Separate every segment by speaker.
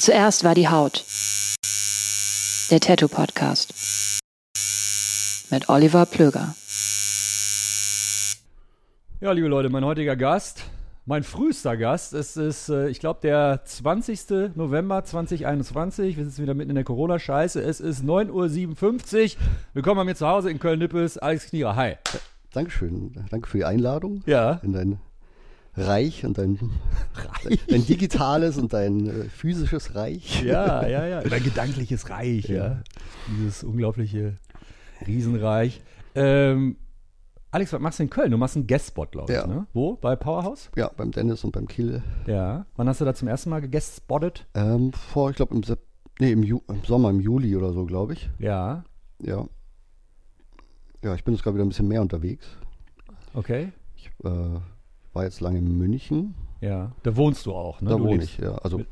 Speaker 1: Zuerst war die Haut. Der Tattoo Podcast. Mit Oliver Plöger.
Speaker 2: Ja, liebe Leute, mein heutiger Gast, mein frühester Gast, es ist, äh, ich glaube, der 20. November 2021. Wir sitzen wieder mitten in der Corona-Scheiße. Es ist 9.57 Uhr. Willkommen bei mir zu Hause in Köln-Nippes. Alex Knierer, hi.
Speaker 3: Dankeschön. Danke für die Einladung
Speaker 2: Ja.
Speaker 3: in dein Reich und dein, dein digitales und dein äh, physisches Reich.
Speaker 2: Ja, ja, ja. Oder gedankliches Reich, ja. Dieses unglaubliche Riesenreich. Ähm, Alex, was machst du in Köln? Du machst einen Guest-Spot, glaube ich,
Speaker 3: Ja.
Speaker 2: ne? Wo? Bei Powerhouse?
Speaker 3: Ja, beim Dennis und beim Kiel.
Speaker 2: Ja. Wann hast du da zum ersten Mal gegest-spottet?
Speaker 3: Ähm, vor, ich glaube, im, Sep- nee, im, Ju im Sommer, im Juli oder so, glaube ich.
Speaker 2: Ja.
Speaker 3: Ja. Ja, ich bin jetzt gerade wieder ein bisschen mehr unterwegs.
Speaker 2: Okay.
Speaker 3: Ich äh, war jetzt lange in München.
Speaker 2: Ja. Da wohnst du auch, ne?
Speaker 3: da
Speaker 2: du
Speaker 3: wohne
Speaker 2: lebst-
Speaker 3: ich, ja. Also
Speaker 2: Mit-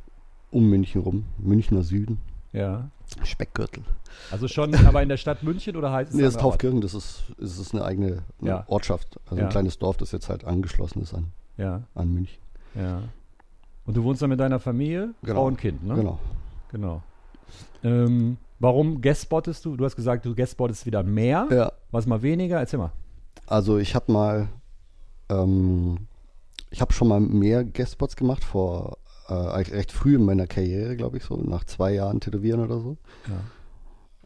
Speaker 3: um München rum. Münchner Süden.
Speaker 2: Ja.
Speaker 3: Speckgürtel.
Speaker 2: Also schon, aber in der Stadt München oder heißt es?
Speaker 3: Nee, das ist
Speaker 2: anderer Ort?
Speaker 3: Taufkirchen, das ist, das ist eine eigene eine
Speaker 2: Ja.
Speaker 3: Ortschaft. Also
Speaker 2: Ja.
Speaker 3: ein kleines Dorf, das jetzt halt angeschlossen ist an,
Speaker 2: Ja,
Speaker 3: an München.
Speaker 2: ja. Und du wohnst da mit deiner Familie,
Speaker 3: Genau.
Speaker 2: Frau und Kind, ne?
Speaker 3: Genau.
Speaker 2: Genau. Ähm, warum guestbottest du? Du hast gesagt, du guestbottest wieder mehr.
Speaker 3: Ja,
Speaker 2: Was mal weniger? Erzähl mal.
Speaker 3: also ich habe mal, ähm, ich habe schon mal mehr Guestspots gemacht vor äh, eigentlich recht früh in meiner Karriere, glaube ich, so nach zwei Jahren Tätowieren oder so.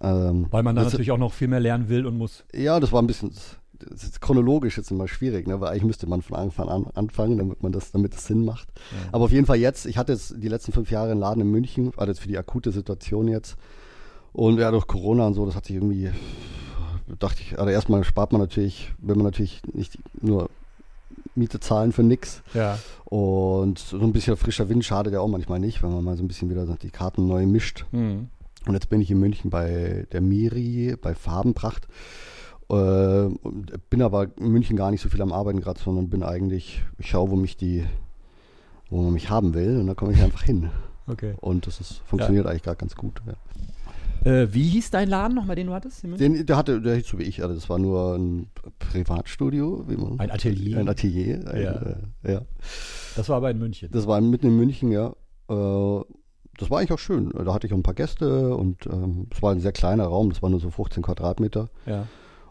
Speaker 3: Ähm,
Speaker 2: Weil man da
Speaker 3: das,
Speaker 2: natürlich auch noch viel mehr lernen will und muss.
Speaker 3: Ja, das war ein bisschen das ist chronologisch jetzt immer schwierig, ne? weil eigentlich müsste man von Anfang an anfangen, damit man das, damit es Sinn macht. Aber auf jeden Fall jetzt, ich hatte jetzt die letzten fünf Jahre einen Laden in München, also jetzt für die akute Situation jetzt. Und ja, durch Corona und so, das hat sich irgendwie, dachte ich, also erstmal spart man natürlich, will man natürlich nicht nur Miete zahlen für nix.
Speaker 2: Ja.
Speaker 3: Und so ein bisschen frischer Wind schadet ja auch manchmal nicht, wenn man mal so ein bisschen wieder die Karten neu mischt.
Speaker 2: Hm.
Speaker 3: Und jetzt bin ich in München bei der Miri, bei Farbenpracht. Äh, und bin aber in München gar nicht so viel am Arbeiten gerade, sondern bin eigentlich, ich schaue, wo mich die, wo man mich haben will und da komme ich einfach hin.
Speaker 2: Okay.
Speaker 3: Und das ist, funktioniert eigentlich gerade ganz gut. Ja.
Speaker 2: Äh, wie hieß dein Laden nochmal, den du hattest? in München?
Speaker 3: Den, der hatte, der hieß so wie ich, also das war nur ein Privatstudio, wie man.
Speaker 2: Ein Atelier.
Speaker 3: Ein Atelier. Ein,
Speaker 2: Ja.
Speaker 3: Äh, ja.
Speaker 2: Das war aber in München.
Speaker 3: Das war mitten in München, ja. Äh, Das war eigentlich auch schön. Da hatte ich auch ein paar Gäste und ähm, es war ein sehr kleiner Raum, das waren nur so 15 Quadratmeter.
Speaker 2: Ja.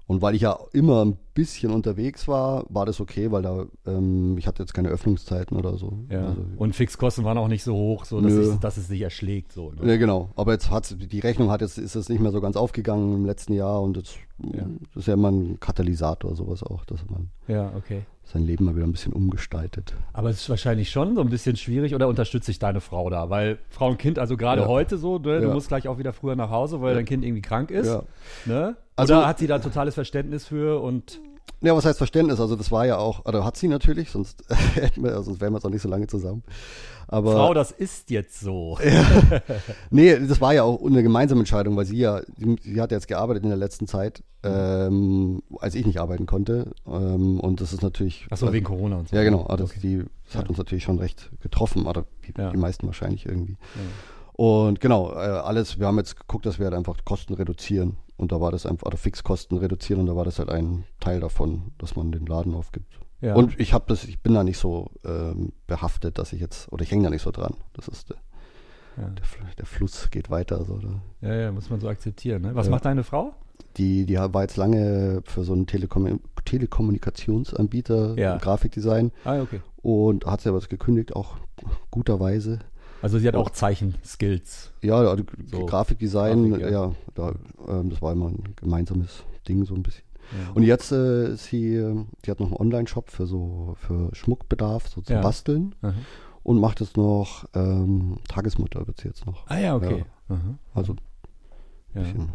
Speaker 3: Und weil ich ja immer ein bisschen unterwegs war, war das okay, weil da ähm, ich hatte jetzt keine Öffnungszeiten oder so.
Speaker 2: ja.
Speaker 3: Also,
Speaker 2: und Fixkosten waren auch nicht so hoch, so dass,
Speaker 3: Nö.
Speaker 2: ich, dass es dich erschlägt. So, ne?
Speaker 3: ja, genau. Aber jetzt hat die Rechnung hat jetzt ist es nicht mehr so ganz aufgegangen im letzten Jahr und jetzt
Speaker 2: Ja.
Speaker 3: das ist ja immer ein Katalysator sowas auch, dass man
Speaker 2: ja, okay.
Speaker 3: sein Leben mal wieder ein bisschen umgestaltet.
Speaker 2: Aber es ist wahrscheinlich schon so ein bisschen schwierig oder unterstütze ich deine Frau da? Weil Frau und Kind, also gerade
Speaker 3: Ja.
Speaker 2: heute so, ne, du
Speaker 3: Ja.
Speaker 2: musst gleich auch wieder früher nach Hause, weil dein Kind irgendwie krank ist.
Speaker 3: Ja.
Speaker 2: Ne? Oder
Speaker 3: Also-
Speaker 2: hat sie da totales Verständnis für und
Speaker 3: Ja, was heißt Verständnis? Also das war ja auch, also hat sie natürlich, sonst, hätten wir, sonst wären wir jetzt auch nicht so lange zusammen. Aber
Speaker 2: Frau, das ist jetzt so.
Speaker 3: nee, das war ja auch eine gemeinsame Entscheidung, weil sie ja, sie, sie hat jetzt gearbeitet in der letzten Zeit,
Speaker 2: Mhm.
Speaker 3: ähm, als ich nicht arbeiten konnte. Ähm, und das ist natürlich. äh,
Speaker 2: Achso, wegen Corona und so.
Speaker 3: Ja, genau. Also die, das hat uns natürlich schon recht getroffen, oder die,
Speaker 2: Ja.
Speaker 3: die meisten wahrscheinlich irgendwie. Und genau, äh, alles, wir haben jetzt geguckt, dass wir halt einfach Kosten reduzieren. Und da war das einfach, oder Fixkosten reduzieren und da war das halt ein Teil davon, dass man den Laden aufgibt.
Speaker 2: Ja.
Speaker 3: Und ich habe das, ich bin da nicht so ähm, behaftet, dass ich jetzt, oder ich hänge da nicht so dran. Das ist äh, der,
Speaker 2: Ja.
Speaker 3: der, Fl- der Fluss geht weiter. So, ne? oder?
Speaker 2: Ja, ja, muss man so akzeptieren. Ne? Was
Speaker 3: Ja.
Speaker 2: macht deine Frau?
Speaker 3: Die, die war jetzt lange für so einen Telekom Telekommunikationsanbieter,
Speaker 2: Ja.
Speaker 3: Grafikdesign
Speaker 2: Ah, okay.
Speaker 3: und hat sie aber jetzt gekündigt, auch guterweise.
Speaker 2: Also sie hat auch Zeichenskills.
Speaker 3: Ja, also
Speaker 2: So,
Speaker 3: Grafikdesign,
Speaker 2: Grafik, ja.
Speaker 3: ja, da, ähm, das war immer ein gemeinsames Ding so ein bisschen.
Speaker 2: Ja.
Speaker 3: Und jetzt äh, ist sie, äh, die hat noch einen Online-Shop für so für Schmuckbedarf, so zum
Speaker 2: Ja.
Speaker 3: Basteln
Speaker 2: Aha.
Speaker 3: und macht jetzt noch ähm, Tagesmutter wird sie jetzt noch.
Speaker 2: Ah ja, okay. Aha.
Speaker 3: Also
Speaker 2: Ja.
Speaker 3: bisschen.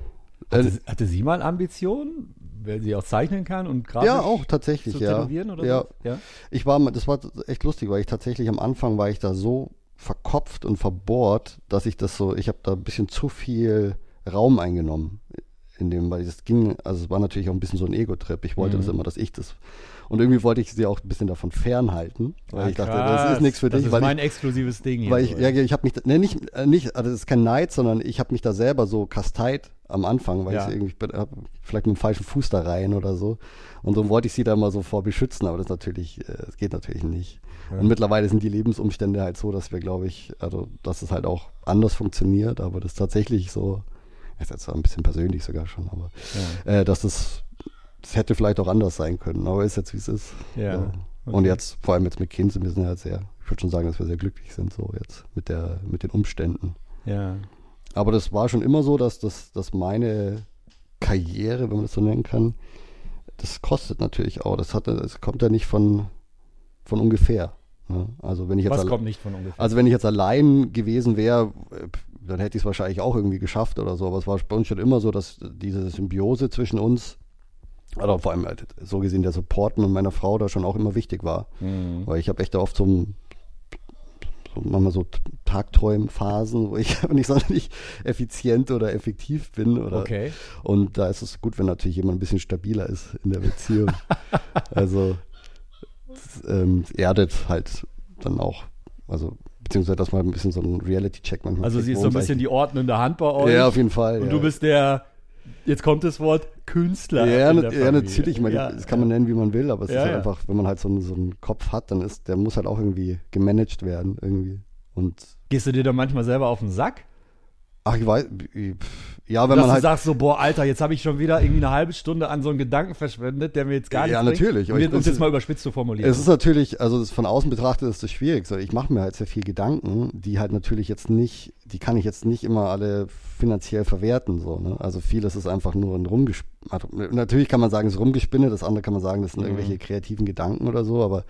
Speaker 2: Hatte,
Speaker 3: Äh,
Speaker 2: sie- hatte sie mal Ambitionen, weil sie auch zeichnen kann und grafisch
Speaker 3: ja, auch tatsächlich,
Speaker 2: zu
Speaker 3: ja.
Speaker 2: tätowieren oder
Speaker 3: ja.
Speaker 2: so? Ja.
Speaker 3: Ich war, mal- das war echt lustig, weil ich tatsächlich am Anfang war ich da so verkopft und verbohrt, dass ich das so, ich habe da ein bisschen zu viel Raum eingenommen in dem, weil es ging, also es war natürlich auch ein bisschen so ein Ego-Trip. Ich wollte
Speaker 2: Mhm.
Speaker 3: das immer, dass ich das und irgendwie wollte ich sie auch ein bisschen davon fernhalten, weil
Speaker 2: Ah,
Speaker 3: ich dachte, das
Speaker 2: krass.
Speaker 3: ist nichts für
Speaker 2: Das
Speaker 3: dich,
Speaker 2: ist
Speaker 3: weil
Speaker 2: mein
Speaker 3: ich,
Speaker 2: exklusives Ding hier.
Speaker 3: weil ich,
Speaker 2: so.
Speaker 3: ja, ich habe mich, da- ne, nicht, äh, nicht, also das ist kein Neid, sondern ich habe mich da selber so kasteit am Anfang, weil
Speaker 2: Ja.
Speaker 3: ich irgendwie, ich bin, hab vielleicht mit dem falschen Fuß da rein oder so. Und so wollte ich sie da mal so vor beschützen, aber das natürlich, äh, das geht natürlich nicht. Und mittlerweile sind die Lebensumstände halt so, dass wir, glaube ich, also, dass es halt auch anders funktioniert, aber das tatsächlich so, das ist jetzt zwar ein bisschen persönlich sogar schon, aber, äh, dass das, das hätte vielleicht auch anders sein können, aber ist jetzt wie es ist.
Speaker 2: Ja,
Speaker 3: So. Und jetzt, vor allem jetzt mit Kind, sind wir sind ja sehr, ich würde schon sagen, dass wir sehr glücklich sind, so jetzt mit, der, mit den Umständen.
Speaker 2: ja.
Speaker 3: Aber das war schon immer so, dass, dass, dass meine Karriere, wenn man das so nennen kann, das kostet natürlich auch. Das, hat, das kommt ja nicht von, von ungefähr. Ne? Also, wenn ich jetzt
Speaker 2: Was
Speaker 3: alle-
Speaker 2: kommt nicht von ungefähr?
Speaker 3: also wenn ich jetzt allein gewesen wäre, äh, dann hätte ich es wahrscheinlich auch irgendwie geschafft oder so. Aber es war bei uns schon immer so, dass diese Symbiose zwischen uns, oder vor allem halt so gesehen der Support mit meiner Frau da schon auch immer wichtig war.
Speaker 2: Mhm.
Speaker 3: Mhm. Weil ich habe echt da oft so, ein- so manchmal so Tagträumen-Phasen, wo ich nicht sonderlich effizient oder effektiv bin. Oder,
Speaker 2: Okay.
Speaker 3: Und da ist es gut, wenn natürlich jemand ein bisschen stabiler ist in der Beziehung. also das, ähm, erdet halt dann auch, also beziehungsweise dass man ein bisschen so einen Reality-Check manchmal
Speaker 2: Also
Speaker 3: kriegt,
Speaker 2: sie ist
Speaker 3: wo
Speaker 2: so ein
Speaker 3: uns
Speaker 2: bisschen
Speaker 3: eigentlich-
Speaker 2: die ordnende Hand bei euch.
Speaker 3: Ja, auf jeden Fall.
Speaker 2: Und
Speaker 3: ja.
Speaker 2: du bist der, jetzt kommt das Wort, Künstler.
Speaker 3: Ja,
Speaker 2: in
Speaker 3: na-
Speaker 2: der
Speaker 3: ja, ne,
Speaker 2: Familie.
Speaker 3: natürlich. Ich meine,
Speaker 2: Ja,
Speaker 3: das kann man nennen, wie man will, aber es
Speaker 2: Ja,
Speaker 3: ist halt
Speaker 2: ja.
Speaker 3: einfach, wenn man halt so einen, so einen Kopf hat, dann ist, der muss halt auch irgendwie gemanagt werden, irgendwie. Und
Speaker 2: Gehst du dir dann manchmal selber auf den Sack?
Speaker 3: ach, ich weiß, ich- pff, ja, wenn
Speaker 2: Dass
Speaker 3: man
Speaker 2: du
Speaker 3: halt.
Speaker 2: sagst so, boah, Alter, jetzt habe ich schon wieder irgendwie eine halbe Stunde an so einen Gedanken verschwendet, der mir jetzt gar
Speaker 3: Ja,
Speaker 2: nichts
Speaker 3: natürlich, aber
Speaker 2: Bringt. Um den-
Speaker 3: ich-
Speaker 2: Um
Speaker 3: es
Speaker 2: es jetzt
Speaker 3: ist-
Speaker 2: mal überspitzt zu formulieren.
Speaker 3: Es ist natürlich, also das von außen betrachtet ist das schwierig. So, ich mache mir halt sehr viel Gedanken, die halt natürlich jetzt nicht, die kann ich jetzt nicht immer alle finanziell verwerten. So, ne? Also vieles ist einfach nur ein Rumgespinne. Natürlich kann man sagen, es ist Rumgespinne, das andere kann man sagen, das sind irgendwelche kreativen Gedanken oder so, aber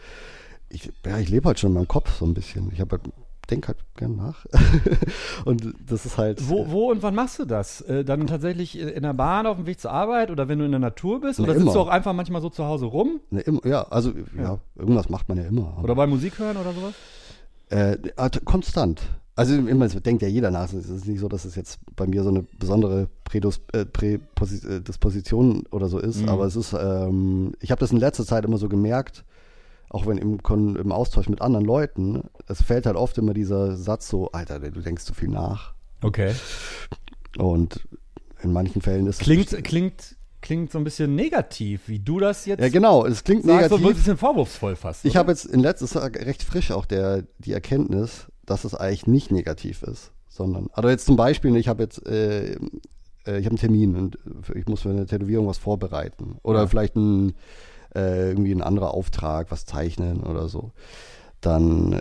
Speaker 3: ich, ja, ich lebe halt schon in meinem Kopf so ein bisschen. Ich habe halt, denke halt gern nach. Und das ist halt.
Speaker 2: wo, wo und wann machst du das? Äh, Dann tatsächlich in der Bahn auf dem Weg zur Arbeit oder wenn du in der Natur bist?
Speaker 3: Nee,
Speaker 2: Oder sitzt
Speaker 3: immer.
Speaker 2: du auch einfach manchmal so zu Hause rum?
Speaker 3: Ne, immer, ja, also ja. irgendwas macht man ja immer.
Speaker 2: Oder bei Musik hören oder sowas?
Speaker 3: Äh, also konstant. Also immer, es denkt ja jeder nach. Es ist nicht so, dass es jetzt bei mir so eine besondere Prädus, äh, Präposi- äh, Disposition oder so
Speaker 2: Mhm.
Speaker 3: ist, aber es ist, ähm, ich habe das in letzter Zeit immer so gemerkt, auch wenn im, Kon im Austausch mit anderen Leuten, es fällt halt oft immer dieser Satz so, Alter, du denkst zu viel nach.
Speaker 2: Okay.
Speaker 3: Und in manchen Fällen ist es-
Speaker 2: Klingt, klingt, klingt so ein bisschen negativ, wie du das jetzt
Speaker 3: Ja, genau, es klingt
Speaker 2: sagst, so ein
Speaker 3: negativ.
Speaker 2: bisschen vorwurfsvoll fast.
Speaker 3: Ich
Speaker 2: oder?
Speaker 3: habe jetzt in letzter Zeit recht frisch auch der, die Erkenntnis, dass es eigentlich nicht negativ ist, sondern, also jetzt zum Beispiel, ich habe jetzt, äh, äh, ich habe einen Termin und ich muss für eine Tätowierung was vorbereiten oder vielleicht ein, äh, irgendwie ein anderer Auftrag, was zeichnen oder so. Dann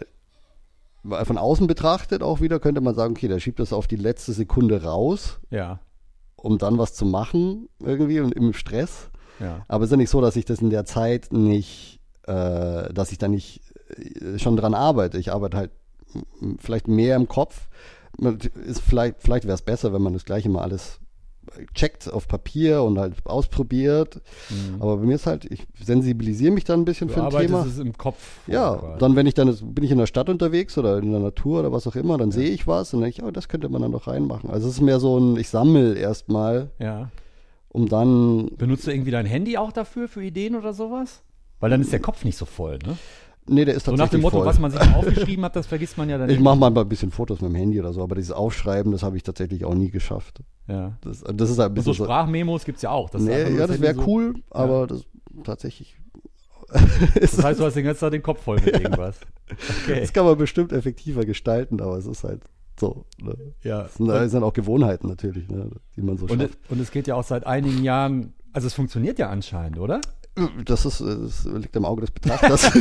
Speaker 3: äh, von außen betrachtet auch wieder könnte man sagen, okay, der schiebt das auf die letzte Sekunde raus,
Speaker 2: Ja,
Speaker 3: um dann was zu machen irgendwie und im Stress.
Speaker 2: ja.
Speaker 3: Aber es ist ja nicht so, dass ich das in der Zeit nicht, äh, dass ich da nicht äh, schon dran arbeite. Ich arbeite halt m- m- vielleicht mehr im Kopf. Man- Ist vielleicht vielleicht wäre es besser, wenn man das gleiche mal alles checkt auf Papier und halt ausprobiert. Aber bei mir ist halt, ich sensibilisiere mich dann ein bisschen
Speaker 2: Mhm. Du
Speaker 3: für ein
Speaker 2: arbeitest
Speaker 3: Thema.
Speaker 2: es im Kopf. vor
Speaker 3: Ja,
Speaker 2: quasi.
Speaker 3: dann wenn ich dann bin ich in der Stadt unterwegs oder in der Natur oder was auch immer, dann sehe ich was und denke ich, oh, das könnte man dann doch reinmachen. Also es ist mehr so ein, ich sammle erstmal,
Speaker 2: Ja.
Speaker 3: um dann
Speaker 2: Benutzt du irgendwie dein Handy auch dafür, für Ideen oder sowas? Weil dann ist der Kopf nicht so voll, ne?
Speaker 3: Nee, der ist
Speaker 2: So
Speaker 3: tatsächlich
Speaker 2: nach dem Motto,
Speaker 3: voll.
Speaker 2: was man sich mal aufgeschrieben hat, das vergisst man ja dann
Speaker 3: ich
Speaker 2: nicht.
Speaker 3: mache mal ein bisschen Fotos mit dem Handy oder so, aber dieses Aufschreiben, das habe ich tatsächlich auch nie geschafft.
Speaker 2: Ja.
Speaker 3: Das, das ist ein
Speaker 2: Und so
Speaker 3: bisschen so.
Speaker 2: Sprachmemos gibt's ja auch. dass einfach
Speaker 3: Nee,
Speaker 2: nur
Speaker 3: ja, das
Speaker 2: Handy
Speaker 3: wäre
Speaker 2: so-
Speaker 3: cool, aber das tatsächlich.
Speaker 2: Das heißt, du hast den ganzen Tag den Kopf voll mit irgendwas. Okay.
Speaker 3: Das kann man bestimmt effektiver gestalten, aber es ist halt so. Ne?
Speaker 2: Ja.
Speaker 3: Das sind, das sind auch Gewohnheiten natürlich, ne? die man so
Speaker 2: Und,
Speaker 3: schafft.
Speaker 2: und es geht ja auch seit einigen Jahren, also es funktioniert ja anscheinend, oder?
Speaker 3: Das, ist, das liegt im Auge des Betrachters.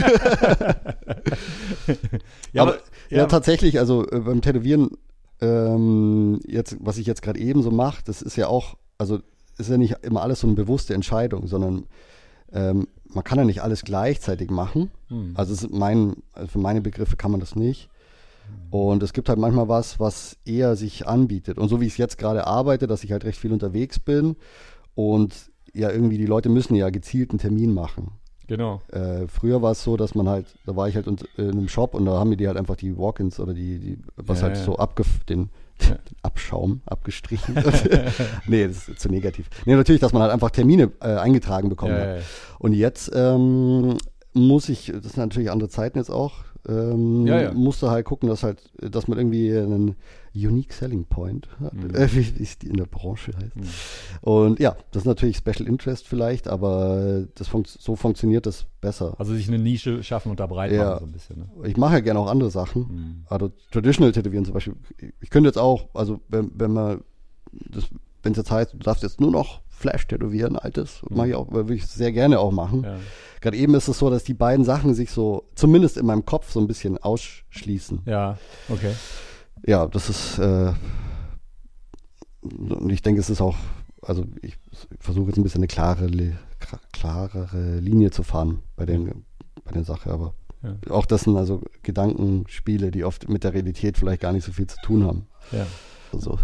Speaker 3: aber, ja,
Speaker 2: ja,
Speaker 3: tatsächlich, also äh, beim Tätowieren, ähm, jetzt, was ich jetzt gerade eben so mache, das ist ja auch, also ist ja nicht immer alles so eine bewusste Entscheidung, sondern ähm, man kann ja nicht alles gleichzeitig machen. Also, es ist mein, also für meine Begriffe kann man das nicht. Und es gibt halt manchmal was, was eher sich anbietet. Und so wie ich es jetzt gerade arbeite, dass ich halt recht viel unterwegs bin und ja irgendwie die Leute müssen ja gezielt einen Termin machen.
Speaker 2: genau.
Speaker 3: Äh, früher war es so, dass man halt, da war ich halt unt- in einem Shop und da haben mir die halt einfach die Walk-ins oder die, die was
Speaker 2: Ja,
Speaker 3: halt
Speaker 2: ja.
Speaker 3: so abge den, den Abschaum abgestrichen. nee, das ist zu negativ. Nee, natürlich, dass man halt einfach Termine äh, eingetragen bekommen
Speaker 2: Ja,
Speaker 3: hat.
Speaker 2: ja, ja.
Speaker 3: Und jetzt ähm, muss ich, das sind natürlich andere Zeiten jetzt auch, ähm,
Speaker 2: Ja, ja.
Speaker 3: musste halt gucken, dass halt, dass man irgendwie einen Unique Selling Point hat, äh, wie wie es die in der Branche heißt. Und ja, das ist natürlich Special Interest vielleicht, aber das funkt, so funktioniert das besser.
Speaker 2: Also sich eine Nische schaffen und da breit
Speaker 3: Ja.
Speaker 2: machen so ein bisschen. Ne?
Speaker 3: Ich mache ja gerne auch andere Sachen. Also Traditional Tätowieren zum Beispiel. Ich könnte jetzt auch, also wenn, wenn man das, wenn es jetzt heißt, du darfst jetzt nur noch Flash tätowieren, altes, mache ich auch, würde ich sehr gerne auch machen.
Speaker 2: Ja.
Speaker 3: Gerade eben ist es so, dass die beiden Sachen sich so, zumindest in meinem Kopf, so ein bisschen ausschließen.
Speaker 2: ja, okay.
Speaker 3: Ja, das ist, äh, und ich denke, es ist auch, also ich versuche jetzt ein bisschen eine klare, Li- kra- klarere Linie zu fahren bei, den, bei der Sache, aber
Speaker 2: Ja.
Speaker 3: auch das sind also Gedankenspiele, die oft mit der Realität vielleicht gar nicht so viel zu tun haben.
Speaker 2: Ja.
Speaker 3: Also,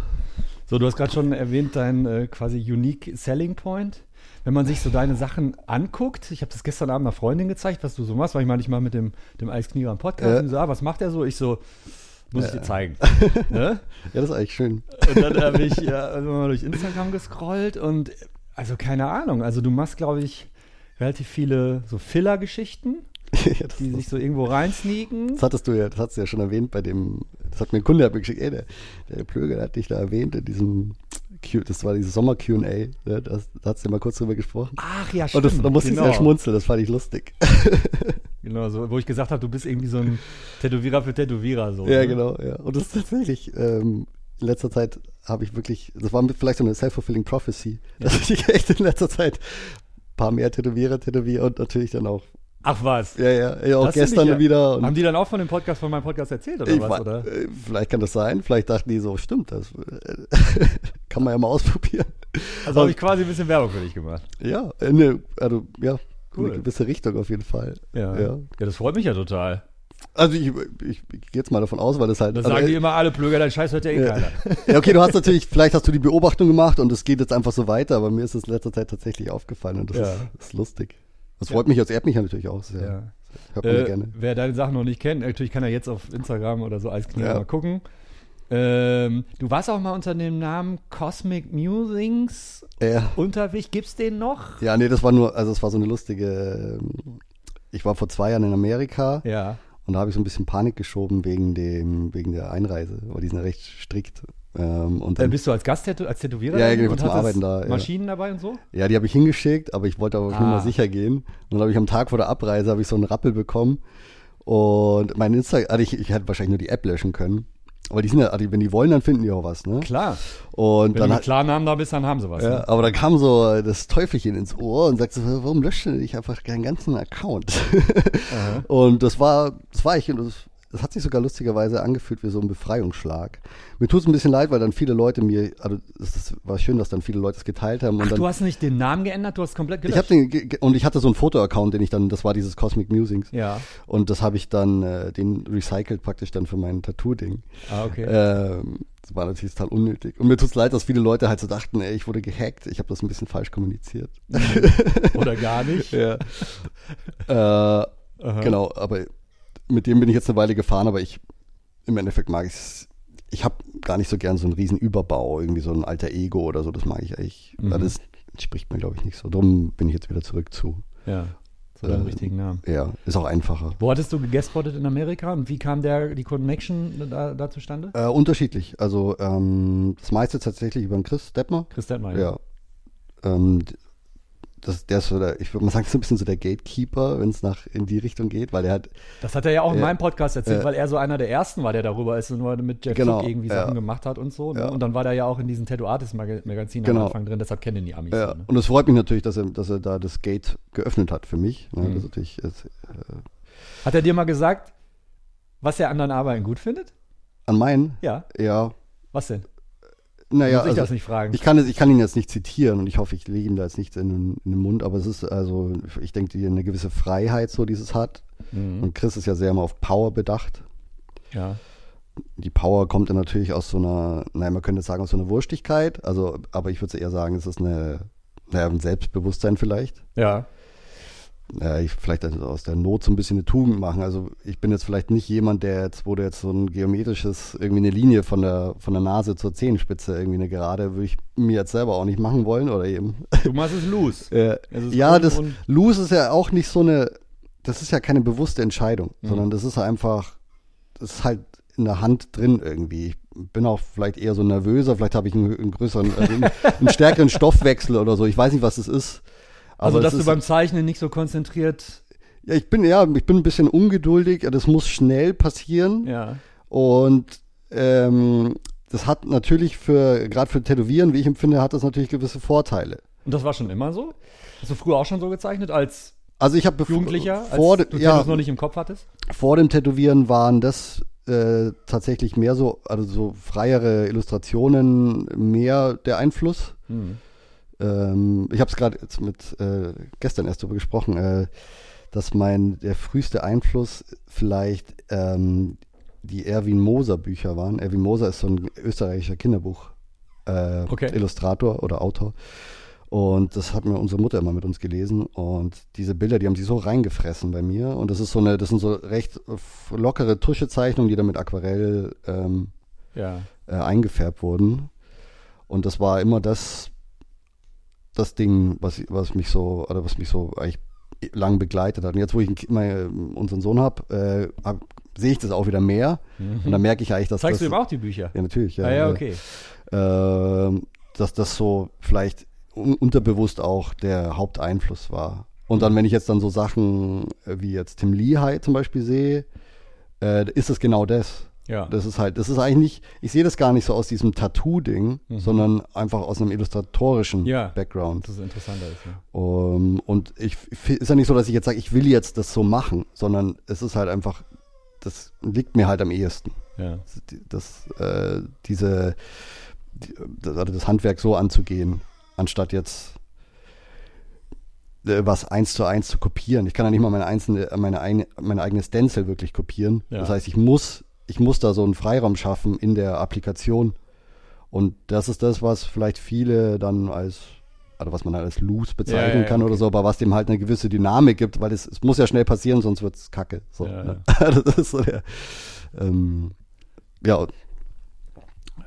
Speaker 2: So, du hast gerade schon erwähnt, dein äh, quasi unique Selling Point. Wenn man sich so deine Sachen anguckt, ich habe das gestern Abend einer Freundin gezeigt, was du so machst, weil ich mal nicht mal mit dem, dem Eisknieger im Podcast
Speaker 3: Ja.
Speaker 2: und die so, ah, was macht er so? Ich so, muss ich dir zeigen. ne?
Speaker 3: ja, das ist eigentlich schön.
Speaker 2: Und dann habe ich ja, also mal durch Instagram gescrollt und äh, also keine Ahnung, also du machst, glaube ich, relativ viele so Filler-Geschichten,
Speaker 3: ja, das,
Speaker 2: die sich so irgendwo reinsneaken.
Speaker 3: Das hattest du ja, das hast du ja schon erwähnt bei dem, das hat mir ein Kunde hat mir geschickt, ey, der, der Plöger der hat dich da erwähnt in diesem, Q, das war dieses Sommer-QA, ne, das- da hast du ja mal kurz drüber gesprochen.
Speaker 2: Ach ja,
Speaker 3: Und
Speaker 2: stimmt.
Speaker 3: Oh, das, da musste
Speaker 2: genau.
Speaker 3: ich sehr schmunzeln, das fand ich lustig.
Speaker 2: Genau, so, wo ich gesagt habe, du bist irgendwie so ein Tätowierer für Tätowierer. So,
Speaker 3: ja,
Speaker 2: ne?
Speaker 3: genau, ja. Und das ist tatsächlich, ähm, in letzter Zeit habe ich wirklich, das war vielleicht so eine self-fulfilling prophecy, dass ich echt in letzter Zeit ein paar mehr Tätowierer tätowiere und natürlich dann auch,
Speaker 2: Ach was.
Speaker 3: ja, ja, ja auch
Speaker 2: Das finde
Speaker 3: gestern
Speaker 2: ich ja-
Speaker 3: wieder. Und
Speaker 2: Haben die dann auch von dem Podcast, von meinem Podcast erzählt oder
Speaker 3: Ich
Speaker 2: was?
Speaker 3: wa-
Speaker 2: Oder? Also
Speaker 3: äh, Vielleicht kann das sein. Vielleicht dachten die so, stimmt, das äh, kann man ja mal ausprobieren.
Speaker 2: Also habe ich quasi ein bisschen Werbung für dich gemacht.
Speaker 3: Ja, äh, ne, also ja,
Speaker 2: Cool.
Speaker 3: eine gewisse Richtung auf jeden Fall.
Speaker 2: ja. das freut mich ja total.
Speaker 3: Also ich, ich, ich gehe jetzt mal davon aus, weil das halt.
Speaker 2: Das
Speaker 3: also,
Speaker 2: sagen die
Speaker 3: äh,
Speaker 2: immer alle Plöger, dein Scheiß hört ja eh keiner.
Speaker 3: ja, okay, du hast natürlich, vielleicht hast du die Beobachtung gemacht und es geht jetzt einfach so weiter, aber mir ist es in letzter Zeit tatsächlich aufgefallen und das
Speaker 2: Ja.
Speaker 3: ist, ist lustig. Das freut mich, das ehrt mich ja natürlich auch sehr.
Speaker 2: Ja.
Speaker 3: Hört man ja
Speaker 2: Äh,
Speaker 3: gerne.
Speaker 2: wer deine Sachen noch nicht kennt, natürlich kann er jetzt auf Instagram oder so Eisknie
Speaker 3: Ja.
Speaker 2: mal gucken. Ähm, du warst auch mal unter dem Namen Cosmic Musings
Speaker 3: Äh,
Speaker 2: unterwegs. Gibt's den noch?
Speaker 3: ja, nee, das war nur, also es war so eine lustige. ähm, Ich war vor zwei Jahren in Amerika.
Speaker 2: Ja.
Speaker 3: Und da habe ich so ein bisschen Panik geschoben wegen, dem, wegen der Einreise, weil die sind ja recht strikt. Ähm, und
Speaker 2: Dann
Speaker 3: dann,
Speaker 2: bist du als Gasttätow als Tätowierer
Speaker 3: Ja, ja,
Speaker 2: dahin
Speaker 3: genau,
Speaker 2: und
Speaker 3: zum
Speaker 2: hattest
Speaker 3: Arbeiten da, ja.
Speaker 2: Maschinen dabei und so?
Speaker 3: ja, die habe ich hingeschickt, aber ich wollte aber ah. nur
Speaker 2: Ah.
Speaker 3: mal sicher gehen. Und dann habe ich am Tag vor der Abreise habe ich so einen Rappel bekommen. Und mein Insta, also ich, ich hätte wahrscheinlich nur die App löschen können. Aber die sind ja, also wenn die wollen, dann finden die auch was, ne?
Speaker 2: Klar. Wenn
Speaker 3: Und dann
Speaker 2: du
Speaker 3: hat,
Speaker 2: mit Klarnamen da bist, dann haben sie was. ne?
Speaker 3: Ja, aber dann kam so das Teufelchen ins Ohr und sagte, so, warum löscht du nicht einfach deinen ganzen Account? und das war, das war ich, und das, es hat sich sogar lustigerweise angefühlt wie so ein Befreiungsschlag. Mir tut es ein bisschen leid, weil dann viele Leute mir, also es ist- war schön, dass dann viele Leute es geteilt haben. Und
Speaker 2: Ach,
Speaker 3: dann,
Speaker 2: du hast nicht den Namen geändert, du hast komplett
Speaker 3: ich hab den, ge- ge- und ich hatte so einen Foto-Account, den ich dann, das war dieses Cosmic Musings.
Speaker 2: Ja.
Speaker 3: Und das habe ich dann, äh, den recycelt praktisch dann für mein Tattoo-Ding.
Speaker 2: Ah, okay.
Speaker 3: Ähm, das war natürlich total unnötig. Und mir tut es leid, dass viele Leute halt so dachten, ey, ich wurde gehackt, ich habe das ein bisschen falsch kommuniziert.
Speaker 2: Oder gar nicht.
Speaker 3: Ja. äh, genau, aber mit dem bin ich jetzt eine Weile gefahren, aber ich im Endeffekt mag ich es. Ich habe gar nicht so gern so einen riesen Überbau, irgendwie so ein alter Ego oder so, das mag ich eigentlich.
Speaker 2: Mhm.
Speaker 3: Ja, Das entspricht mir, glaube ich, nicht so. Drum bin ich jetzt wieder zurück zu.
Speaker 2: Ja. So deinem
Speaker 3: Äh,
Speaker 2: richtigen Namen.
Speaker 3: Ja, ist auch einfacher.
Speaker 2: Wo hattest du gespottet in Amerika und wie kam der die Connection da, da zustande?
Speaker 3: Äh, unterschiedlich. Also ähm, das meiste tatsächlich über den Chris Deppmer.
Speaker 2: Chris Detmar.
Speaker 3: Ja. Ähm, d- das, der ist so der, ich würde mal sagen, so ein bisschen so der Gatekeeper, wenn es nach in die Richtung geht, weil er hat
Speaker 2: Das hat er ja auch in
Speaker 3: Ja.
Speaker 2: meinem Podcast erzählt,
Speaker 3: Ja.
Speaker 2: weil er so einer der ersten war, der darüber ist und nur mit Jeff
Speaker 3: Genau,
Speaker 2: Cook irgendwie
Speaker 3: ja.
Speaker 2: Sachen gemacht hat und so. Ne?
Speaker 3: Ja.
Speaker 2: Und dann war der ja auch in diesem Tattoo Artist Maga- Magazin am
Speaker 3: Genau.
Speaker 2: Anfang drin, deshalb kennen ihn die Amis.
Speaker 3: Ja,
Speaker 2: so, ne?
Speaker 3: und es freut mich natürlich, dass er, dass er da das Gate geöffnet hat für mich.
Speaker 2: Mhm.
Speaker 3: Ne? Das ist natürlich, ist, äh,
Speaker 2: Hat er dir mal gesagt, was er an deinen Arbeiten gut findet?
Speaker 3: an meinen,
Speaker 2: Ja.
Speaker 3: ja,
Speaker 2: Was denn?
Speaker 3: naja,
Speaker 2: Muss ich
Speaker 3: also,
Speaker 2: das nicht fragen?
Speaker 3: ich, kann es, ich kann ihn jetzt nicht zitieren und ich hoffe, ich lege ihm da jetzt nichts in, den- in den Mund, aber es ist also, ich denke, die eine gewisse Freiheit so, dieses hat. Und Chris ist ja sehr immer auf Power bedacht.
Speaker 2: Mhm. ja.
Speaker 3: Die Power kommt dann natürlich aus so einer, naja, man könnte sagen, aus so einer Wurstigkeit, also, aber ich würde eher sagen, es ist eine, naja, ein Selbstbewusstsein vielleicht.
Speaker 2: Ja.
Speaker 3: ja, ich vielleicht also aus der Not so ein bisschen eine Tugend machen. Also ich bin jetzt vielleicht nicht jemand, der jetzt, wo du jetzt so ein geometrisches, irgendwie eine Linie von der, von der Nase zur Zehenspitze, irgendwie eine gerade, würde ich mir jetzt selber auch nicht machen wollen oder eben.
Speaker 2: Du machst es loose. Es ist
Speaker 3: Äh, ja,
Speaker 2: un-
Speaker 3: das
Speaker 2: un-
Speaker 3: Loose ist ja auch nicht so eine, das ist ja keine bewusste Entscheidung,
Speaker 2: Mhm.
Speaker 3: sondern das ist einfach, das ist halt in der Hand drin irgendwie. Ich bin auch vielleicht eher so nervöser, vielleicht habe ich einen, einen größeren, also einen, einen stärkeren Stoffwechsel oder so. Ich weiß nicht, was es ist.
Speaker 2: Also,
Speaker 3: Aber
Speaker 2: dass
Speaker 3: es
Speaker 2: du
Speaker 3: ist-
Speaker 2: beim Zeichnen nicht so konzentriert.
Speaker 3: ja, ich bin ja, ich bin ein bisschen ungeduldig. Das muss schnell passieren.
Speaker 2: Ja.
Speaker 3: Und ähm, das hat natürlich für gerade für Tätowieren, wie ich empfinde, hat das natürlich gewisse Vorteile.
Speaker 2: Und das war schon immer so? Hast du früher auch schon so gezeichnet als
Speaker 3: Also ich habe bef-
Speaker 2: Jugendlicher, als
Speaker 3: vor,
Speaker 2: du
Speaker 3: dem- ja,
Speaker 2: das noch nicht im Kopf hattest?
Speaker 3: vor dem Tätowieren waren das äh, tatsächlich mehr so, also so freiere Illustrationen mehr der Einfluss. Ähm, ich habe es gerade jetzt mit äh, gestern erst darüber gesprochen, äh, dass mein der früheste Einfluss vielleicht ähm, die Erwin Moser Bücher waren. Erwin Moser ist so ein österreichischer Kinderbuch äh,
Speaker 2: Okay.
Speaker 3: Illustrator oder Autor. Und das hat mir unsere Mutter immer mit uns gelesen. Und diese Bilder, die haben sie so reingefressen bei mir. Und das ist so eine, das sind so recht äh, f- lockere Tuschezeichnungen, die dann mit Aquarell ähm,
Speaker 2: Ja.
Speaker 3: äh, eingefärbt wurden. Und das war immer das, das Ding, was, was mich so, oder was mich so eigentlich lang begleitet hat. Und jetzt, wo ich ein Kind- mein, unseren Sohn habe, äh, hab, sehe ich das auch wieder mehr. Und dann merke ich eigentlich, dass
Speaker 2: Mhm. Zeigst du
Speaker 3: das.
Speaker 2: ihm auch die Bücher?
Speaker 3: Ja, natürlich. Ja,
Speaker 2: ah, ja,
Speaker 3: ja.
Speaker 2: okay.
Speaker 3: Ähm, dass das so vielleicht un unterbewusst auch der Haupteinfluss war. Und
Speaker 2: Mhm.
Speaker 3: dann, wenn ich jetzt dann so Sachen äh, wie jetzt Tim Lehigh zum Beispiel sehe, äh, ist es genau das.
Speaker 2: Ja.
Speaker 3: Das ist halt, das ist eigentlich nicht, ich sehe das gar nicht so aus diesem Tattoo-Ding, sondern einfach aus einem illustratorischen
Speaker 2: Ja.
Speaker 3: Background.
Speaker 2: Dass es interessanter ist. Ne?
Speaker 3: Um, und ich f- ist ja nicht so, dass ich jetzt sage, ich will jetzt das so machen, sondern es ist halt einfach, das liegt mir halt am ehesten
Speaker 2: Ja.
Speaker 3: das, äh, diese, die, das, also das Handwerk so anzugehen, anstatt jetzt äh, was eins zu eins zu kopieren. Ich kann ja nicht mal meine einzelne, meine, eine, meine eigene Stencil wirklich kopieren.
Speaker 2: Ja.
Speaker 3: Das heißt, ich muss, ich muss da so einen Freiraum schaffen in der Applikation. Und das ist das, was vielleicht viele dann als, also was man dann als loose bezeichnen
Speaker 2: ja,
Speaker 3: kann oder so, aber was dem halt eine gewisse Dynamik gibt, weil es, es muss ja schnell passieren, sonst wird es kacke. So,
Speaker 2: Ja,
Speaker 3: ne? das ist so der, ähm, ja, und-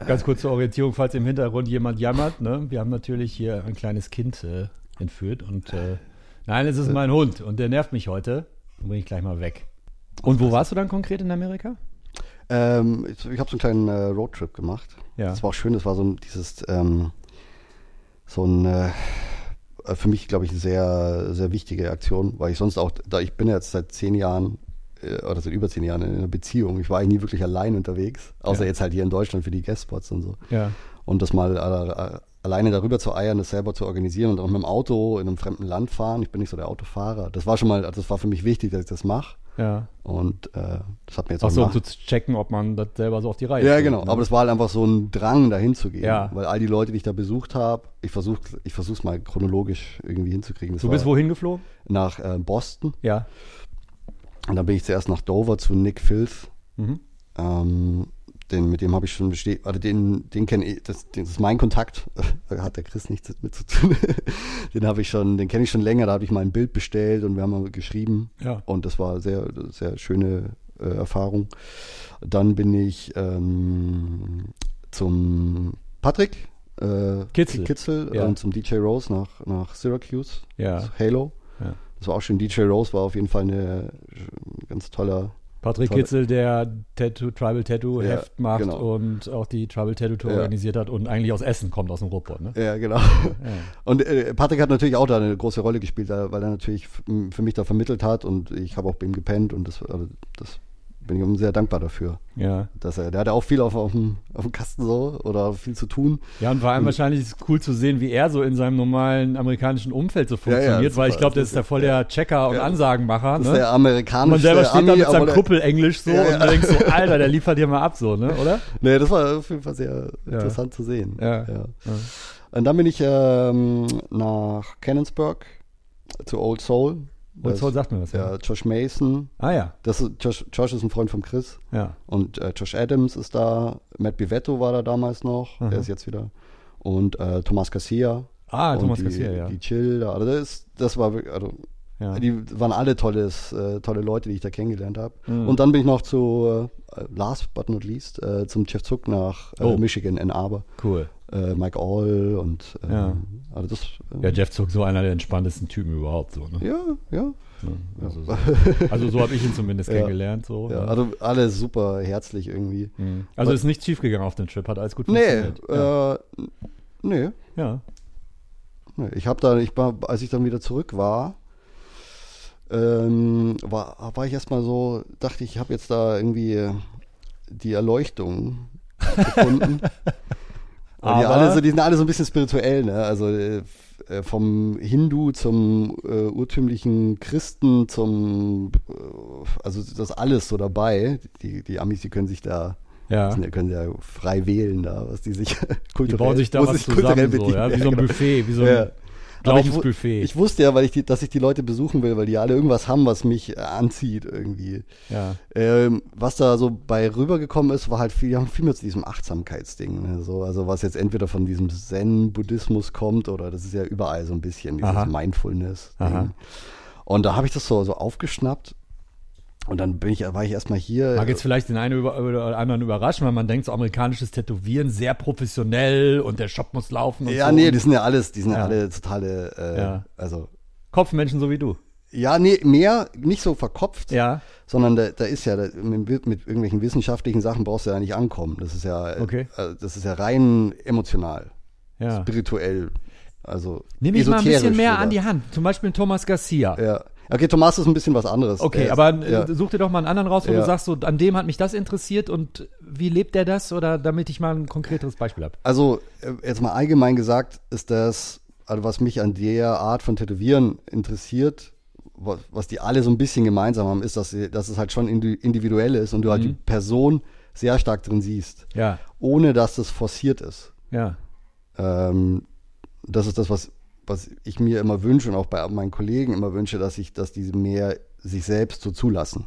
Speaker 2: Ganz kurz zur Orientierung, falls im Hintergrund jemand jammert. Ne? Wir haben natürlich hier ein kleines Kind äh, entführt und äh, nein, es ist mein Hund und der nervt mich heute. Dann bin ich gleich mal weg. Und wo warst du dann konkret in Amerika?
Speaker 3: ähm, ich, ich habe so einen kleinen äh, Roadtrip gemacht.
Speaker 2: Ja.
Speaker 3: Das war auch schön, das war so ein, dieses, ähm, so ein, äh, äh, für mich, glaube ich, eine sehr, sehr wichtige Aktion, weil ich sonst auch, da ich bin ja jetzt seit zehn Jahren äh, oder seit über zehn Jahren in einer Beziehung, ich war eigentlich nie wirklich allein unterwegs, außer
Speaker 2: Ja.
Speaker 3: jetzt halt hier in Deutschland für die Guestspots und so.
Speaker 2: Ja.
Speaker 3: Und das mal äh, äh, alleine darüber zu eiern, das selber zu organisieren und auch mit dem Auto in einem fremden Land fahren. Ich bin nicht so der Autofahrer. Das war schon mal, das war für mich wichtig, dass ich das mache.
Speaker 2: Ja.
Speaker 3: Und äh, das hat mir jetzt
Speaker 2: Ach so, um zu
Speaker 3: nach-
Speaker 2: checken, ob man das selber so auf die Reihe
Speaker 3: ja,
Speaker 2: kriegt,
Speaker 3: genau.
Speaker 2: ne?
Speaker 3: Aber das war halt einfach so ein Drang, dahin zu gehen.
Speaker 2: Ja.
Speaker 3: Weil all die Leute, die ich da besucht habe, ich versuche ich versuch's mal chronologisch irgendwie hinzukriegen. Das
Speaker 2: du bist
Speaker 3: war
Speaker 2: wohin geflogen?
Speaker 3: nach äh, Boston
Speaker 2: Ja.
Speaker 3: und dann bin ich zuerst nach Dover zu Nick Filth.
Speaker 2: Mhm.
Speaker 3: Ähm, den, mit dem habe ich schon besteht, also den, den kenne ich, das, den- das ist mein Kontakt, Da hat der Chris nichts mit zu tun. den habe ich schon, den kenne ich schon länger, da habe ich mal ein Bild bestellt und wir haben mal geschrieben.
Speaker 2: Ja.
Speaker 3: Und das war sehr, sehr schöne äh, Erfahrung. Dann bin ich ähm, zum Patrick äh,
Speaker 2: Kitzel.
Speaker 3: Kitzel
Speaker 2: Ja.
Speaker 3: und zum DJ Rose nach, nach Syracuse,
Speaker 2: Ja.
Speaker 3: zu Halo.
Speaker 2: Ja.
Speaker 3: Das war auch schön. DJ Rose war auf jeden Fall eine äh, ganz toller
Speaker 2: Patrick
Speaker 3: Tolle-
Speaker 2: Kitzel, der Tattoo, Tribal Tattoo
Speaker 3: Ja,
Speaker 2: Heft macht
Speaker 3: genau.
Speaker 2: und auch die Tribal Tattoo Tour
Speaker 3: Ja.
Speaker 2: organisiert hat und eigentlich aus Essen kommt, aus dem Ruhrpott, ne?
Speaker 3: Ja, genau. Und äh, Patrick hat natürlich auch da eine große Rolle gespielt, da- weil er natürlich f- m- für mich da vermittelt hat und ich habe auch bei ihm gepennt und das, also, das bin ich ihm sehr dankbar dafür.
Speaker 2: Ja.
Speaker 3: Dass er, der hatte auch viel auf, auf, dem, auf dem Kasten so oder viel zu tun.
Speaker 2: Ja, und vor allem wahrscheinlich ist es cool zu sehen, wie er so in seinem normalen amerikanischen Umfeld so
Speaker 3: ja,
Speaker 2: funktioniert,
Speaker 3: das
Speaker 2: weil
Speaker 3: war-
Speaker 2: ich glaube, das
Speaker 3: das
Speaker 2: ist ja voll der Checker und
Speaker 3: Ja.
Speaker 2: Ansagenmacher.
Speaker 3: Das
Speaker 2: Ne?
Speaker 3: ist der amerikanische
Speaker 2: man selber steht da
Speaker 3: Ami,
Speaker 2: mit seinem
Speaker 3: aber der-
Speaker 2: Kuppel-Englisch so
Speaker 3: Ja,
Speaker 2: und
Speaker 3: ja.
Speaker 2: du denkst so, Alter, der liefert dir mal ab so, ne? oder?
Speaker 3: Nee, das war auf jeden Fall sehr interessant zu sehen.
Speaker 2: Ja. Ja.
Speaker 3: Und dann bin ich ähm, nach Cannonsburg zu Old Soul.
Speaker 2: Und so sagt mir was.
Speaker 3: ja, Josh Mason.
Speaker 2: Ah ja,
Speaker 3: Das ist, Josh, Josh ist ein Freund von Chris.
Speaker 2: ja.
Speaker 3: Und äh, Josh Adams ist da, Matt Bivetto war da damals noch,
Speaker 2: Aha.
Speaker 3: der ist jetzt wieder. Und äh, Thomas Garcia.
Speaker 2: Ah,
Speaker 3: und
Speaker 2: Thomas
Speaker 3: die,
Speaker 2: Garcia, ja.
Speaker 3: Die Chill, da. also das, ist, das war wirklich, also,
Speaker 2: ja.
Speaker 3: die waren alle tolles, äh, tolle Leute, die ich da kennengelernt habe.
Speaker 2: Mhm.
Speaker 3: Und dann bin ich noch zu, äh, last but not least, äh, zum Jeff Zuck nach äh,
Speaker 2: Oh.
Speaker 3: Michigan, Ann Arbor.
Speaker 2: cool.
Speaker 3: Äh, Mike All und äh,
Speaker 2: Ja.
Speaker 3: also das.
Speaker 2: Ja,
Speaker 3: Äh,
Speaker 2: Jeff Zuck, so einer der entspanntesten Typen überhaupt. So, ne?
Speaker 3: ja, ja.
Speaker 2: Also so, also so habe ich ihn zumindest
Speaker 3: Ja.
Speaker 2: kennengelernt. So,
Speaker 3: ja.
Speaker 2: ne?
Speaker 3: Also alle super herzlich irgendwie.
Speaker 2: Mhm. also ist nichts schiefgegangen auf dem Trip, hat alles gut
Speaker 3: Nee,
Speaker 2: funktioniert. ja.
Speaker 3: äh, nee.
Speaker 2: ja.
Speaker 3: Nee, Ich habe da, ich war, als ich dann wieder zurück war, ähm, war, war ich erstmal so, dachte ich, ich habe jetzt da irgendwie die Erleuchtung gefunden. Weil die,
Speaker 2: Aber-
Speaker 3: alle so, die sind alle so ein bisschen spirituell, ne? Also äh, f- äh, vom Hindu zum äh, urtümlichen Christen zum, äh, also das alles so dabei. Die, die Amis, die können sich da,
Speaker 2: ja.
Speaker 3: sind, ja- können ja frei wählen da, was die sich kulturell,
Speaker 2: Die bauen sich da
Speaker 3: wo
Speaker 2: was
Speaker 3: sie kulturell
Speaker 2: zusammen, so,
Speaker 3: bedienen.
Speaker 2: ja? wie
Speaker 3: Ja,
Speaker 2: so ein
Speaker 3: genau.
Speaker 2: Buffet, wie so
Speaker 3: Ja.
Speaker 2: ein
Speaker 3: Aber ich wu-
Speaker 2: Glaubensbuffet.
Speaker 3: Ich wusste ja, weil ich die, dass ich die Leute besuchen will, weil die alle irgendwas haben, was mich äh, anzieht irgendwie.
Speaker 2: ja.
Speaker 3: Ähm, was da so bei rübergekommen ist, war halt viel, die haben viel mehr zu diesem Achtsamkeitsding. Ne? So, also was jetzt entweder von diesem Zen-Buddhismus kommt oder das ist ja überall so ein bisschen dieses
Speaker 2: Aha. Aha.
Speaker 3: Mindfulness-Ding. Und da habe ich das so, so aufgeschnappt und dann bin ich, war ich erstmal hier.
Speaker 2: Mag jetzt vielleicht den einen über, oder anderen überraschen, weil man denkt, so amerikanisches Tätowieren sehr professionell und der Shop muss laufen und
Speaker 3: ja,
Speaker 2: so.
Speaker 3: nee, die sind ja alles, die sind ja,
Speaker 2: Ja.
Speaker 3: alle totale, äh,
Speaker 2: Ja.
Speaker 3: also
Speaker 2: Kopfmenschen so wie du.
Speaker 3: ja, nee, mehr, nicht so verkopft,
Speaker 2: Ja.
Speaker 3: sondern da, da ist ja, da, mit, mit irgendwelchen wissenschaftlichen Sachen brauchst du ja nicht ankommen. Das ist ja, äh,
Speaker 2: Okay.
Speaker 3: also das ist ja rein emotional,
Speaker 2: Ja.
Speaker 3: spirituell, also
Speaker 2: Nimm mich mal ein bisschen
Speaker 3: esoterisch
Speaker 2: mehr
Speaker 3: sogar.
Speaker 2: an die Hand. Zum Beispiel Thomas Garcia.
Speaker 3: Ja. Okay, Thomas ist ein bisschen was anderes.
Speaker 2: Okay,
Speaker 3: Der ist,
Speaker 2: aber äh,
Speaker 3: ja.
Speaker 2: such dir doch mal einen anderen raus, wo
Speaker 3: Ja.
Speaker 2: du sagst, so, an dem hat mich das interessiert und wie lebt der das? Oder damit ich mal ein konkreteres Beispiel habe.
Speaker 3: Also, äh, jetzt mal allgemein gesagt, ist das, also was mich an der Art von Tätowieren interessiert, was, was die alle so ein bisschen gemeinsam haben, ist, dass, sie, dass es halt schon indi- individuell ist und du halt die Person sehr stark drin siehst,
Speaker 2: Mhm. Ja,
Speaker 3: ohne dass das forciert ist.
Speaker 2: ja,
Speaker 3: Ähm, das ist das, was, was ich mir immer wünsche und auch bei meinen Kollegen immer wünsche, dass ich, dass diese mehr sich selbst so zulassen.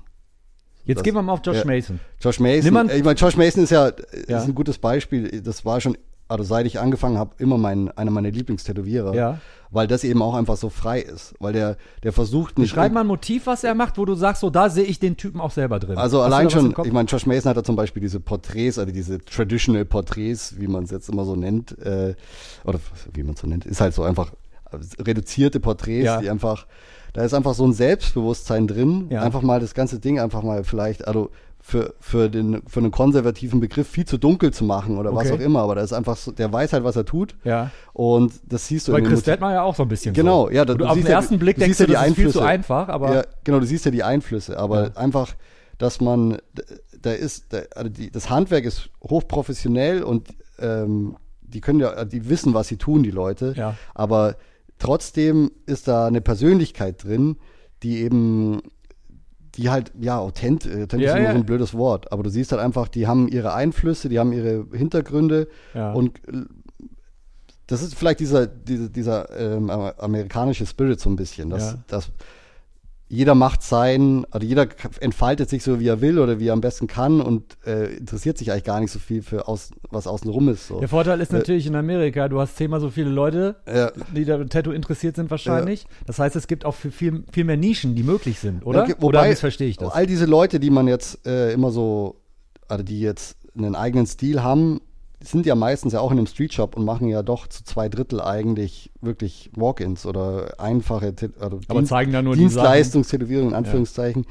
Speaker 2: Jetzt
Speaker 3: Das-
Speaker 2: gehen wir mal auf Josh
Speaker 3: ja.
Speaker 2: Mason.
Speaker 3: Josh Mason,
Speaker 2: Nimm mal-
Speaker 3: äh, ich meine, Josh Mason ist ja, äh,
Speaker 2: Ja.
Speaker 3: Ist ein gutes Beispiel. Das war schon, also seit ich angefangen habe, immer mein, einer meiner Lieblingstätowierer,
Speaker 2: Ja.
Speaker 3: weil das eben auch einfach so frei ist, weil der, der versucht nicht.
Speaker 2: Schreib mal ein Motiv, was er macht, wo du sagst, so, da sehe ich den Typen auch selber drin.
Speaker 3: Also
Speaker 2: Hast du
Speaker 3: allein
Speaker 2: da was im
Speaker 3: schon,
Speaker 2: Kopf?
Speaker 3: ich meine, Josh Mason hat da zum Beispiel diese Porträts, also diese traditional Porträts, wie man es jetzt immer so nennt, äh, oder wie man es so nennt, ist halt so einfach reduzierte Porträts,
Speaker 2: Ja.
Speaker 3: die einfach, da ist einfach so ein Selbstbewusstsein drin,
Speaker 2: Ja.
Speaker 3: einfach mal das ganze Ding einfach mal vielleicht, also für, für, den, für einen konservativen Begriff viel zu dunkel zu machen oder was
Speaker 2: Okay.
Speaker 3: auch immer, aber da ist einfach so, der weiß halt, was er tut
Speaker 2: Ja.
Speaker 3: und das siehst du
Speaker 2: Bei
Speaker 3: in den
Speaker 2: Chris
Speaker 3: Motiven.
Speaker 2: Detmar ja auch so ein bisschen.
Speaker 3: Genau,
Speaker 2: so.
Speaker 3: ja.
Speaker 2: Du, auf den
Speaker 3: siehst ja-
Speaker 2: ersten Blick denkst
Speaker 3: siehst
Speaker 2: du,
Speaker 3: ja
Speaker 2: das ist viel zu einfach, aber
Speaker 3: ja, genau, du siehst ja die Einflüsse, aber
Speaker 2: Ja.
Speaker 3: einfach, dass man, d- da ist, da, also die, das Handwerk ist hochprofessionell und ähm, die können ja, die wissen, was sie tun, die Leute,
Speaker 2: Ja.
Speaker 3: aber trotzdem ist da eine Persönlichkeit drin, die eben die halt, ja, authent, äh, authentisch
Speaker 2: Ja,
Speaker 3: ist immer so
Speaker 2: ja.
Speaker 3: ein blödes Wort, aber du siehst halt einfach, die haben ihre Einflüsse, die haben ihre Hintergründe
Speaker 2: Ja.
Speaker 3: und äh, das ist vielleicht dieser, dieser, dieser ähm, amer- amerikanische Spirit so ein bisschen, dass,
Speaker 2: Ja.
Speaker 3: dass jeder macht sein, also jeder k- entfaltet sich so, wie er will oder wie er am besten kann und äh, interessiert sich eigentlich gar nicht so viel für aus, was außenrum ist. So.
Speaker 2: Der Vorteil ist
Speaker 3: Äh,
Speaker 2: natürlich in Amerika, du hast zehnmal so viele Leute,
Speaker 3: Ja.
Speaker 2: die da Tattoo interessiert sind wahrscheinlich. Das heißt, es gibt auch für viel, viel mehr Nischen, die möglich sind, oder?
Speaker 3: Okay,
Speaker 2: oder missverstehe ich das?
Speaker 3: All diese Leute, die man jetzt äh, immer so, also die jetzt einen eigenen Stil haben, sind ja meistens ja auch in einem Streetshop und machen ja doch zu zwei Drittel eigentlich wirklich Walk-ins oder einfache Tat- also
Speaker 2: Aber zeigen da nur die
Speaker 3: Dienstleistungstätowierung in Anführungszeichen.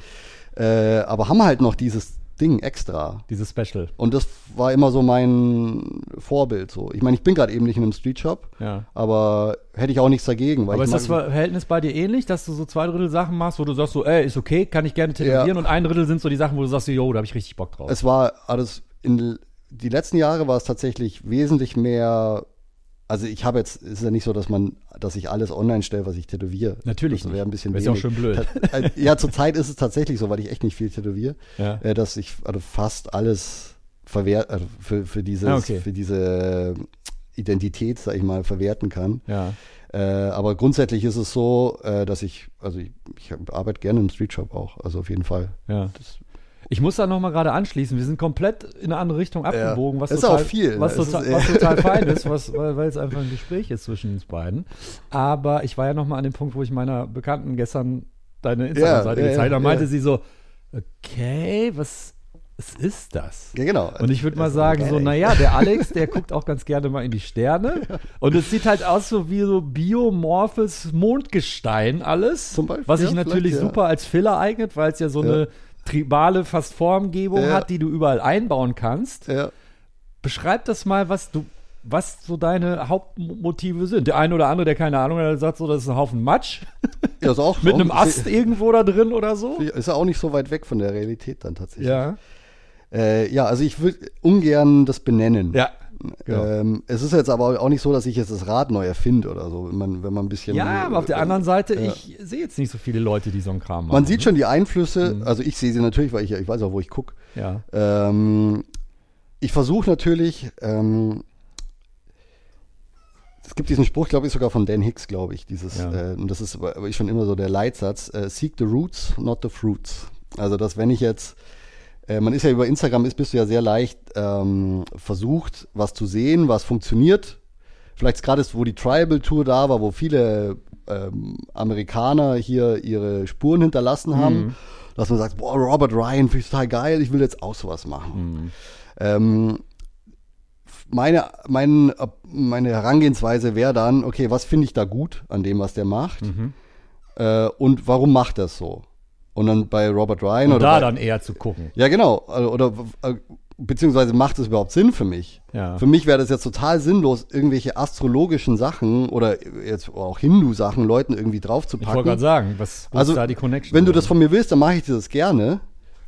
Speaker 3: Äh, aber haben halt noch dieses Ding extra.
Speaker 2: Dieses Special.
Speaker 3: Und das war immer so mein Vorbild. So, ich meine, ich bin gerade eben nicht in einem Streetshop,
Speaker 2: Ja.
Speaker 3: aber hätte ich auch nichts dagegen. Weil
Speaker 2: Aber
Speaker 3: ich
Speaker 2: ist das
Speaker 3: mag-
Speaker 2: Verhältnis bei dir ähnlich, dass du so zwei Drittel Sachen machst, wo du sagst so, ey, ist okay, kann ich gerne tätowieren
Speaker 3: Ja.
Speaker 2: und ein Drittel sind so die Sachen, wo du sagst, so, yo, da habe ich richtig Bock drauf.
Speaker 3: Es war alles in die letzten Jahre war es tatsächlich wesentlich mehr. Also ich habe jetzt es ist ja nicht so, dass man, dass ich alles online stelle, was ich tätowiere.
Speaker 2: Natürlich
Speaker 3: das wäre
Speaker 2: nicht.
Speaker 3: ein bisschen
Speaker 2: Ist ja auch
Speaker 3: wenig.
Speaker 2: schon blöd.
Speaker 3: Ta- äh, ja, zurzeit ist es tatsächlich so, weil ich echt nicht viel tätowiere,
Speaker 2: Ja.
Speaker 3: äh, dass ich also fast alles verwert, also für, für dieses,
Speaker 2: Ah, okay.
Speaker 3: für diese Identität, sag ich mal, verwerten kann.
Speaker 2: ja.
Speaker 3: Äh, aber grundsätzlich ist es so, äh, dass ich, also ich, ich arbeite gerne im Streetshop auch, also auf jeden Fall.
Speaker 2: Ja. ich muss da nochmal gerade anschließen. Wir sind komplett in eine andere Richtung abgebogen, was,
Speaker 3: Ist
Speaker 2: total,
Speaker 3: auch viel, ne?
Speaker 2: was,
Speaker 3: Es
Speaker 2: total,
Speaker 3: ist-
Speaker 2: was total fein ist, was, weil weil es einfach ein Gespräch ist zwischen uns beiden. Aber ich war ja nochmal an dem Punkt, wo ich meiner Bekannten gestern deine Instagram-Seite
Speaker 3: ja, ja,
Speaker 2: gezeigt habe. Da
Speaker 3: ja.
Speaker 2: meinte sie so, okay, was, was ist das?
Speaker 3: Ja, genau.
Speaker 2: Und ich würde mal
Speaker 3: Das ist
Speaker 2: sagen, so,
Speaker 3: geil.
Speaker 2: naja, der Alex, der guckt auch ganz gerne mal in die Sterne. Und es sieht halt aus so wie so biomorphes Mondgestein alles.
Speaker 3: Zum Beispiel,
Speaker 2: was sich
Speaker 3: ja,
Speaker 2: natürlich
Speaker 3: vielleicht, ja.
Speaker 2: super als Filler eignet, weil es ja so
Speaker 3: Ja.
Speaker 2: eine tribale fast Formgebung
Speaker 3: Ja.
Speaker 2: hat, die du überall einbauen kannst.
Speaker 3: Ja.
Speaker 2: Beschreib das mal, was du was so deine Hauptmotive sind. Der eine oder andere, der keine Ahnung hat, der sagt so, das ist ein Haufen Matsch
Speaker 3: Ja, ist auch
Speaker 2: mit
Speaker 3: so.
Speaker 2: einem Ast irgendwo da drin oder so.
Speaker 3: Ist ja auch nicht so weit weg von der Realität dann tatsächlich.
Speaker 2: Ja.
Speaker 3: äh, ja also ich würde ungern das benennen.
Speaker 2: Ja. Genau.
Speaker 3: Ähm, es ist jetzt aber auch nicht so, dass ich jetzt das Rad neu erfinde oder so, wenn man, wenn man ein bisschen.
Speaker 2: Ja, aber auf der
Speaker 3: äh,
Speaker 2: anderen Seite,
Speaker 3: ja.
Speaker 2: ich sehe jetzt nicht so viele Leute, die so einen Kram machen.
Speaker 3: Man sieht schon die Einflüsse,
Speaker 2: Mhm.
Speaker 3: also ich sehe sie natürlich, weil ich, ich weiß auch, wo ich gucke.
Speaker 2: Ja.
Speaker 3: Ähm, ich versuche natürlich, ähm, es gibt diesen Spruch, glaube ich, sogar von Dan Hicks, glaube ich, dieses,
Speaker 2: Ja.
Speaker 3: äh, und das ist aber aber schon immer so der Leitsatz, äh, seek the roots, not the fruits. Also, dass wenn ich jetzt, äh, man ist ja über Instagram, ist, bist du ja sehr leicht ähm, versucht, was zu sehen, was funktioniert. Vielleicht ist gerade ist, wo die Tribal Tour da war, wo viele ähm, Amerikaner hier ihre Spuren hinterlassen haben, dass man sagt, boah, Robert Ryan, finde ich total geil, ich will jetzt auch sowas machen. Ähm, meine, mein, meine Herangehensweise wäre dann, okay, was finde ich da gut an dem, was der macht?
Speaker 2: Mhm.
Speaker 3: Äh, und warum macht das so? Und dann bei Robert Ryan
Speaker 2: Und
Speaker 3: oder.
Speaker 2: da
Speaker 3: bei,
Speaker 2: dann eher zu gucken.
Speaker 3: Ja, genau. Also, Oder äh, beziehungsweise macht es überhaupt Sinn für mich?
Speaker 2: Ja.
Speaker 3: Für mich wäre das jetzt total sinnlos, irgendwelche astrologischen Sachen oder jetzt auch Hindu-Sachen Leuten irgendwie
Speaker 2: Ich
Speaker 3: draufzupacken.
Speaker 2: wollte gerade sagen, was wo ist
Speaker 3: Also,
Speaker 2: da die Connection?
Speaker 3: wenn du das von mir willst, dann mache ich dir das gerne.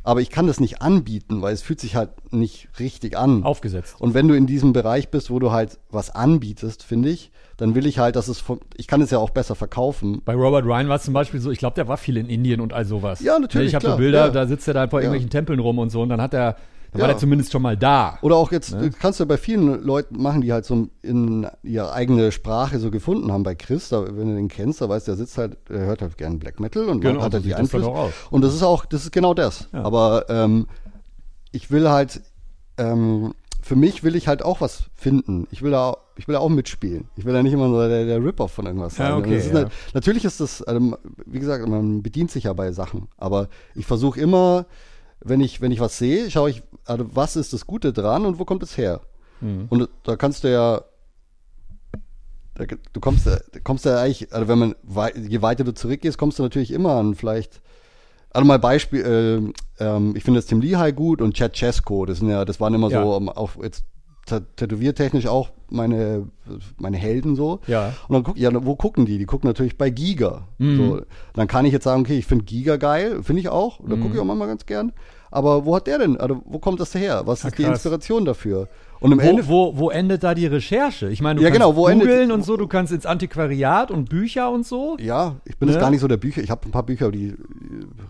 Speaker 3: Aber ich kann das nicht anbieten, weil es fühlt sich halt nicht richtig an.
Speaker 2: aufgesetzt?
Speaker 3: Und wenn du in diesem Bereich bist, wo du halt was anbietest, finde ich, dann will ich halt, dass es von, ich kann es ja auch besser verkaufen.
Speaker 2: Bei Robert Ryan war es zum Beispiel so, ich glaube, der war viel in Indien und all sowas. Ne,
Speaker 3: Ja, natürlich,
Speaker 2: Ich habe so
Speaker 3: klar,
Speaker 2: Bilder,
Speaker 3: ja.
Speaker 2: da sitzt er da vor irgendwelchen Tempeln rum und so und dann hat er, dann war
Speaker 3: Ja.
Speaker 2: er zumindest schon mal da.
Speaker 3: Oder auch jetzt äh, kannst du bei vielen Leuten machen, die halt so in ihre eigene Sprache so gefunden haben. Bei Chris, da, wenn du den kennst, da weißt du, der sitzt halt, der hört halt gern Black Metal und
Speaker 2: Genau,
Speaker 3: hat
Speaker 2: so
Speaker 3: halt die
Speaker 2: sieht das dann
Speaker 3: Einflüsse.
Speaker 2: auch aus.
Speaker 3: Und das ist auch, das ist genau das. Aber ähm, ich will halt, ähm, für mich will ich halt auch was finden. Ich will da, ich will da auch mitspielen. Ich will da nicht immer so der, der Rip-Off von irgendwas
Speaker 2: Ja,
Speaker 3: sein. Und
Speaker 2: okay,
Speaker 3: das ist
Speaker 2: ja.
Speaker 3: nat- natürlich ist das, ähm, wie gesagt, man bedient sich ja bei Sachen. Aber ich versuche immer, wenn ich, wenn ich was sehe, schaue ich, also was ist das Gute dran und wo kommt es her?
Speaker 2: Mhm.
Speaker 3: Und da kannst du ja, da, du kommst, da kommst ja eigentlich, also wenn man, wei- je weiter du zurückgehst, kommst du natürlich immer an vielleicht also mal Beispiel, ähm, ähm, ich finde das Tim Lehigh gut und Chad Chesko, das sind ja, das waren immer
Speaker 2: Ja.
Speaker 3: so ähm, auch jetzt tat- tätowiertechnisch auch meine, meine Helden so.
Speaker 2: Ja. Mhm.
Speaker 3: Und dann guck, ja, wo gucken die? Die gucken natürlich bei Giga. So. Dann kann ich jetzt sagen, okay, ich finde Giga geil, finde ich auch, da
Speaker 2: Mhm.
Speaker 3: gucke ich auch manchmal ganz gern. Aber wo hat der denn, also wo kommt das her? Was ist die
Speaker 2: krass.
Speaker 3: Inspiration dafür? Und im
Speaker 2: Wo,
Speaker 3: Endeffekt,
Speaker 2: wo, wo endet da die Recherche? Ich meine, du
Speaker 3: Ja,
Speaker 2: kannst
Speaker 3: genau, wo endet-
Speaker 2: googeln und so, du kannst ins Antiquariat und Bücher und so.
Speaker 3: ja, ich bin
Speaker 2: Ne?
Speaker 3: jetzt gar nicht so der Bücher, ich habe ein paar Bücher, die äh,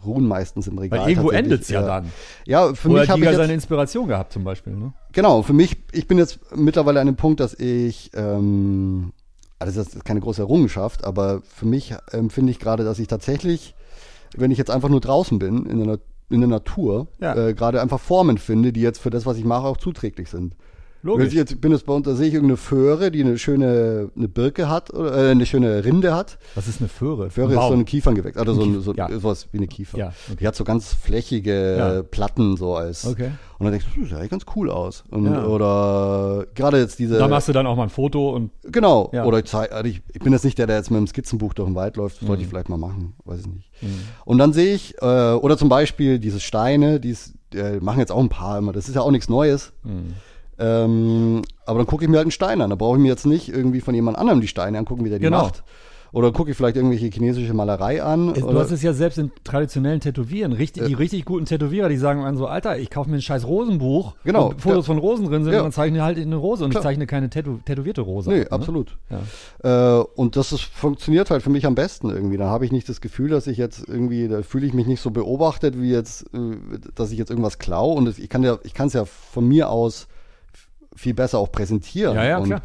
Speaker 3: ruhen meistens im Regal.
Speaker 2: Weil irgendwo
Speaker 3: tatsächlich.
Speaker 2: endet's ja
Speaker 3: Äh,
Speaker 2: dann.
Speaker 3: Ja, für
Speaker 2: Wo
Speaker 3: mich
Speaker 2: hat
Speaker 3: habe ich
Speaker 2: Giga
Speaker 3: jetzt,
Speaker 2: seine Inspiration gehabt zum Beispiel, ne?
Speaker 3: Genau, für mich, ich bin jetzt mittlerweile an dem Punkt, dass ich, ähm, also das ist keine große Errungenschaft, aber für mich empfinde ich gerade, dass ich tatsächlich, wenn ich jetzt einfach nur draußen bin, in der, Na- in der Natur,
Speaker 2: Ja.
Speaker 3: äh, gerade einfach Formen finde, die jetzt für das, was ich mache, auch zuträglich sind. Wenn
Speaker 2: Logisch.
Speaker 3: ich jetzt bin jetzt bei uns, da sehe ich irgendeine Föhre, die eine schöne eine Birke hat, oder, äh, eine schöne Rinde hat.
Speaker 2: Was ist eine Föhre?
Speaker 3: Föhre ist so ein Kieferngewächs, also so, ein, so
Speaker 2: ja.
Speaker 3: sowas wie eine Kiefer.
Speaker 2: Ja, okay.
Speaker 3: Die hat so ganz flächige
Speaker 2: Ja.
Speaker 3: äh, Platten so als.
Speaker 2: Okay.
Speaker 3: Und dann denkst du, das sieht eigentlich ganz cool aus. Und,
Speaker 2: Ja.
Speaker 3: Oder gerade jetzt diese.
Speaker 2: Da machst du dann auch mal ein Foto und
Speaker 3: genau.
Speaker 2: Ja.
Speaker 3: Oder ich, zeig- also ich, ich bin jetzt nicht der, der jetzt mit dem Skizzenbuch durch den Wald läuft. Das
Speaker 2: Mhm.
Speaker 3: sollte ich vielleicht mal machen, weiß ich nicht. Und dann sehe ich, äh, oder zum Beispiel diese Steine, die es- äh, machen jetzt auch ein paar immer. Das ist ja auch nichts Neues.
Speaker 2: Mhm.
Speaker 3: Ähm, aber dann gucke ich mir halt einen Stein an. Da brauche ich mir jetzt nicht irgendwie von jemand anderem die Steine angucken, wie der die
Speaker 2: Genau.
Speaker 3: macht. Oder gucke ich vielleicht irgendwelche chinesische Malerei an.
Speaker 2: du
Speaker 3: oder, Äh.
Speaker 2: hast es ja selbst in traditionellen Tätowieren. Richtig, die richtig guten Tätowierer, die sagen dann so, Alter, ich kaufe mir ein scheiß Rosenbuch,
Speaker 3: Genau,
Speaker 2: wo Fotos
Speaker 3: ja.
Speaker 2: von Rosen drin sind
Speaker 3: Ja.
Speaker 2: und dann zeichne halt eine Rose und ich
Speaker 3: Klar.
Speaker 2: zeichne keine tätow tätowierte Rose.
Speaker 3: Nee,
Speaker 2: ab, ne?
Speaker 3: absolut.
Speaker 2: Ja.
Speaker 3: Äh, und das ist, funktioniert halt für mich am besten irgendwie. Da habe ich nicht das Gefühl, dass ich jetzt irgendwie, da fühle ich mich nicht so beobachtet, wie jetzt, äh, dass ich jetzt irgendwas klau. Und es- ich kann ja, ich kann es ja von mir aus f- viel besser auch präsentieren.
Speaker 2: Ja, ja,
Speaker 3: und,
Speaker 2: klar.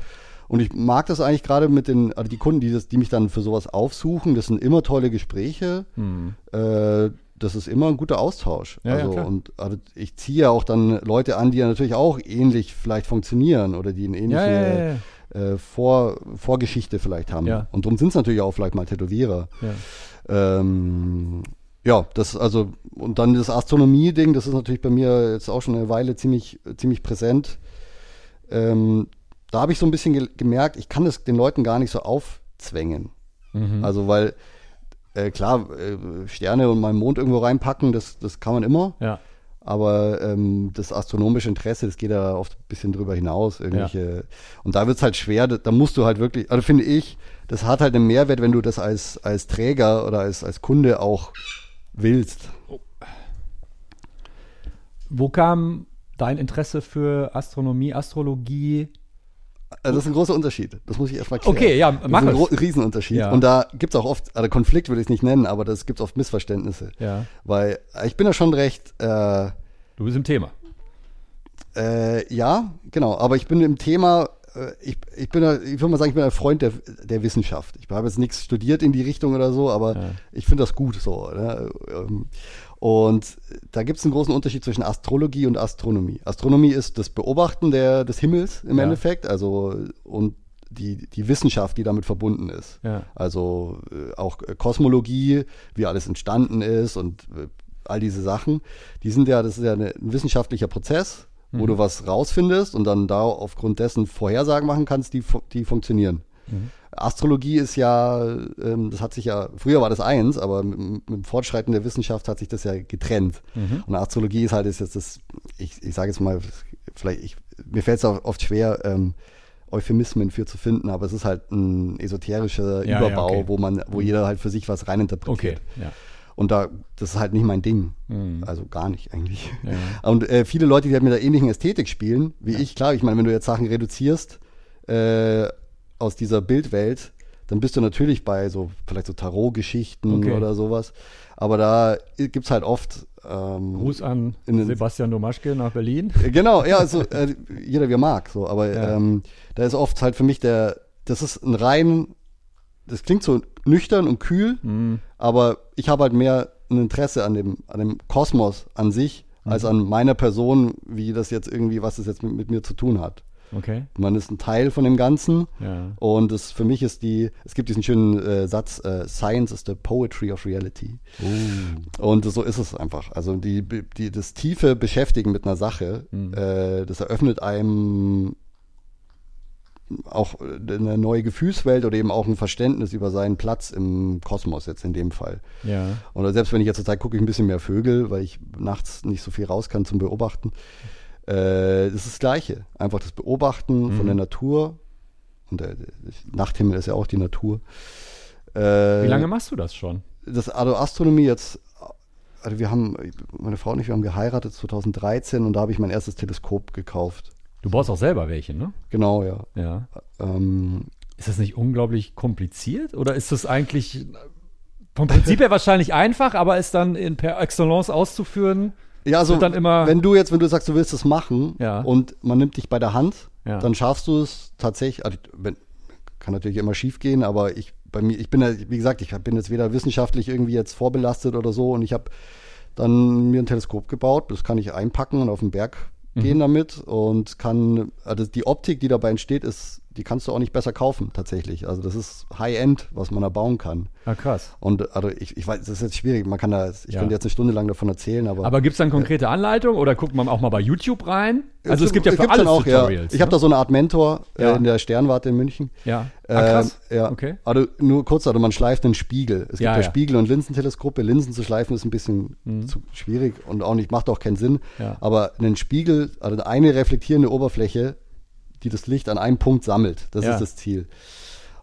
Speaker 3: und ich mag das eigentlich gerade mit den, also die Kunden, die, das, die mich dann für sowas aufsuchen, das sind immer tolle Gespräche. Äh, das ist immer ein guter Austausch.
Speaker 2: Hm. Ja, ja,
Speaker 3: also,
Speaker 2: klar.
Speaker 3: und also ich ziehe ja auch dann Leute an, die ja natürlich auch ähnlich vielleicht funktionieren oder die einen ähnlichen
Speaker 2: Ja, ja, ja, ja.
Speaker 3: äh, Vor, Vorgeschichte vielleicht haben.
Speaker 2: Ja.
Speaker 3: Und darum sind es natürlich auch vielleicht mal Tätowierer.
Speaker 2: Ja.
Speaker 3: Ähm, ja, das also, und dann das Astronomie-Ding, das ist natürlich bei mir jetzt auch schon eine Weile ziemlich, ziemlich präsent. Ähm, da habe ich so ein bisschen ge gemerkt, ich kann das den Leuten gar nicht so aufzwängen.
Speaker 2: Mhm.
Speaker 3: Also, weil äh, klar, äh, Sterne und meinen Mond irgendwo reinpacken, das, das kann man immer.
Speaker 2: Ja.
Speaker 3: Aber ähm, das astronomische Interesse, das geht ja oft ein bisschen drüber hinaus. Irgendwelche, Und da wird es halt schwer, da, da musst du halt wirklich, also finde ich, das hat halt einen Mehrwert, wenn du das als, als Träger oder als, als Kunde auch willst.
Speaker 2: Wo kam dein Interesse für Astronomie, Astrologie?
Speaker 3: Also das ist ein großer Unterschied. Das muss ich erstmal klären.
Speaker 2: Okay, ja, mach
Speaker 3: das ist ein
Speaker 2: es.
Speaker 3: gro- Riesenunterschied.
Speaker 2: Ja.
Speaker 3: Und da gibt es auch oft, also Konflikt würde ich es nicht nennen, aber das gibt es oft Missverständnisse.
Speaker 2: Ja.
Speaker 3: Weil äh, ich bin da schon recht, äh,
Speaker 2: Du bist im Thema.
Speaker 3: Äh, ja, genau. Aber ich bin im Thema, äh, ich, ich bin, da- ich würde mal sagen, ich bin ein Freund der, der Wissenschaft. Ich habe jetzt nichts studiert in die Richtung oder so, aber ich finde das gut so. Ne? Ähm, Und da gibt es einen großen Unterschied zwischen Astrologie und Astronomie. Astronomie ist das Beobachten der, des Himmels im
Speaker 2: Ja.
Speaker 3: Endeffekt, also und die, die Wissenschaft, die damit verbunden ist.
Speaker 2: Ja.
Speaker 3: Also äh, auch äh, Kosmologie, wie alles entstanden ist und äh, all diese Sachen, die sind ja, das ist ja eine, ein wissenschaftlicher Prozess, wo du was rausfindest und dann da aufgrund dessen Vorhersagen machen kannst, die, fu- die funktionieren. Astrologie ist ja, ähm, das hat sich ja, früher war das eins, aber mit, mit dem Fortschreiten der Wissenschaft hat sich das ja getrennt. Und Astrologie ist halt ist jetzt das, ich, ich sage jetzt mal, vielleicht, ich, mir fällt es auch oft schwer, ähm, Euphemismen für zu finden, aber es ist halt ein esoterischer
Speaker 2: Ja, ja,
Speaker 3: Überbau,
Speaker 2: okay. Mhm.
Speaker 3: wo man, wo jeder halt für sich was reininterpretiert.
Speaker 2: Okay. Mhm. Ja.
Speaker 3: Und da, das ist halt nicht mein Ding. Also gar nicht eigentlich. Und äh, viele Leute, die halt mit der ähnlichen Ästhetik spielen, wie ich, klar, ich meine, wenn du jetzt Sachen reduzierst äh, aus dieser Bildwelt, dann bist du natürlich bei so, vielleicht so Tarot-Geschichten
Speaker 2: Okay.
Speaker 3: oder sowas. Aber da gibt es halt oft. Ähm,
Speaker 2: Gruß an
Speaker 3: In den-
Speaker 2: Sebastian Domaschke nach Berlin.
Speaker 3: Genau, ja, also äh, jeder wie er mag, so, aber
Speaker 2: Ja.
Speaker 3: ähm, da ist oft halt für mich der, das ist ein rein, das klingt so nüchtern und kühl,
Speaker 2: Mhm.
Speaker 3: aber ich habe halt mehr ein Interesse an dem, an dem Kosmos an sich,
Speaker 2: Mhm.
Speaker 3: als an meiner Person, wie das jetzt irgendwie, was das jetzt mit, mit mir zu tun hat.
Speaker 2: Okay.
Speaker 3: Man ist ein Teil von dem Ganzen
Speaker 2: Ja.
Speaker 3: und es für mich ist die, es gibt diesen schönen äh, Satz, äh, Science is the poetry of reality. Und so ist es einfach. Also die, die, das tiefe Beschäftigen mit einer Sache, äh, das eröffnet einem auch äh, eine neue Gefühlswelt oder eben auch ein Verständnis über seinen Platz im Kosmos jetzt in dem Fall.
Speaker 2: Ja.
Speaker 3: Oder selbst wenn ich jetzt zur Zeit gucke, ich ein bisschen mehr Vögel, weil ich nachts nicht so viel raus kann zum Beobachten. Äh, das ist das Gleiche. Einfach das Beobachten
Speaker 2: Mhm.
Speaker 3: von der Natur. Und der, der Nachthimmel ist ja auch die Natur. Äh,
Speaker 2: Wie lange machst du das schon?
Speaker 3: Das also Astronomie jetzt. Also wir haben, meine Frau und ich, wir haben geheiratet 2013 und da habe ich mein erstes Teleskop gekauft.
Speaker 2: Du baust auch selber welche, ne?
Speaker 3: Genau, ja.
Speaker 2: Ja.
Speaker 3: Ähm,
Speaker 2: Ist das nicht unglaublich kompliziert? Oder ist das eigentlich vom Prinzip her wahrscheinlich einfach, aber ist dann in per Excellence auszuführen.
Speaker 3: Ja, also
Speaker 2: Wird dann immer-
Speaker 3: wenn du jetzt, wenn du sagst, du willst es machen
Speaker 2: Ja.
Speaker 3: und man nimmt dich bei der Hand,
Speaker 2: Ja.
Speaker 3: dann schaffst du es tatsächlich. Also, wenn, kann natürlich immer schief gehen, aber ich bei mir, ich bin ja, wie gesagt, ich bin jetzt weder wissenschaftlich irgendwie jetzt vorbelastet oder so und ich habe dann mir ein Teleskop gebaut, das kann ich einpacken und auf den Berg
Speaker 2: Mhm.
Speaker 3: gehen damit und kann, also die Optik, die dabei entsteht, ist, die kannst du auch nicht besser kaufen tatsächlich. Also das ist High-End, was man da bauen kann.
Speaker 2: Ah, krass.
Speaker 3: Und also ich, ich weiß, das ist jetzt schwierig, man kann da, ich
Speaker 2: Ja.
Speaker 3: könnte jetzt eine Stunde lang davon erzählen,
Speaker 2: Aber gibt es dann konkrete Anleitungen oder guckt man auch mal bei YouTube rein? Also es gibt ja für
Speaker 3: gibt's
Speaker 2: alles
Speaker 3: dann auch,
Speaker 2: Tutorials. ne?
Speaker 3: Ja. Ich habe da so eine Art Mentor
Speaker 2: Ja.
Speaker 3: äh, in der Sternwarte in München.
Speaker 2: Ja. Ah, krass.
Speaker 3: Ähm, ja.
Speaker 2: Okay.
Speaker 3: Also nur kurz, also man schleift einen Spiegel. Es gibt
Speaker 2: Ja,
Speaker 3: ja,
Speaker 2: ja.
Speaker 3: Spiegel und Linsenteleskope. Linsen zu schleifen ist ein bisschen zu schwierig und auch nicht, macht auch keinen Sinn.
Speaker 2: Ja.
Speaker 3: Aber einen Spiegel, also eine reflektierende Oberfläche, die das Licht an einem Punkt sammelt. Das
Speaker 2: Ja.
Speaker 3: ist das Ziel.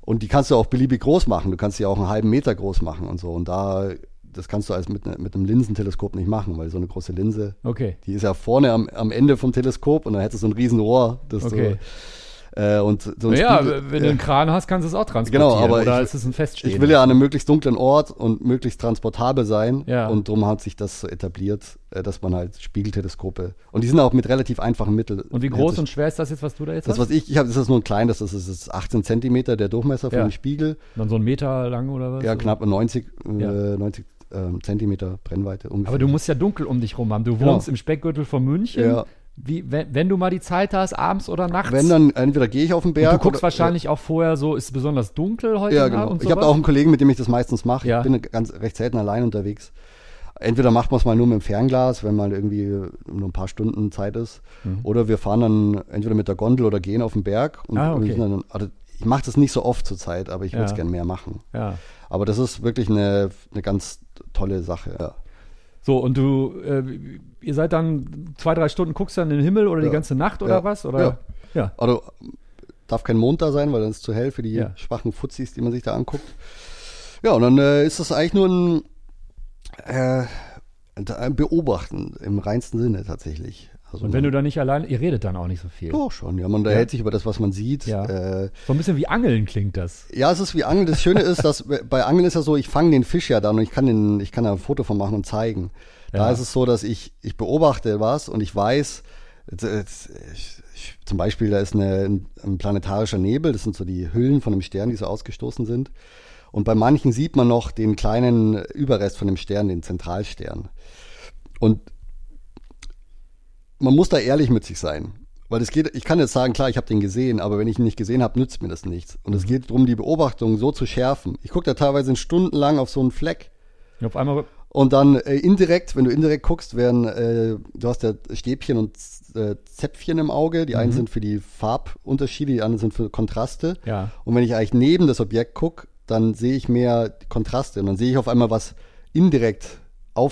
Speaker 3: Und die kannst du auch beliebig groß machen. Du kannst sie auch einen halben Meter groß machen und so. Und da, das kannst du als mit, ne- mit einem Linsenteleskop nicht machen, weil so eine große Linse,
Speaker 2: Okay.
Speaker 3: die ist ja vorne am, am Ende vom Teleskop und dann hättest du so ein riesen Rohr. Das
Speaker 2: Okay.
Speaker 3: du, äh, und so ein
Speaker 2: Naja,
Speaker 3: Spiegel-
Speaker 2: wenn du einen Kran hast, kannst du es auch transportieren.
Speaker 3: Genau, aber
Speaker 2: oder
Speaker 3: ich-
Speaker 2: ist es ein Feststehen?
Speaker 3: ich will ja an einem möglichst dunklen Ort und möglichst transportabel sein.
Speaker 2: Ja.
Speaker 3: Und darum hat sich das so etabliert, äh, dass man halt Spiegelteleskope. Und die sind auch mit relativ einfachen Mitteln.
Speaker 2: Und wie groß und schwer ist das jetzt, was du da jetzt
Speaker 3: das,
Speaker 2: hast?
Speaker 3: was ich, ich habe, das ist nur ein kleines, das ist, das ist 18 Zentimeter der Durchmesser von
Speaker 2: Ja.
Speaker 3: dem Spiegel.
Speaker 2: Dann so ein Meter lang oder was?
Speaker 3: Ja, knapp 90,
Speaker 2: Ja.
Speaker 3: äh, 90 ähm, Zentimeter Brennweite ungefähr.
Speaker 2: Aber du musst ja dunkel um dich rum haben. Du wohnst im Speckgürtel von München.
Speaker 3: Genau. Ja.
Speaker 2: Wie, wenn, wenn du mal die Zeit hast, abends oder nachts.
Speaker 3: Wenn, dann entweder gehe ich auf den
Speaker 2: und
Speaker 3: Berg.
Speaker 2: du guckst
Speaker 3: oder-
Speaker 2: wahrscheinlich auch vorher so, ist es besonders dunkel heute
Speaker 3: Ja,
Speaker 2: Nacht
Speaker 3: genau.
Speaker 2: und
Speaker 3: ich habe
Speaker 2: sowas?
Speaker 3: auch einen Kollegen, mit dem ich das meistens mache.
Speaker 2: Ja.
Speaker 3: Ich bin ganz recht selten allein unterwegs. Entweder macht man es mal nur mit dem Fernglas, wenn mal irgendwie nur ein paar Stunden Zeit ist.
Speaker 2: Mhm.
Speaker 3: Oder wir fahren dann entweder mit der Gondel oder gehen auf den Berg. Und
Speaker 2: Ah,
Speaker 3: und
Speaker 2: okay.
Speaker 3: sind dann, also ich mache das nicht so oft zur Zeit, aber ich würde es
Speaker 2: Ja.
Speaker 3: gern mehr machen.
Speaker 2: Ja.
Speaker 3: Aber das ist wirklich eine, eine ganz tolle Sache. Ja.
Speaker 2: So, und du, äh, ihr seid dann zwei, drei Stunden, guckst dann in den Himmel oder die
Speaker 3: Ja.
Speaker 2: ganze Nacht oder
Speaker 3: Ja.
Speaker 2: was? Oder? Ja.
Speaker 3: Also darf kein Mond da sein, weil dann ist zu hell für die
Speaker 2: Ja.
Speaker 3: schwachen Fuzzis, die man sich da anguckt. Ja, und dann äh, ist das eigentlich nur ein, äh, ein Beobachten im reinsten Sinne tatsächlich. Also
Speaker 2: Und wenn du dann nicht allein, ihr redet dann auch nicht so viel.
Speaker 3: doch schon, ja, man unterhält sich über das, was man sieht.
Speaker 2: Ja.
Speaker 3: Äh,
Speaker 2: So ein bisschen wie Angeln klingt das.
Speaker 3: ja, es ist wie Angeln. Das Schöne ist, dass bei Angeln ist ja so, ich fange den Fisch ja dann und ich kann, den, ich kann da ein Foto von machen und zeigen. Da
Speaker 2: Ja.
Speaker 3: ist es so, dass ich, ich beobachte was und ich weiß, jetzt, jetzt, ich, ich, zum Beispiel, da ist eine, ein planetarischer Nebel, das sind so die Hüllen von einem Stern, die so ausgestoßen sind. Und bei manchen sieht man noch den kleinen Überrest von dem Stern, den Zentralstern. Und man muss da ehrlich mit sich sein. Weil es geht, ich kann jetzt sagen, klar, ich habe den gesehen, aber wenn ich ihn nicht gesehen habe, nützt mir das nichts. Und es geht darum, die Beobachtung so zu schärfen. Ich gucke da teilweise stundenlang auf so einen Fleck.
Speaker 2: Und auf einmal,
Speaker 3: Und dann äh, indirekt, wenn du indirekt guckst, werden, äh, du hast ja Stäbchen und Z- äh, Zäpfchen im Auge. Die
Speaker 2: Mhm.
Speaker 3: einen sind für die Farbunterschiede, die anderen sind für Kontraste.
Speaker 2: Ja.
Speaker 3: Und wenn ich eigentlich neben das Objekt gucke, dann sehe ich mehr die Kontraste. Und dann sehe ich auf einmal was indirekt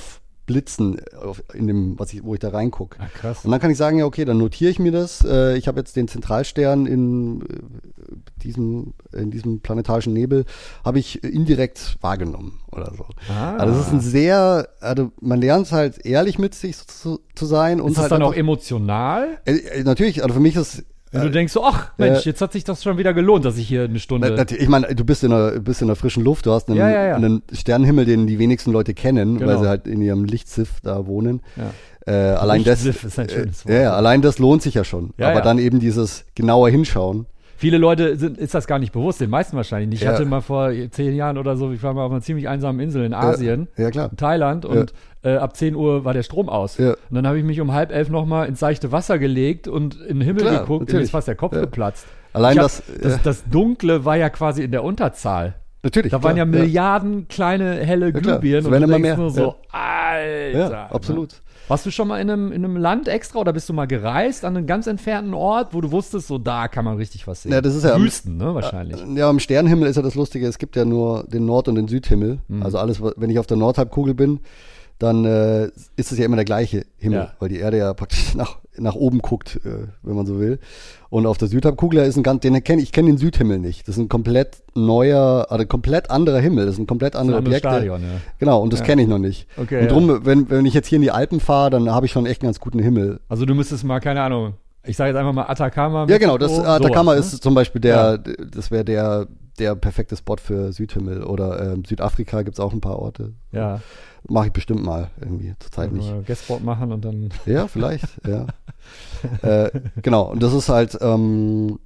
Speaker 3: aufblitzen, äh, auf, in dem, was ich, wo ich da reingucke.
Speaker 2: Ah, krass.
Speaker 3: Und dann kann ich sagen, ja, okay, dann notiere ich mir das. Äh, ich habe jetzt den Zentralstern in, äh, diesem, in diesem planetarischen Nebel, habe ich äh, indirekt wahrgenommen oder so.
Speaker 2: Ah.
Speaker 3: Also das ist ein sehr, also man lernt halt ehrlich mit sich zu, zu sein und
Speaker 2: ist das
Speaker 3: halt
Speaker 2: dann auch
Speaker 3: einfach-
Speaker 2: emotional?
Speaker 3: äh, äh, natürlich, also für mich ist
Speaker 2: Wenn du denkst so, ach Mensch,
Speaker 3: äh,
Speaker 2: jetzt hat sich das schon wieder gelohnt, dass ich hier eine
Speaker 3: Na,
Speaker 2: Stunde.
Speaker 3: natürlich, äh, ich meine, du bist in, der, bist in der frischen Luft, du hast einen,
Speaker 2: Ja, ja, ja.
Speaker 3: einen Sternenhimmel, den die wenigsten Leute kennen,
Speaker 2: Genau.
Speaker 3: weil sie halt in ihrem Lichtsiff da wohnen.
Speaker 2: Ja.
Speaker 3: Äh, allein das,
Speaker 2: Lichtsiff ist ein schönes
Speaker 3: äh, ja, ja, allein das lohnt sich ja schon.
Speaker 2: Ja,
Speaker 3: Aber
Speaker 2: ja.
Speaker 3: dann eben dieses genauer Hinschauen.
Speaker 2: Viele Leute sind, ist das gar nicht bewusst, den meisten wahrscheinlich nicht. Ich
Speaker 3: Ja.
Speaker 2: hatte mal vor zehn Jahren oder so, ich war mal auf einer ziemlich einsamen Insel in Asien,
Speaker 3: Äh, ja, klar.
Speaker 2: in Thailand, und äh, ab 10 Uhr war der Strom aus.
Speaker 3: Ja.
Speaker 2: Und dann habe ich mich um halb elf nochmal ins seichte Wasser gelegt und in den Himmel
Speaker 3: Klar,
Speaker 2: geguckt, und mir
Speaker 3: natürlich.
Speaker 2: ist fast der Kopf
Speaker 3: Ja.
Speaker 2: geplatzt.
Speaker 3: Allein
Speaker 2: Ich hab,
Speaker 3: das-
Speaker 2: das.
Speaker 3: ja.
Speaker 2: Das Dunkle war ja quasi in der Unterzahl.
Speaker 3: Natürlich.
Speaker 2: Da waren ja
Speaker 3: klar,
Speaker 2: Milliarden kleine helle
Speaker 3: klar.
Speaker 2: Glühbirnen
Speaker 3: Es werden
Speaker 2: du
Speaker 3: immer
Speaker 2: denkst
Speaker 3: mehr.
Speaker 2: nur so, Alter.
Speaker 3: Ja,
Speaker 2: ne?
Speaker 3: absolut.
Speaker 2: Warst du schon mal in einem, in einem Land extra oder bist du mal gereist an einen ganz entfernten Ort, wo du wusstest, so da kann man richtig was sehen?
Speaker 3: Ja, äh, das ist ja-
Speaker 2: Wüsten, ne, wahrscheinlich.
Speaker 3: Ja, am Sternenhimmel ist ja das Lustige, es gibt ja nur den Nord- und den Südhimmel.
Speaker 2: Mhm.
Speaker 3: Also alles, wa- wenn ich auf der Nordhalbkugel bin, dann äh, ist es ja immer der gleiche Himmel,
Speaker 2: Ja.
Speaker 3: weil die Erde ja praktisch nach, nach oben guckt, äh, wenn man so will. Und auf der Südhalbkugel ist ein ganz, den erkenne ich kenne den Südhimmel nicht. Das ist ein komplett neuer, also komplett anderer Himmel, das sind komplett andere
Speaker 2: anderes
Speaker 3: Objekte.
Speaker 2: Stadion, ja.
Speaker 3: Genau, und das kenne ich noch nicht.
Speaker 2: Okay,
Speaker 3: und drum, wenn, wenn ich jetzt hier in die Alpen fahre, dann habe ich schon echt einen ganz guten Himmel.
Speaker 2: Also du müsstest mal, keine Ahnung, ich sage jetzt einfach mal Atacama.
Speaker 3: Ja, genau, das
Speaker 2: Mexiko,
Speaker 3: Atacama
Speaker 2: Oh, sowas, ne?
Speaker 3: ist zum Beispiel der, das wäre der der perfekte Spot für Südhimmel. Oder ähm, Südafrika gibt es auch ein paar Orte.
Speaker 2: ne? Ja.
Speaker 3: Mache ich bestimmt mal irgendwie, zurzeit halt nicht.
Speaker 2: Mal Guestboard machen und dann.
Speaker 3: Ja, vielleicht, ja. äh, genau, und das ist halt, ähm,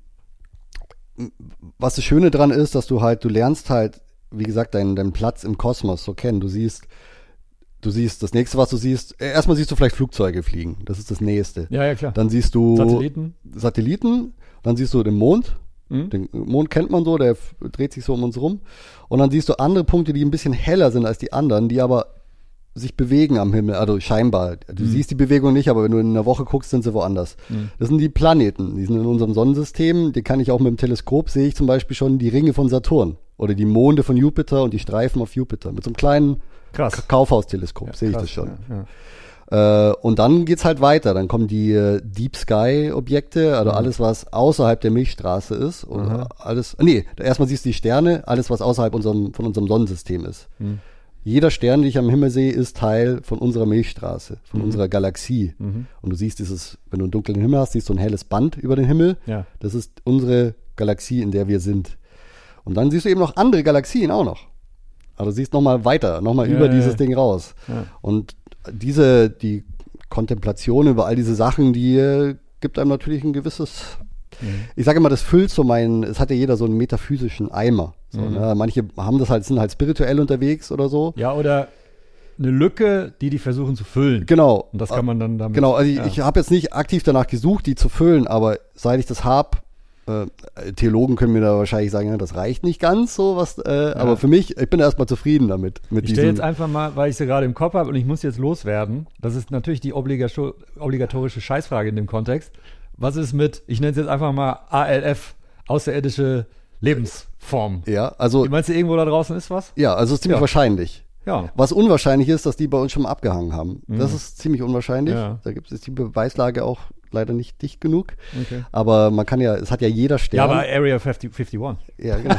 Speaker 3: was das Schöne dran ist, dass du halt, du lernst halt, wie gesagt, deinen, deinen Platz im Kosmos so kennen. Du siehst, du siehst, das nächste, was du siehst, äh, erstmal siehst du vielleicht Flugzeuge fliegen. Das ist das nächste.
Speaker 2: Ja, ja, klar.
Speaker 3: Dann siehst du
Speaker 2: Satelliten.
Speaker 3: Satelliten, dann siehst du den Mond.
Speaker 2: Mhm.
Speaker 3: Den Mond kennt man so, der f- dreht sich so um uns rum. Und dann siehst du andere Punkte, die ein bisschen heller sind als die anderen, die aber sich bewegen am Himmel, also scheinbar.
Speaker 2: Mhm.
Speaker 3: Du siehst die Bewegung nicht, aber wenn du in einer Woche guckst, sind sie woanders. Das sind die Planeten, die sind in unserem Sonnensystem. Die kann ich auch mit dem Teleskop, sehe ich zum Beispiel schon die Ringe von Saturn oder die Monde von Jupiter und die Streifen auf Jupiter. Mit so einem kleinen
Speaker 2: Krass.
Speaker 3: K- Kaufhausteleskop sehe ich
Speaker 2: Krass,
Speaker 3: das schon.
Speaker 2: Ja, ja.
Speaker 3: Äh, und dann geht's halt weiter. Dann kommen die äh, Deep Sky Objekte, also alles, was außerhalb der Milchstraße ist. Oder alles, nee, erstmal siehst du die Sterne, alles, was außerhalb unserem, von unserem Sonnensystem ist. Jeder Stern, den ich am Himmel sehe, ist Teil von unserer Milchstraße, von unserer Galaxie. Und du siehst dieses, wenn du einen dunklen Himmel hast, siehst du ein helles Band über den Himmel.
Speaker 2: Ja.
Speaker 3: Das ist unsere Galaxie, in der wir sind. Und dann siehst du eben noch andere Galaxien auch noch. Also siehst nochmal weiter, nochmal
Speaker 2: Ja,
Speaker 3: über
Speaker 2: ja,
Speaker 3: dieses
Speaker 2: ja.
Speaker 3: Ding raus.
Speaker 2: Ja.
Speaker 3: Und diese, die Kontemplation über all diese Sachen, die äh, gibt einem natürlich ein gewisses,
Speaker 2: Mhm.
Speaker 3: ich sage immer, das füllt so meinen, es hat ja jeder so einen metaphysischen Eimer. So,
Speaker 2: Mhm.
Speaker 3: ne? Manche haben das halt, sind halt spirituell unterwegs oder so.
Speaker 2: ja, oder eine Lücke, die die versuchen zu füllen.
Speaker 3: Genau.
Speaker 2: Und das kann man dann damit.
Speaker 3: Genau, also ich,
Speaker 2: ja.
Speaker 3: ich habe jetzt nicht aktiv danach gesucht, die zu füllen, aber seit ich das hab, äh, Theologen können mir da wahrscheinlich sagen, ja, das reicht nicht ganz so was, äh, aber für mich, ich bin erstmal zufrieden damit. Mit
Speaker 2: Ich stelle
Speaker 3: diesem-
Speaker 2: jetzt einfach mal, weil ich sie gerade im Kopf habe und ich muss jetzt loswerden. Das ist natürlich die obligato- obligatorische Scheißfrage in dem Kontext. Was ist mit, ich nenne es jetzt einfach mal ALF, außerirdische Lebensform?
Speaker 3: ja, also,
Speaker 2: Meinst du, irgendwo da draußen ist was?
Speaker 3: ja, also es ist ziemlich
Speaker 2: Ja.
Speaker 3: wahrscheinlich.
Speaker 2: Ja. Mhm.
Speaker 3: Was unwahrscheinlich ist, dass die bei uns schon mal abgehangen haben. Das ist ziemlich unwahrscheinlich.
Speaker 2: Ja.
Speaker 3: Da gibt es die Beweislage auch leider nicht dicht genug.
Speaker 2: Okay.
Speaker 3: Aber man kann ja, es hat ja jeder
Speaker 2: Ja,
Speaker 3: Stern.
Speaker 2: aber Area 50, 51.
Speaker 3: ja genau.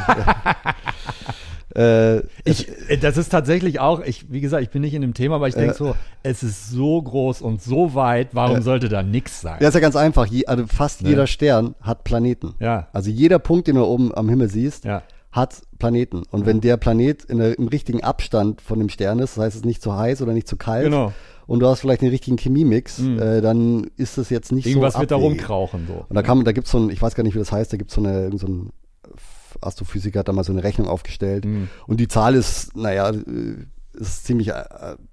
Speaker 3: ja. Äh,
Speaker 2: Ich, äh, das ist tatsächlich auch, ich, wie gesagt, ich bin nicht in dem Thema, aber ich
Speaker 3: Äh,
Speaker 2: denke so, es ist so groß und so weit, warum sollte da nichts sein? Ne?
Speaker 3: Ja, ist ja ganz einfach. Je, also fast jeder Stern hat Planeten.
Speaker 2: Ja.
Speaker 3: Also jeder Punkt, den du oben am Himmel siehst,
Speaker 2: Ja.
Speaker 3: hat Planeten. Und wenn der Planet in der, im richtigen Abstand von dem Stern ist, das heißt, es ist nicht zu heiß oder nicht zu kalt,
Speaker 2: Genau. Mhm.
Speaker 3: und du hast vielleicht den richtigen Chemiemix, äh, dann ist das jetzt nicht
Speaker 2: Irgendwas
Speaker 3: so
Speaker 2: wird da
Speaker 3: abwegig.
Speaker 2: rumkrauchen, so.
Speaker 3: Und da kann man, da gibt's so ein, ich weiß gar nicht, wie das heißt, da gibt's so eine, irgend so ein Astrophysiker hat da mal so eine Rechnung aufgestellt.
Speaker 2: Mhm.
Speaker 3: Und die Zahl ist, naja, äh, ist ziemlich äh,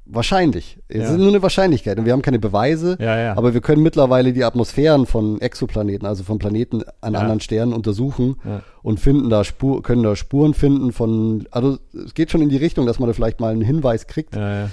Speaker 3: wahrscheinlich. Es
Speaker 2: Ja.
Speaker 3: ist nur eine Wahrscheinlichkeit und wir haben keine Beweise,
Speaker 2: Ja, ja.
Speaker 3: aber wir können mittlerweile die Atmosphären von Exoplaneten, also von Planeten an
Speaker 2: Ja.
Speaker 3: anderen Sternen untersuchen
Speaker 2: Ja.
Speaker 3: und finden da Spur, können da Spuren finden von, also es geht schon in die Richtung, dass man da vielleicht mal einen Hinweis kriegt,
Speaker 2: Ja, ja.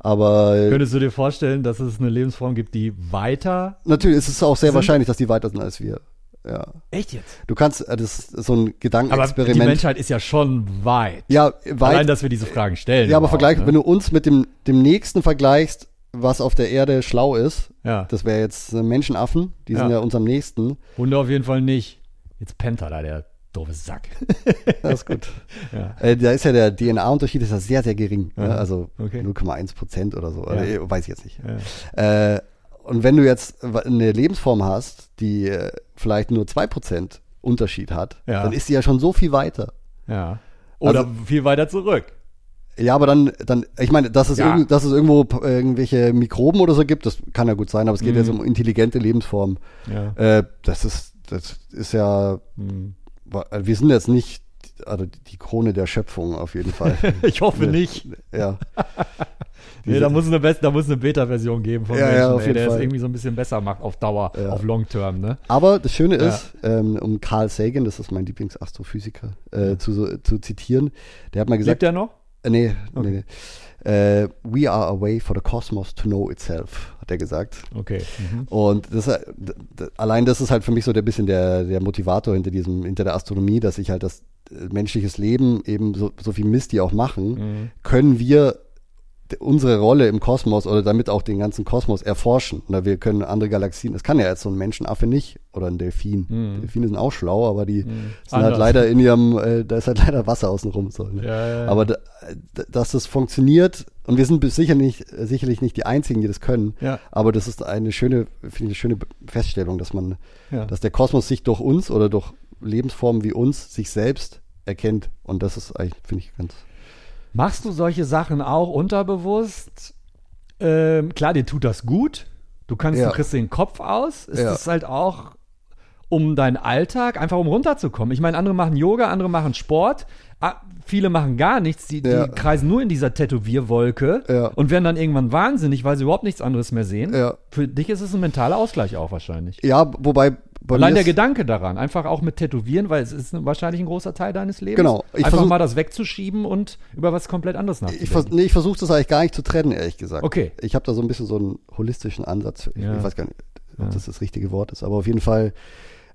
Speaker 3: aber äh,
Speaker 2: Könntest du dir vorstellen, dass es eine Lebensform gibt, die weiter.
Speaker 3: natürlich ist es auch sehr wahrscheinlich, dass die weiter sind als wir. Ja.
Speaker 2: Echt jetzt?
Speaker 3: Du kannst, äh, das ist so ein
Speaker 2: Aber die
Speaker 3: Gedankenexperiment.
Speaker 2: Menschheit ist ja schon weit.
Speaker 3: ja,
Speaker 2: Allein,
Speaker 3: weit,
Speaker 2: dass wir diese Fragen stellen.
Speaker 3: ja, aber
Speaker 2: überhaupt,
Speaker 3: vergleich,
Speaker 2: ne?
Speaker 3: wenn du uns mit dem, dem nächsten vergleichst, was auf der Erde schlau ist,
Speaker 2: Ja.
Speaker 3: das wäre jetzt äh, Menschenaffen, die sind
Speaker 2: Ja.
Speaker 3: ja uns am nächsten.
Speaker 2: Hunde auf jeden Fall nicht. Jetzt pennt er da, der doofe Sack.
Speaker 3: Das ist gut.
Speaker 2: Ja.
Speaker 3: Äh, da ist ja der DNA-Unterschied ist ja sehr, sehr gering. Ne? Also
Speaker 2: Okay.
Speaker 3: 0,1 Prozent oder so. Oder, äh, weiß ich jetzt nicht.
Speaker 2: Ja.
Speaker 3: Äh, und wenn du jetzt wa- eine Lebensform hast, die äh, vielleicht nur 2% Unterschied hat,
Speaker 2: Ja.
Speaker 3: dann ist sie ja schon so viel weiter.
Speaker 2: ja. Oder
Speaker 3: Also-
Speaker 2: viel weiter zurück.
Speaker 3: Ja, aber dann, dann ich meine, dass es,
Speaker 2: Ja.
Speaker 3: irgend, dass es irgendwo p- irgendwelche Mikroben oder so gibt, das kann ja gut sein, aber es geht jetzt
Speaker 2: Mhm.
Speaker 3: um intelligente Lebensformen.
Speaker 2: Ja.
Speaker 3: Äh, das ist, das ist ja,
Speaker 2: Mhm.
Speaker 3: wa- wir sind jetzt nicht, also die Krone der Schöpfung auf jeden Fall.
Speaker 2: Ich
Speaker 3: äh,
Speaker 2: hoffe nicht.
Speaker 3: ja.
Speaker 2: Nee, da muss es eine, Best- da muss eine Beta-Version geben von
Speaker 3: Ja, ja,
Speaker 2: Menschen,
Speaker 3: auf
Speaker 2: ey,
Speaker 3: jeden
Speaker 2: der es
Speaker 3: Fall.
Speaker 2: irgendwie so ein bisschen besser macht auf Dauer, auf Long Term, ne?
Speaker 3: Aber das Schöne ist, ähm, um Carl Sagan, das ist mein Lieblingsastrophysiker, äh, zu, so- zu zitieren, der hat mal
Speaker 2: Lebt
Speaker 3: gesagt,
Speaker 2: er noch?
Speaker 3: äh, nee, nee, nee, äh, we are a way for the cosmos to know itself, hat er gesagt.
Speaker 2: Okay. Mhm.
Speaker 3: Und das, äh, d- d- allein das ist halt für mich so der bisschen der, der Motivator hinter diesem, hinter der Astronomie, dass ich halt das äh, menschliches Leben eben so, so viel Mist die auch machen,
Speaker 2: Mhm.
Speaker 3: können wir d- unsere Rolle im Kosmos oder damit auch den ganzen Kosmos erforschen. Na, wir können andere Galaxien, das kann ja jetzt so ein Menschenaffe nicht oder ein Delfin. Delfine sind auch schlau, aber die sind
Speaker 2: Mhm. Anders.
Speaker 3: halt leider in ihrem, äh, da ist halt leider Wasser außenrum. So, ne?
Speaker 2: Ja, ja, ja.
Speaker 3: Aber d- d- dass das funktioniert und wir sind bis sicher nicht, sicherlich nicht die Einzigen, die das können.
Speaker 2: Ja.
Speaker 3: Aber das ist eine schöne, finde ich, eine schöne Feststellung, dass man,
Speaker 2: Ja.
Speaker 3: dass der Kosmos sich durch uns oder durch Lebensformen wie uns sich selbst erkennt. Und das ist eigentlich, finde ich, ganz.
Speaker 2: Machst du solche Sachen auch unterbewusst? Ähm, klar, dir tut das gut. Du kannst,
Speaker 3: Ja.
Speaker 2: du kriegst den Kopf aus. Ist
Speaker 3: Ja.
Speaker 2: das halt auch um deinen Alltag, einfach um runterzukommen? Ich meine, andere machen Yoga, andere machen Sport. Ah, Viele machen gar nichts, die,
Speaker 3: Ja.
Speaker 2: die kreisen nur in dieser Tätowierwolke
Speaker 3: Ja.
Speaker 2: und werden dann irgendwann wahnsinnig, weil sie überhaupt nichts anderes mehr sehen.
Speaker 3: Ja.
Speaker 2: Für dich ist es ein mentaler Ausgleich auch wahrscheinlich.
Speaker 3: Ja, wobei. Bei
Speaker 2: Allein
Speaker 3: mir
Speaker 2: der
Speaker 3: ist-
Speaker 2: Gedanke daran, einfach auch mit Tätowieren, weil es ist wahrscheinlich ein großer Teil deines Lebens.
Speaker 3: Genau. Ich
Speaker 2: einfach
Speaker 3: versuch-
Speaker 2: mal das wegzuschieben und über was komplett anderes
Speaker 3: Ich,
Speaker 2: nachzudenken.
Speaker 3: vers nee, ich versuche das eigentlich gar nicht zu trennen, ehrlich gesagt.
Speaker 2: Okay.
Speaker 3: Ich habe da so ein bisschen so einen holistischen Ansatz. Ich,
Speaker 2: Ja.
Speaker 3: ich weiß gar nicht, ob das das richtige Wort ist, aber auf jeden Fall,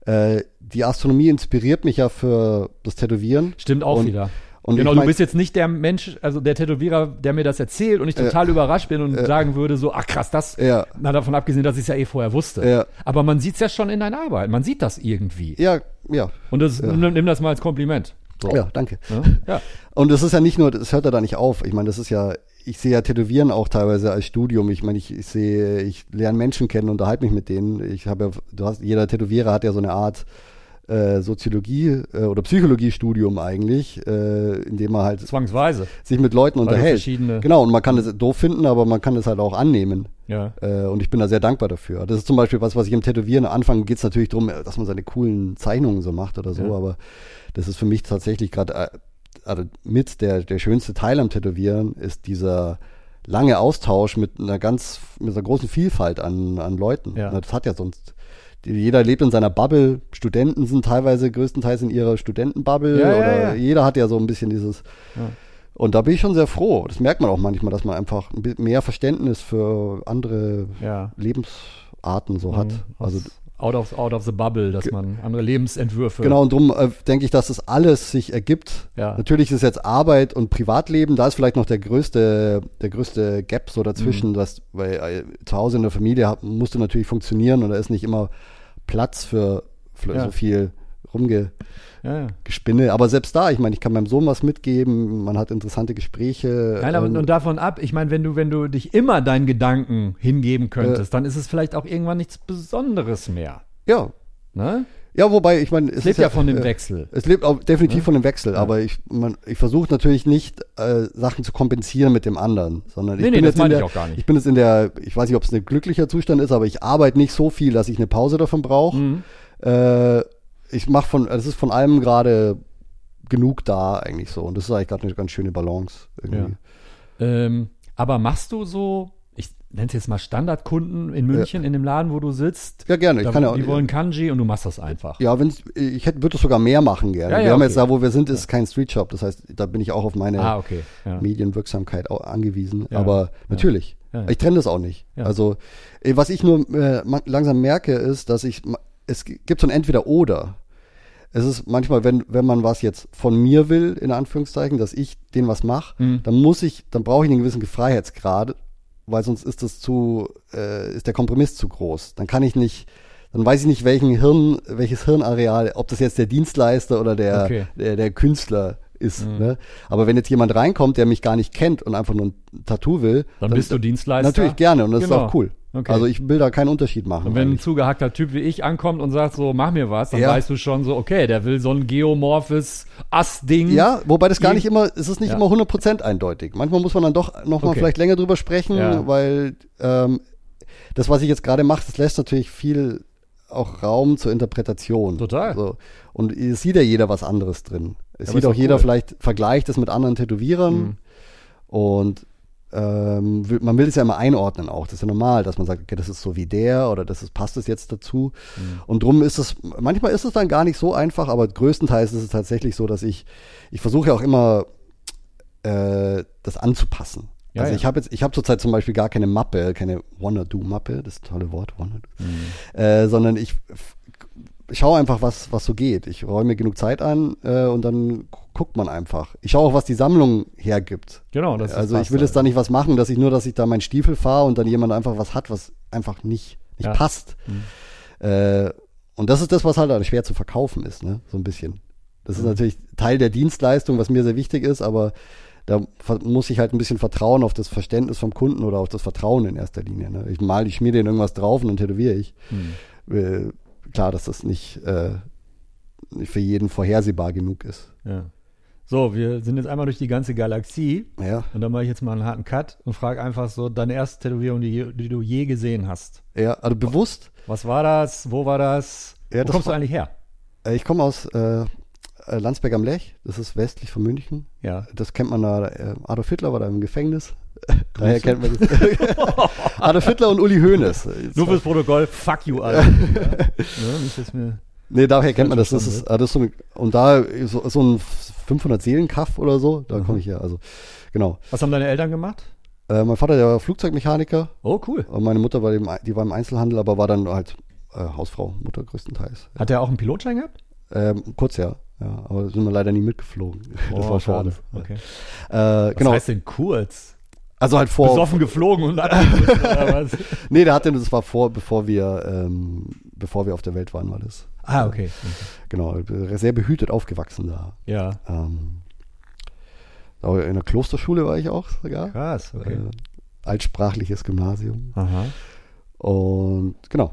Speaker 3: äh, die Astronomie inspiriert mich ja für das Tätowieren.
Speaker 2: Stimmt auch
Speaker 3: und,
Speaker 2: wieder.
Speaker 3: Und
Speaker 2: genau,
Speaker 3: ich mein,
Speaker 2: du bist jetzt nicht der Mensch, also der Tätowierer, der mir das erzählt und ich total überrascht bin und sagen würde so, ach krass, das,
Speaker 3: Ja.
Speaker 2: na davon abgesehen, dass ich es ja eh vorher wusste.
Speaker 3: Ja.
Speaker 2: Aber man sieht es ja schon in deiner Arbeit, man sieht das irgendwie.
Speaker 3: Ja, ja.
Speaker 2: Und das, nimm, nimm das mal als Kompliment. So.
Speaker 3: Ja, danke.
Speaker 2: Ne? Ja.
Speaker 3: Und es ist ja nicht nur, das hört ja da nicht auf. Ich meine, das ist ja, ich sehe ja Tätowieren auch teilweise als Studium. Ich meine, ich, ich sehe, ich lerne Menschen kennen, unterhalte mich mit denen. Ich habe ja, du hast, jeder Tätowierer hat ja so eine Art äh, Soziologie- äh, oder Psychologiestudium eigentlich, äh, in dem er halt
Speaker 2: Zwangsweise.
Speaker 3: sich mit Leuten
Speaker 2: du
Speaker 3: unterhält.
Speaker 2: verschiedene-
Speaker 3: Genau, und man kann es doof finden, aber man kann es halt auch annehmen.
Speaker 2: Ja.
Speaker 3: Äh, und ich bin da sehr dankbar dafür. Das ist zum Beispiel was, was ich im Tätowieren anfange, geht es natürlich darum, dass man seine coolen Zeichnungen so macht oder so,
Speaker 2: Ja.
Speaker 3: aber das ist für mich tatsächlich gerade äh, also mit der, der schönste Teil am Tätowieren ist dieser lange Austausch mit einer ganz, mit einer großen Vielfalt an, an Leuten.
Speaker 2: Ja.
Speaker 3: Na, Das hat ja sonst. Jeder lebt in seiner Bubble. Studenten sind teilweise größtenteils in ihrer Studentenbubble.
Speaker 2: Ja, ja,
Speaker 3: oder
Speaker 2: ja.
Speaker 3: Jeder hat ja so ein bisschen dieses. Und da bin ich schon sehr froh. Das merkt man auch manchmal, dass man einfach ein bi- mehr Verständnis für andere
Speaker 2: Ja.
Speaker 3: Lebensarten
Speaker 2: Mhm.
Speaker 3: so hat. Also
Speaker 2: out, of, out of the bubble, dass man andere Lebensentwürfe.
Speaker 3: genau, und darum äh, denke ich, dass das alles sich ergibt.
Speaker 2: Ja.
Speaker 3: Natürlich ist jetzt Arbeit und Privatleben, da ist vielleicht noch der größte, der größte Gap so
Speaker 2: Mhm.
Speaker 3: dazwischen, dass, weil äh, zu Hause in der Familie hab- musst du natürlich funktionieren und da ist nicht immer Platz für, für
Speaker 2: Ja.
Speaker 3: so viel rumge.
Speaker 2: Ja, ja.
Speaker 3: Gespinne, aber selbst da, ich meine, ich kann meinem Sohn was mitgeben, man hat interessante Gespräche.
Speaker 2: Nein, aber
Speaker 3: ähm,
Speaker 2: und davon ab, ich meine, wenn du, wenn du dich immer deinen Gedanken hingeben
Speaker 3: Äh.
Speaker 2: könntest, dann ist es vielleicht auch irgendwann nichts Besonderes mehr.
Speaker 3: ja.
Speaker 2: Ne?
Speaker 3: Ja, wobei, ich meine, es
Speaker 2: Es lebt
Speaker 3: ist
Speaker 2: ja, von dem
Speaker 3: äh,
Speaker 2: Wechsel.
Speaker 3: Es lebt auch definitiv von dem Wechsel, aber ich, man, ich versuche natürlich nicht, äh, Sachen zu kompensieren mit dem anderen, sondern ich
Speaker 2: Nee, nee,
Speaker 3: bin
Speaker 2: das
Speaker 3: jetzt in
Speaker 2: meine
Speaker 3: der,
Speaker 2: ich auch gar nicht.
Speaker 3: Ich bin jetzt in der, ich weiß nicht, ob es ein glücklicher Zustand ist, aber ich arbeite nicht so viel, dass ich eine Pause davon brauche.
Speaker 2: Mhm.
Speaker 3: Äh, ich mache von, also es ist von allem gerade genug da eigentlich so und das ist eigentlich gerade eine ganz schöne Balance irgendwie.
Speaker 2: Ähm, aber machst du so, ich nenne es jetzt mal Standardkunden in München, in dem Laden, wo du sitzt?
Speaker 3: Ja, gerne, ich
Speaker 2: Da,
Speaker 3: kann ja auch-
Speaker 2: die wollen Kanji und du machst das einfach.
Speaker 3: Ja, wenn's, ich hätte, würde sogar mehr machen gerne.
Speaker 2: Ja, ja,
Speaker 3: wir haben
Speaker 2: okay.
Speaker 3: jetzt da, wo wir sind, ist kein Street Shop. Das heißt, da bin ich auch auf meine
Speaker 2: Ah, okay. Ja.
Speaker 3: Medienwirksamkeit au- angewiesen.
Speaker 2: Ja,
Speaker 3: Aber natürlich,
Speaker 2: Ja, ja.
Speaker 3: ich trenne das auch nicht.
Speaker 2: Ja.
Speaker 3: Also, eh, was ich nur äh, ma- langsam merke, ist, dass ich, ma- es g- gibt so ein Entweder-Oder. Es ist manchmal, wenn, wenn man was jetzt von mir will, in Anführungszeichen, dass ich den was mache,
Speaker 2: Mhm.
Speaker 3: dann muss ich, dann brauche ich einen gewissen Freiheitsgrad, weil sonst ist das zu, äh, ist der Kompromiss zu groß. Dann kann ich nicht, dann weiß ich nicht, welchen Hirn, welches Hirnareal, ob das jetzt der Dienstleister oder der,
Speaker 2: Okay.
Speaker 3: der, der Künstler ist. Ne? Aber wenn jetzt jemand reinkommt, der mich gar nicht kennt und einfach nur ein Tattoo will,
Speaker 2: Dann bist du Dienstleister.
Speaker 3: Natürlich gerne und das ist
Speaker 2: Genau.
Speaker 3: auch cool.
Speaker 2: Okay.
Speaker 3: Also ich will da keinen Unterschied machen.
Speaker 2: Und wenn ein
Speaker 3: eigentlich.
Speaker 2: zugehackter Typ wie ich ankommt und sagt so, mach mir was, dann
Speaker 3: Ja.
Speaker 2: weißt du schon so, okay, der will so ein geomorphes Ass-Ding.
Speaker 3: ja, wobei das gar
Speaker 2: Ihr-
Speaker 3: nicht immer, es ist nicht
Speaker 2: Ja.
Speaker 3: immer 100% eindeutig. Manchmal muss man dann doch nochmal
Speaker 2: Okay.
Speaker 3: vielleicht länger drüber sprechen,
Speaker 2: Ja.
Speaker 3: weil ähm, das, was ich jetzt gerade mache, das lässt natürlich viel auch Raum zur Interpretation.
Speaker 2: Total.
Speaker 3: So. Und es sieht ja jeder was anderes drin. Es
Speaker 2: aber
Speaker 3: sieht
Speaker 2: ist
Speaker 3: auch
Speaker 2: doch
Speaker 3: jeder
Speaker 2: cool. Mhm.
Speaker 3: vielleicht, vergleicht es mit anderen Tätowierern und ähm, will- man will es ja immer einordnen auch. Das ist ja normal, dass man sagt, okay, das ist so wie der oder das ist, passt es jetzt dazu.
Speaker 2: Mhm.
Speaker 3: Und drum ist es, manchmal ist es dann gar nicht so einfach, aber größtenteils ist es tatsächlich so, dass ich, ich versuche ja auch immer, äh, das anzupassen.
Speaker 2: Ja,
Speaker 3: also
Speaker 2: ja.
Speaker 3: ich habe jetzt, ich habe zurzeit zum Beispiel gar keine Mappe, keine Wanna-Do-Mappe, das tolle Wort, Wanna-Do,
Speaker 2: Mhm.
Speaker 3: äh, sondern ich f- schaue einfach, was, was so geht. Ich räume genug Zeit an äh, und dann gu- guckt man einfach. Ich schaue auch, was die Sammlung hergibt.
Speaker 2: Genau, das ist
Speaker 3: also
Speaker 2: passt
Speaker 3: ich will jetzt da
Speaker 2: halt.
Speaker 3: nicht was machen, dass ich nur, dass ich da meinen Stiefel fahre und dann jemand einfach was hat, was einfach nicht, nicht
Speaker 2: Ja. Mhm.
Speaker 3: passt. Äh, und das ist das, was halt dann schwer zu verkaufen ist, ne? so ein bisschen. Das
Speaker 2: Mhm.
Speaker 3: ist natürlich Teil der Dienstleistung, was mir sehr wichtig ist, aber da ver- muss ich halt ein bisschen vertrauen auf das Verständnis vom Kunden oder auf das Vertrauen in erster Linie. Ne? Ich mal, ich schmier denen irgendwas drauf und dann tätowiere ich.
Speaker 2: Mhm.
Speaker 3: Äh, klar, dass das nicht, äh, nicht für jeden vorhersehbar genug ist.
Speaker 2: Ja. So, wir sind jetzt einmal durch die ganze Galaxie.
Speaker 3: Ja.
Speaker 2: Und dann mache ich jetzt mal einen harten Cut und frage einfach so, deine erste Tätowierung, die, je- die du je gesehen hast.
Speaker 3: Ja, also bewusst.
Speaker 2: Was war das? Wo war das?
Speaker 3: Ja,
Speaker 2: Wo
Speaker 3: das
Speaker 2: kommst du
Speaker 3: war-
Speaker 2: eigentlich her?
Speaker 3: Äh, Ich komme aus äh, äh, Landsberg am Lech, das ist westlich von München.
Speaker 2: Ja.
Speaker 3: Das kennt man da, äh, Adolf Hitler war da im Gefängnis. Daher kennt man das. Adolf Hitler und Uli Hoeneß.
Speaker 2: Nur fürs Protokoll, fuck you, Alter. ja, ne, nicht, dass mir
Speaker 3: Nee, daher kennt man das. das,
Speaker 2: schon,
Speaker 3: ist, ah, das ist so ein, und da so, so ein 500 Seelenkaff oder so, da
Speaker 2: Mhm.
Speaker 3: komme ich her. Also, genau.
Speaker 2: Was haben deine Eltern gemacht?
Speaker 3: Äh, mein Vater, der war Flugzeugmechaniker
Speaker 2: Oh, cool.
Speaker 3: und meine Mutter war, dem, die war im Einzelhandel, aber war dann halt äh, Hausfrau, Mutter größtenteils.
Speaker 2: Hat er auch einen Pilotschein gehabt?
Speaker 3: Ähm, kurz ja, ja, aber sind wir leider nie mitgeflogen. das war schade.
Speaker 2: Oh, Okay.
Speaker 3: Äh,
Speaker 2: Genau.
Speaker 3: genau,
Speaker 2: Was heißt denn kurz?
Speaker 3: also halt vor.
Speaker 2: Besoffen geflogen und abgekürzt, oder was?
Speaker 3: Nee, der hatte, das war vor, bevor wir, ähm, bevor wir auf der Welt waren, war das.
Speaker 2: Ah, okay.
Speaker 3: Genau, sehr behütet aufgewachsen da.
Speaker 2: Ja.
Speaker 3: Ähm, aber in der Klosterschule war ich auch sogar.
Speaker 2: Krass, okay.
Speaker 3: Äh, altsprachliches Gymnasium.
Speaker 2: Aha.
Speaker 3: Und genau.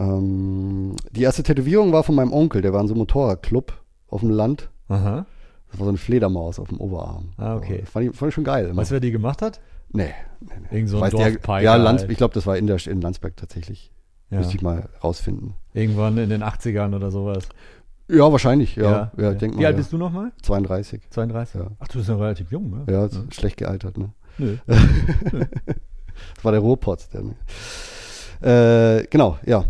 Speaker 3: Ähm, die erste Tätowierung war von meinem Onkel, der war in so einem Motorradclub auf dem Land.
Speaker 2: Aha.
Speaker 3: Das war so eine Fledermaus auf dem Oberarm.
Speaker 2: Ah, okay.
Speaker 3: So, fand, ich, fand ich schon geil. immer.
Speaker 2: Weißt du, wer die gemacht hat?
Speaker 3: nee, nee, nee.
Speaker 2: Irgend so ein
Speaker 3: Weiß der-
Speaker 2: Dorfpiker.
Speaker 3: ja, Lands,
Speaker 2: halt.
Speaker 3: ich glaube, das war in, der, in Landsberg tatsächlich.
Speaker 2: ja.
Speaker 3: Müsste ich mal rausfinden.
Speaker 2: Irgendwann in den 80ern oder sowas.
Speaker 3: Ja, wahrscheinlich, ja. Ja, denk mal.
Speaker 2: Wie alt
Speaker 3: ja.
Speaker 2: bist du nochmal?
Speaker 3: 32.
Speaker 2: 32?
Speaker 3: Ja.
Speaker 2: Ach, du bist ja relativ jung, ne?
Speaker 3: Ja, ist schlecht gealtert, ne?
Speaker 2: Nö.
Speaker 3: Das war der Ruhrpott. Der, äh, genau, ja.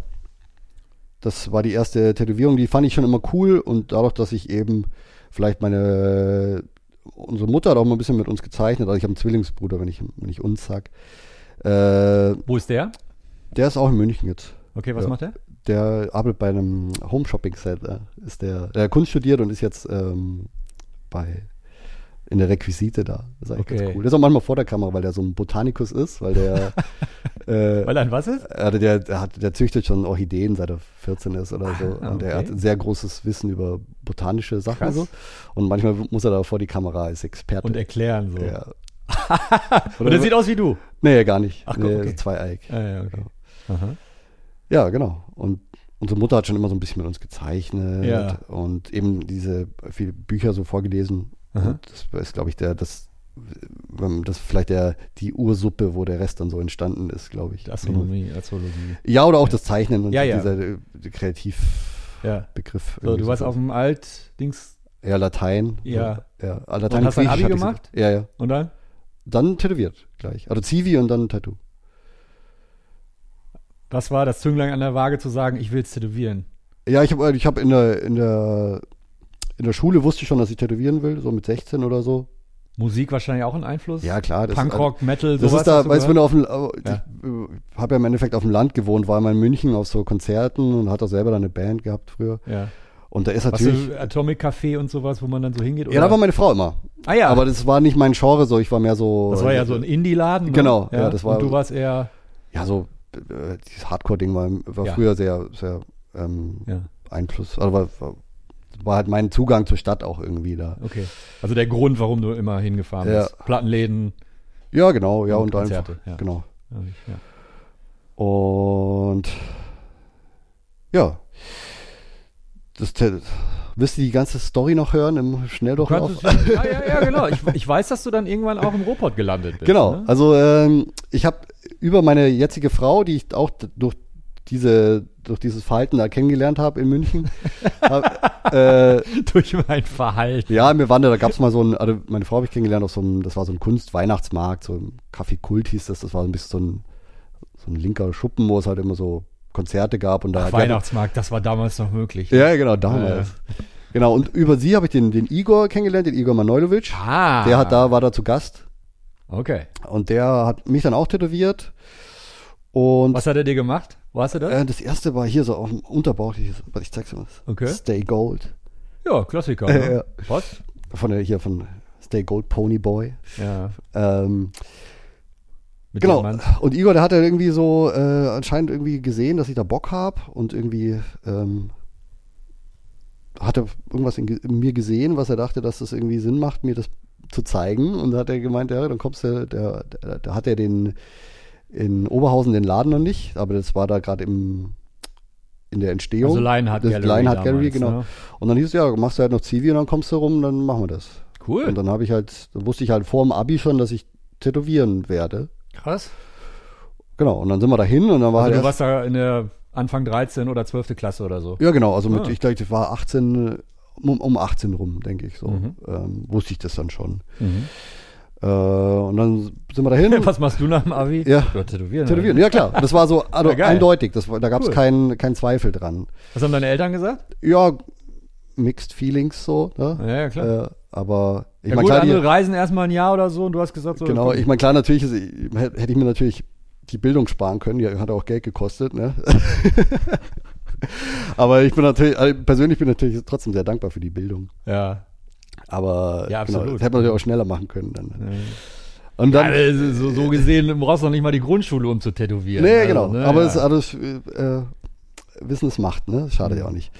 Speaker 3: Das war die erste Tätowierung, die fand ich schon immer cool und dadurch, dass ich eben vielleicht meine, unsere Mutter hat auch mal ein bisschen mit uns gezeichnet, also ich habe einen Zwillingsbruder, wenn ich, wenn ich uns sag. Äh,
Speaker 2: Wo ist der?
Speaker 3: der ist auch in München jetzt.
Speaker 2: Okay, was
Speaker 3: Ja.
Speaker 2: macht der?
Speaker 3: Der arbeitet bei einem Home Shopping Center. Ist der, der hat Kunst studiert und ist jetzt ähm, bei in der Requisite da. Das ist eigentlich
Speaker 2: Okay.
Speaker 3: ganz cool. Der ist auch manchmal vor der Kamera, weil der so ein Botanikus ist, weil der, äh,
Speaker 2: Weil er ein was ist?
Speaker 3: also der, der, hat, der züchtet schon Orchideen, seit er 14 ist oder so.
Speaker 2: Ah,
Speaker 3: Und der
Speaker 2: okay.
Speaker 3: hat ein sehr großes Wissen über botanische Sachen
Speaker 2: Krass.
Speaker 3: und so. Und manchmal muss er da vor die Kamera als Experte.
Speaker 2: Und erklären so.
Speaker 3: ja.
Speaker 2: Und er sieht aus wie du.
Speaker 3: nee, gar nicht.
Speaker 2: Ach
Speaker 3: Ach,
Speaker 2: Gott,
Speaker 3: nee,
Speaker 2: okay.
Speaker 3: zweieig.
Speaker 2: Ah, ja, okay. Aha.
Speaker 3: Ja, genau. Und unsere Mutter hat schon immer so ein bisschen mit uns gezeichnet
Speaker 2: Ja.
Speaker 3: und eben diese viele Bücher so vorgelesen.
Speaker 2: Aha.
Speaker 3: Und das ist, glaube ich, der, das, wenn- das ist vielleicht der, die Ursuppe, wo der Rest dann so entstanden ist, glaube ich.
Speaker 2: Die Astronomie, Astrologie.
Speaker 3: Ja, oder auch das Zeichnen und
Speaker 2: Ja, ja.
Speaker 3: dieser äh, Kreativbegriff.
Speaker 2: Ja. So,
Speaker 3: irgendwie
Speaker 2: du warst
Speaker 3: so.
Speaker 2: auf dem Alt-Dings
Speaker 3: Ja, Latein.
Speaker 2: Ja.
Speaker 3: ja. Latein
Speaker 2: Und hast dein Abi
Speaker 3: Griechisch hatte ich so-
Speaker 2: gemacht?
Speaker 3: Ja, ja.
Speaker 2: und dann?
Speaker 3: Dann tätowiert gleich. Also Zivi und dann Tattoo.
Speaker 2: Was war das Zünglein an der Waage zu sagen, ich will es tätowieren?
Speaker 3: Ja, ich habe ich hab in, der, in, der, in der Schule wusste ich schon, dass ich tätowieren will, so mit 16 oder so.
Speaker 2: Musik wahrscheinlich auch ein Einfluss?
Speaker 3: Ja, klar. Das
Speaker 2: Punkrock, Metal,
Speaker 3: Das
Speaker 2: sowas?
Speaker 3: ist da,
Speaker 2: hast du
Speaker 3: weißt du, wenn du
Speaker 2: gehört?
Speaker 3: auf dem, äh, ich habe ja im Endeffekt auf dem Land gewohnt, war immer in München auf so Konzerten und hat auch selber dann eine Band gehabt früher.
Speaker 2: ja.
Speaker 3: Und da ist
Speaker 2: Hast du
Speaker 3: natürlich,
Speaker 2: Atomic Café und sowas, wo man dann so hingeht?
Speaker 3: ja, da war meine Frau immer.
Speaker 2: ah ja,
Speaker 3: Aber das war nicht mein Genre, so ich war mehr so, äh,
Speaker 2: das war ja so ein Indie-Laden. Ne?
Speaker 3: Genau, ja, das war-
Speaker 2: Und du warst eher,
Speaker 3: ja so, äh, dieses Hardcore-Ding war, war
Speaker 2: Ja.
Speaker 3: früher sehr, sehr ähm,
Speaker 2: ja,
Speaker 3: Einfluss, also war, war, war halt mein Zugang zur Stadt auch irgendwie da.
Speaker 2: okay. Also der Grund, warum du immer hingefahren
Speaker 3: Ja.
Speaker 2: bist. Plattenläden.
Speaker 3: Ja, genau, ja und,
Speaker 2: Konzerte,
Speaker 3: einfach,
Speaker 2: ja.
Speaker 3: genau.
Speaker 2: Ja.
Speaker 3: Und ja, das, Tä- willst du die ganze Story noch hören im
Speaker 2: Du
Speaker 3: Schnelldurchlauf?
Speaker 2: kannst es, ja, ja, ja, genau. Ich, ich weiß, dass du dann irgendwann auch im Robot gelandet bist.
Speaker 3: Genau,
Speaker 2: Ne?
Speaker 3: also ähm, ich habe über meine jetzige Frau, die ich auch d- durch diese durch dieses Verhalten da kennengelernt habe in München. hab, äh,
Speaker 2: Durch mein Verhalten.
Speaker 3: ja, wir waren da, da gab es mal so ein, also meine Frau habe ich kennengelernt auf so einem, das war so ein Kunstweihnachtsmarkt, so ein Café Kult hieß das, das war so ein bisschen so ein, so ein linker Schuppen, wo es halt immer so Konzerte gab und da hat-
Speaker 2: Weihnachtsmarkt, das war damals noch möglich.
Speaker 3: Ja, genau, damals. Genau, und über sie habe ich den, den Igor kennengelernt, den Igor Manojlovic.
Speaker 2: Ah.
Speaker 3: Der hat da, war da zu Gast
Speaker 2: Okay.
Speaker 3: und der hat mich dann auch tätowiert. Und
Speaker 2: Was hat er dir gemacht? Warst du das?
Speaker 3: Äh, das erste war hier so auf dem Unterbauch, dieses, warte, ich zeig's dir mal.
Speaker 2: Okay.
Speaker 3: Stay Gold.
Speaker 2: ja, Klassiker.
Speaker 3: Äh,
Speaker 2: ne?
Speaker 3: ja.
Speaker 2: Was?
Speaker 3: Von der, hier von Stay Gold Pony Boy.
Speaker 2: Ja.
Speaker 3: Ähm,
Speaker 2: Mit
Speaker 3: genau.
Speaker 2: Diamant.
Speaker 3: Und Igor, der hat ja irgendwie so äh, anscheinend irgendwie gesehen, dass ich da Bock habe und irgendwie ähm, hatte irgendwas in, ge- in mir gesehen, was er dachte, dass das irgendwie Sinn macht, mir das zu zeigen. Und da hat er gemeint, ja, dann kommst du, der, der, da hat er den in Oberhausen den Laden noch nicht, aber das war da gerade im in der Entstehung.
Speaker 2: Also Lionheart
Speaker 3: Das
Speaker 2: Gallery.
Speaker 3: Lionheart Gallery,
Speaker 2: damals,
Speaker 3: genau.
Speaker 2: Ne?
Speaker 3: Und dann hieß es, ja, machst du halt noch Zivi und dann kommst du rum, dann machen wir das.
Speaker 2: Cool.
Speaker 3: Und dann habe ich halt, dann wusste ich halt vor dem Abi schon, dass ich tätowieren werde.
Speaker 2: Krass.
Speaker 3: Genau, und dann sind wir dahin und dann war
Speaker 2: Also du
Speaker 3: halt.
Speaker 2: warst
Speaker 3: erst-
Speaker 2: da in der Anfang 13 oder 12. Klasse oder so.
Speaker 3: ja, genau, also mit,
Speaker 2: Ah.
Speaker 3: ich glaube, ich war 18, um, um 18 rum, denke ich so.
Speaker 2: Mhm.
Speaker 3: Ähm, wusste ich das dann schon. Äh, und dann sind wir dahin.
Speaker 2: Was machst du nach dem Abi?
Speaker 3: Ja.
Speaker 2: tätowieren.
Speaker 3: Tätowieren, ja klar. Das war so also
Speaker 2: Ja, geil.
Speaker 3: eindeutig, das, war- da gab es
Speaker 2: Cool.
Speaker 3: keinen keinen Zweifel dran.
Speaker 2: Was haben deine Eltern gesagt?
Speaker 3: Ja, mixed feelings so, ne?
Speaker 2: Ja, ja, klar.
Speaker 3: Äh, aber ich
Speaker 2: ja,
Speaker 3: meine,
Speaker 2: gut,
Speaker 3: klar,
Speaker 2: andere
Speaker 3: die,
Speaker 2: reisen erstmal ein Jahr oder so und du hast gesagt, so.
Speaker 3: genau,
Speaker 2: komm.
Speaker 3: ich meine, klar, natürlich ist, hätte hätte ich mir natürlich die Bildung sparen können, die hat auch Geld gekostet, ne? aber ich bin natürlich, also persönlich bin ich natürlich trotzdem sehr dankbar für die Bildung.
Speaker 2: Ja.
Speaker 3: Aber
Speaker 2: Ja, absolut.
Speaker 3: das hätte man natürlich auch schneller machen können dann. ne? Und dann,
Speaker 2: Also, so, so gesehen, du brauchst noch nicht mal die Grundschule, um zu tätowieren.
Speaker 3: Nee,
Speaker 2: Also,
Speaker 3: genau.
Speaker 2: ne,
Speaker 3: Aber
Speaker 2: ja.
Speaker 3: es ist alles äh, Wissen ist Macht, ne? Schade
Speaker 2: Mhm.
Speaker 3: ja auch nicht.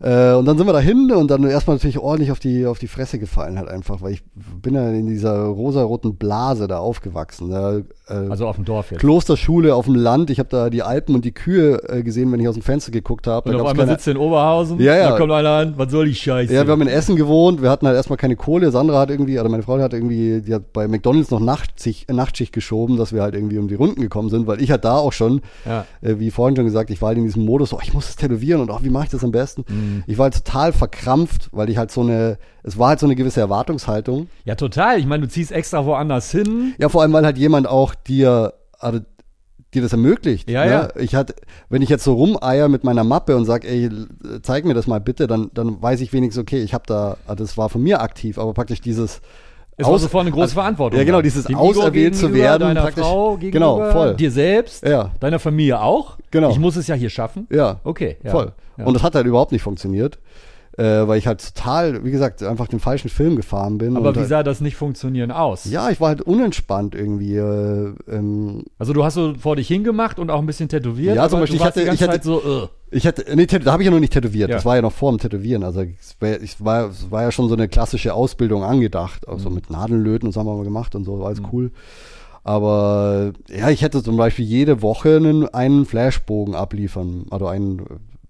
Speaker 3: Äh, und dann sind wir dahin und dann erstmal natürlich ordentlich auf die, auf die Fresse gefallen halt einfach, weil ich bin ja in dieser rosaroten Blase da aufgewachsen. Da, äh,
Speaker 2: Also auf dem Dorf jetzt.
Speaker 3: Klosterschule auf dem Land, ich habe da die Alpen und die Kühe äh, gesehen, wenn ich aus dem Fenster geguckt habe.
Speaker 2: Und
Speaker 3: Da
Speaker 2: auf
Speaker 3: gab's
Speaker 2: einmal
Speaker 3: keine-
Speaker 2: sitzt du in Oberhausen,
Speaker 3: Ja, ja.
Speaker 2: da kommt einer an, was soll die Scheiße?
Speaker 3: ja, wir haben in Essen gewohnt, wir hatten halt erstmal keine Kohle. Sandra hat irgendwie, oder meine Frau hat irgendwie, die hat bei McDonalds noch Nachtschicht, äh, Nachtschicht geschoben, dass wir halt irgendwie um die Runden gekommen sind, weil ich halt da auch schon
Speaker 2: ja.
Speaker 3: äh, wie vorhin schon gesagt, ich war halt in diesem Modus, oh, ich muss das tätowieren und oh, wie mache ich das am besten?
Speaker 2: Mhm.
Speaker 3: Ich war halt total verkrampft, weil ich halt so eine, es war halt so eine gewisse Erwartungshaltung.
Speaker 2: ja, total. Ich meine, du ziehst extra woanders hin.
Speaker 3: Ja, vor allem, weil halt jemand auch dir, also, dir das ermöglicht.
Speaker 2: Ja,
Speaker 3: ne?
Speaker 2: ja.
Speaker 3: Ich hatte, wenn ich jetzt so rumeier mit meiner Mappe und sage, ey, l- zeig mir das mal bitte, dann, dann weiß ich wenigstens, okay, ich habe da, also das war von mir aktiv, aber praktisch dieses
Speaker 2: Ist auch sofort eine große Verantwortung.
Speaker 3: Ja, genau,
Speaker 2: da.
Speaker 3: dieses
Speaker 2: Dem
Speaker 3: auserwählt
Speaker 2: Igor
Speaker 3: zu
Speaker 2: gegenüber,
Speaker 3: werden,
Speaker 2: Deiner
Speaker 3: praktisch-
Speaker 2: Frau gegenüber,
Speaker 3: Genau, voll.
Speaker 2: dir selbst,
Speaker 3: Ja.
Speaker 2: deiner Familie auch.
Speaker 3: Genau.
Speaker 2: Ich muss es ja hier schaffen.
Speaker 3: Ja.
Speaker 2: Okay, ja.
Speaker 3: Voll.
Speaker 2: Ja.
Speaker 3: Und das hat halt überhaupt nicht funktioniert. Äh, weil ich halt total, wie gesagt, einfach den falschen Film gefahren bin.
Speaker 2: Aber
Speaker 3: und
Speaker 2: wie
Speaker 3: halt,
Speaker 2: sah das nicht funktionieren aus?
Speaker 3: Ja, ich war halt unentspannt irgendwie. Äh, ähm,
Speaker 2: Also du hast so vor dich hingemacht und auch ein bisschen tätowiert.
Speaker 3: Ja,
Speaker 2: aber
Speaker 3: zum Beispiel,
Speaker 2: du
Speaker 3: ich
Speaker 2: warst die
Speaker 3: hatte-
Speaker 2: ganze
Speaker 3: ich hatte-
Speaker 2: Zeit so, äh.
Speaker 3: ich hätte, nee, tät- da habe ich ja noch nicht tätowiert.
Speaker 2: Ja.
Speaker 3: Das war ja noch vor dem Tätowieren. Also es wär, ich war, es war ja schon so eine klassische Ausbildung angedacht. Also
Speaker 2: Mhm.
Speaker 3: mit Nadellöten und so haben wir mal gemacht und so, war alles cool. Aber ja, ich hätte zum Beispiel jede Woche einen, einen Flashbogen abliefern. Also einen äh,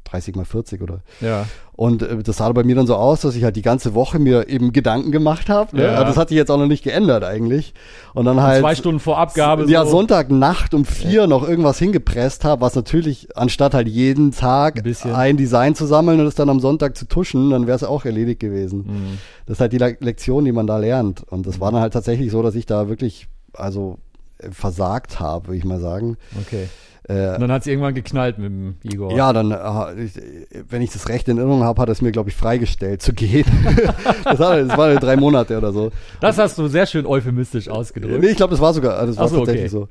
Speaker 3: 30 mal 40 oder
Speaker 2: ja.
Speaker 3: Und äh, das sah bei mir dann so aus, dass ich halt die ganze Woche mir eben Gedanken gemacht habe. Ne?
Speaker 2: Ja.
Speaker 3: Aber Das hat sich jetzt auch noch nicht geändert eigentlich. Und dann halt
Speaker 2: zwei Stunden vor Abgabe.
Speaker 3: ja
Speaker 2: so.
Speaker 3: Sonntagnacht um vier noch irgendwas hingepresst habe, was natürlich anstatt halt jeden Tag
Speaker 2: Ein bisschen.
Speaker 3: ein Design zu sammeln und es dann am Sonntag zu tuschen, dann wäre es auch erledigt gewesen.
Speaker 2: Mhm.
Speaker 3: Das ist halt die Le Lektion, die man da lernt. Und das war dann halt tatsächlich so, dass ich da wirklich also äh, versagt habe, würde ich mal sagen.
Speaker 2: Okay.
Speaker 3: Äh,
Speaker 2: Und dann hat es irgendwann geknallt mit dem Igor.
Speaker 3: ja, dann, äh, ich- wenn ich das recht in Erinnerung habe, hat es mir, glaube ich, freigestellt zu gehen. das, hat, das war drei Monate oder so.
Speaker 2: Das hast du sehr schön euphemistisch ausgedrückt.
Speaker 3: Nee, ich glaube, das war sogar, das war
Speaker 2: Ach so,
Speaker 3: tatsächlich
Speaker 2: okay.
Speaker 3: so.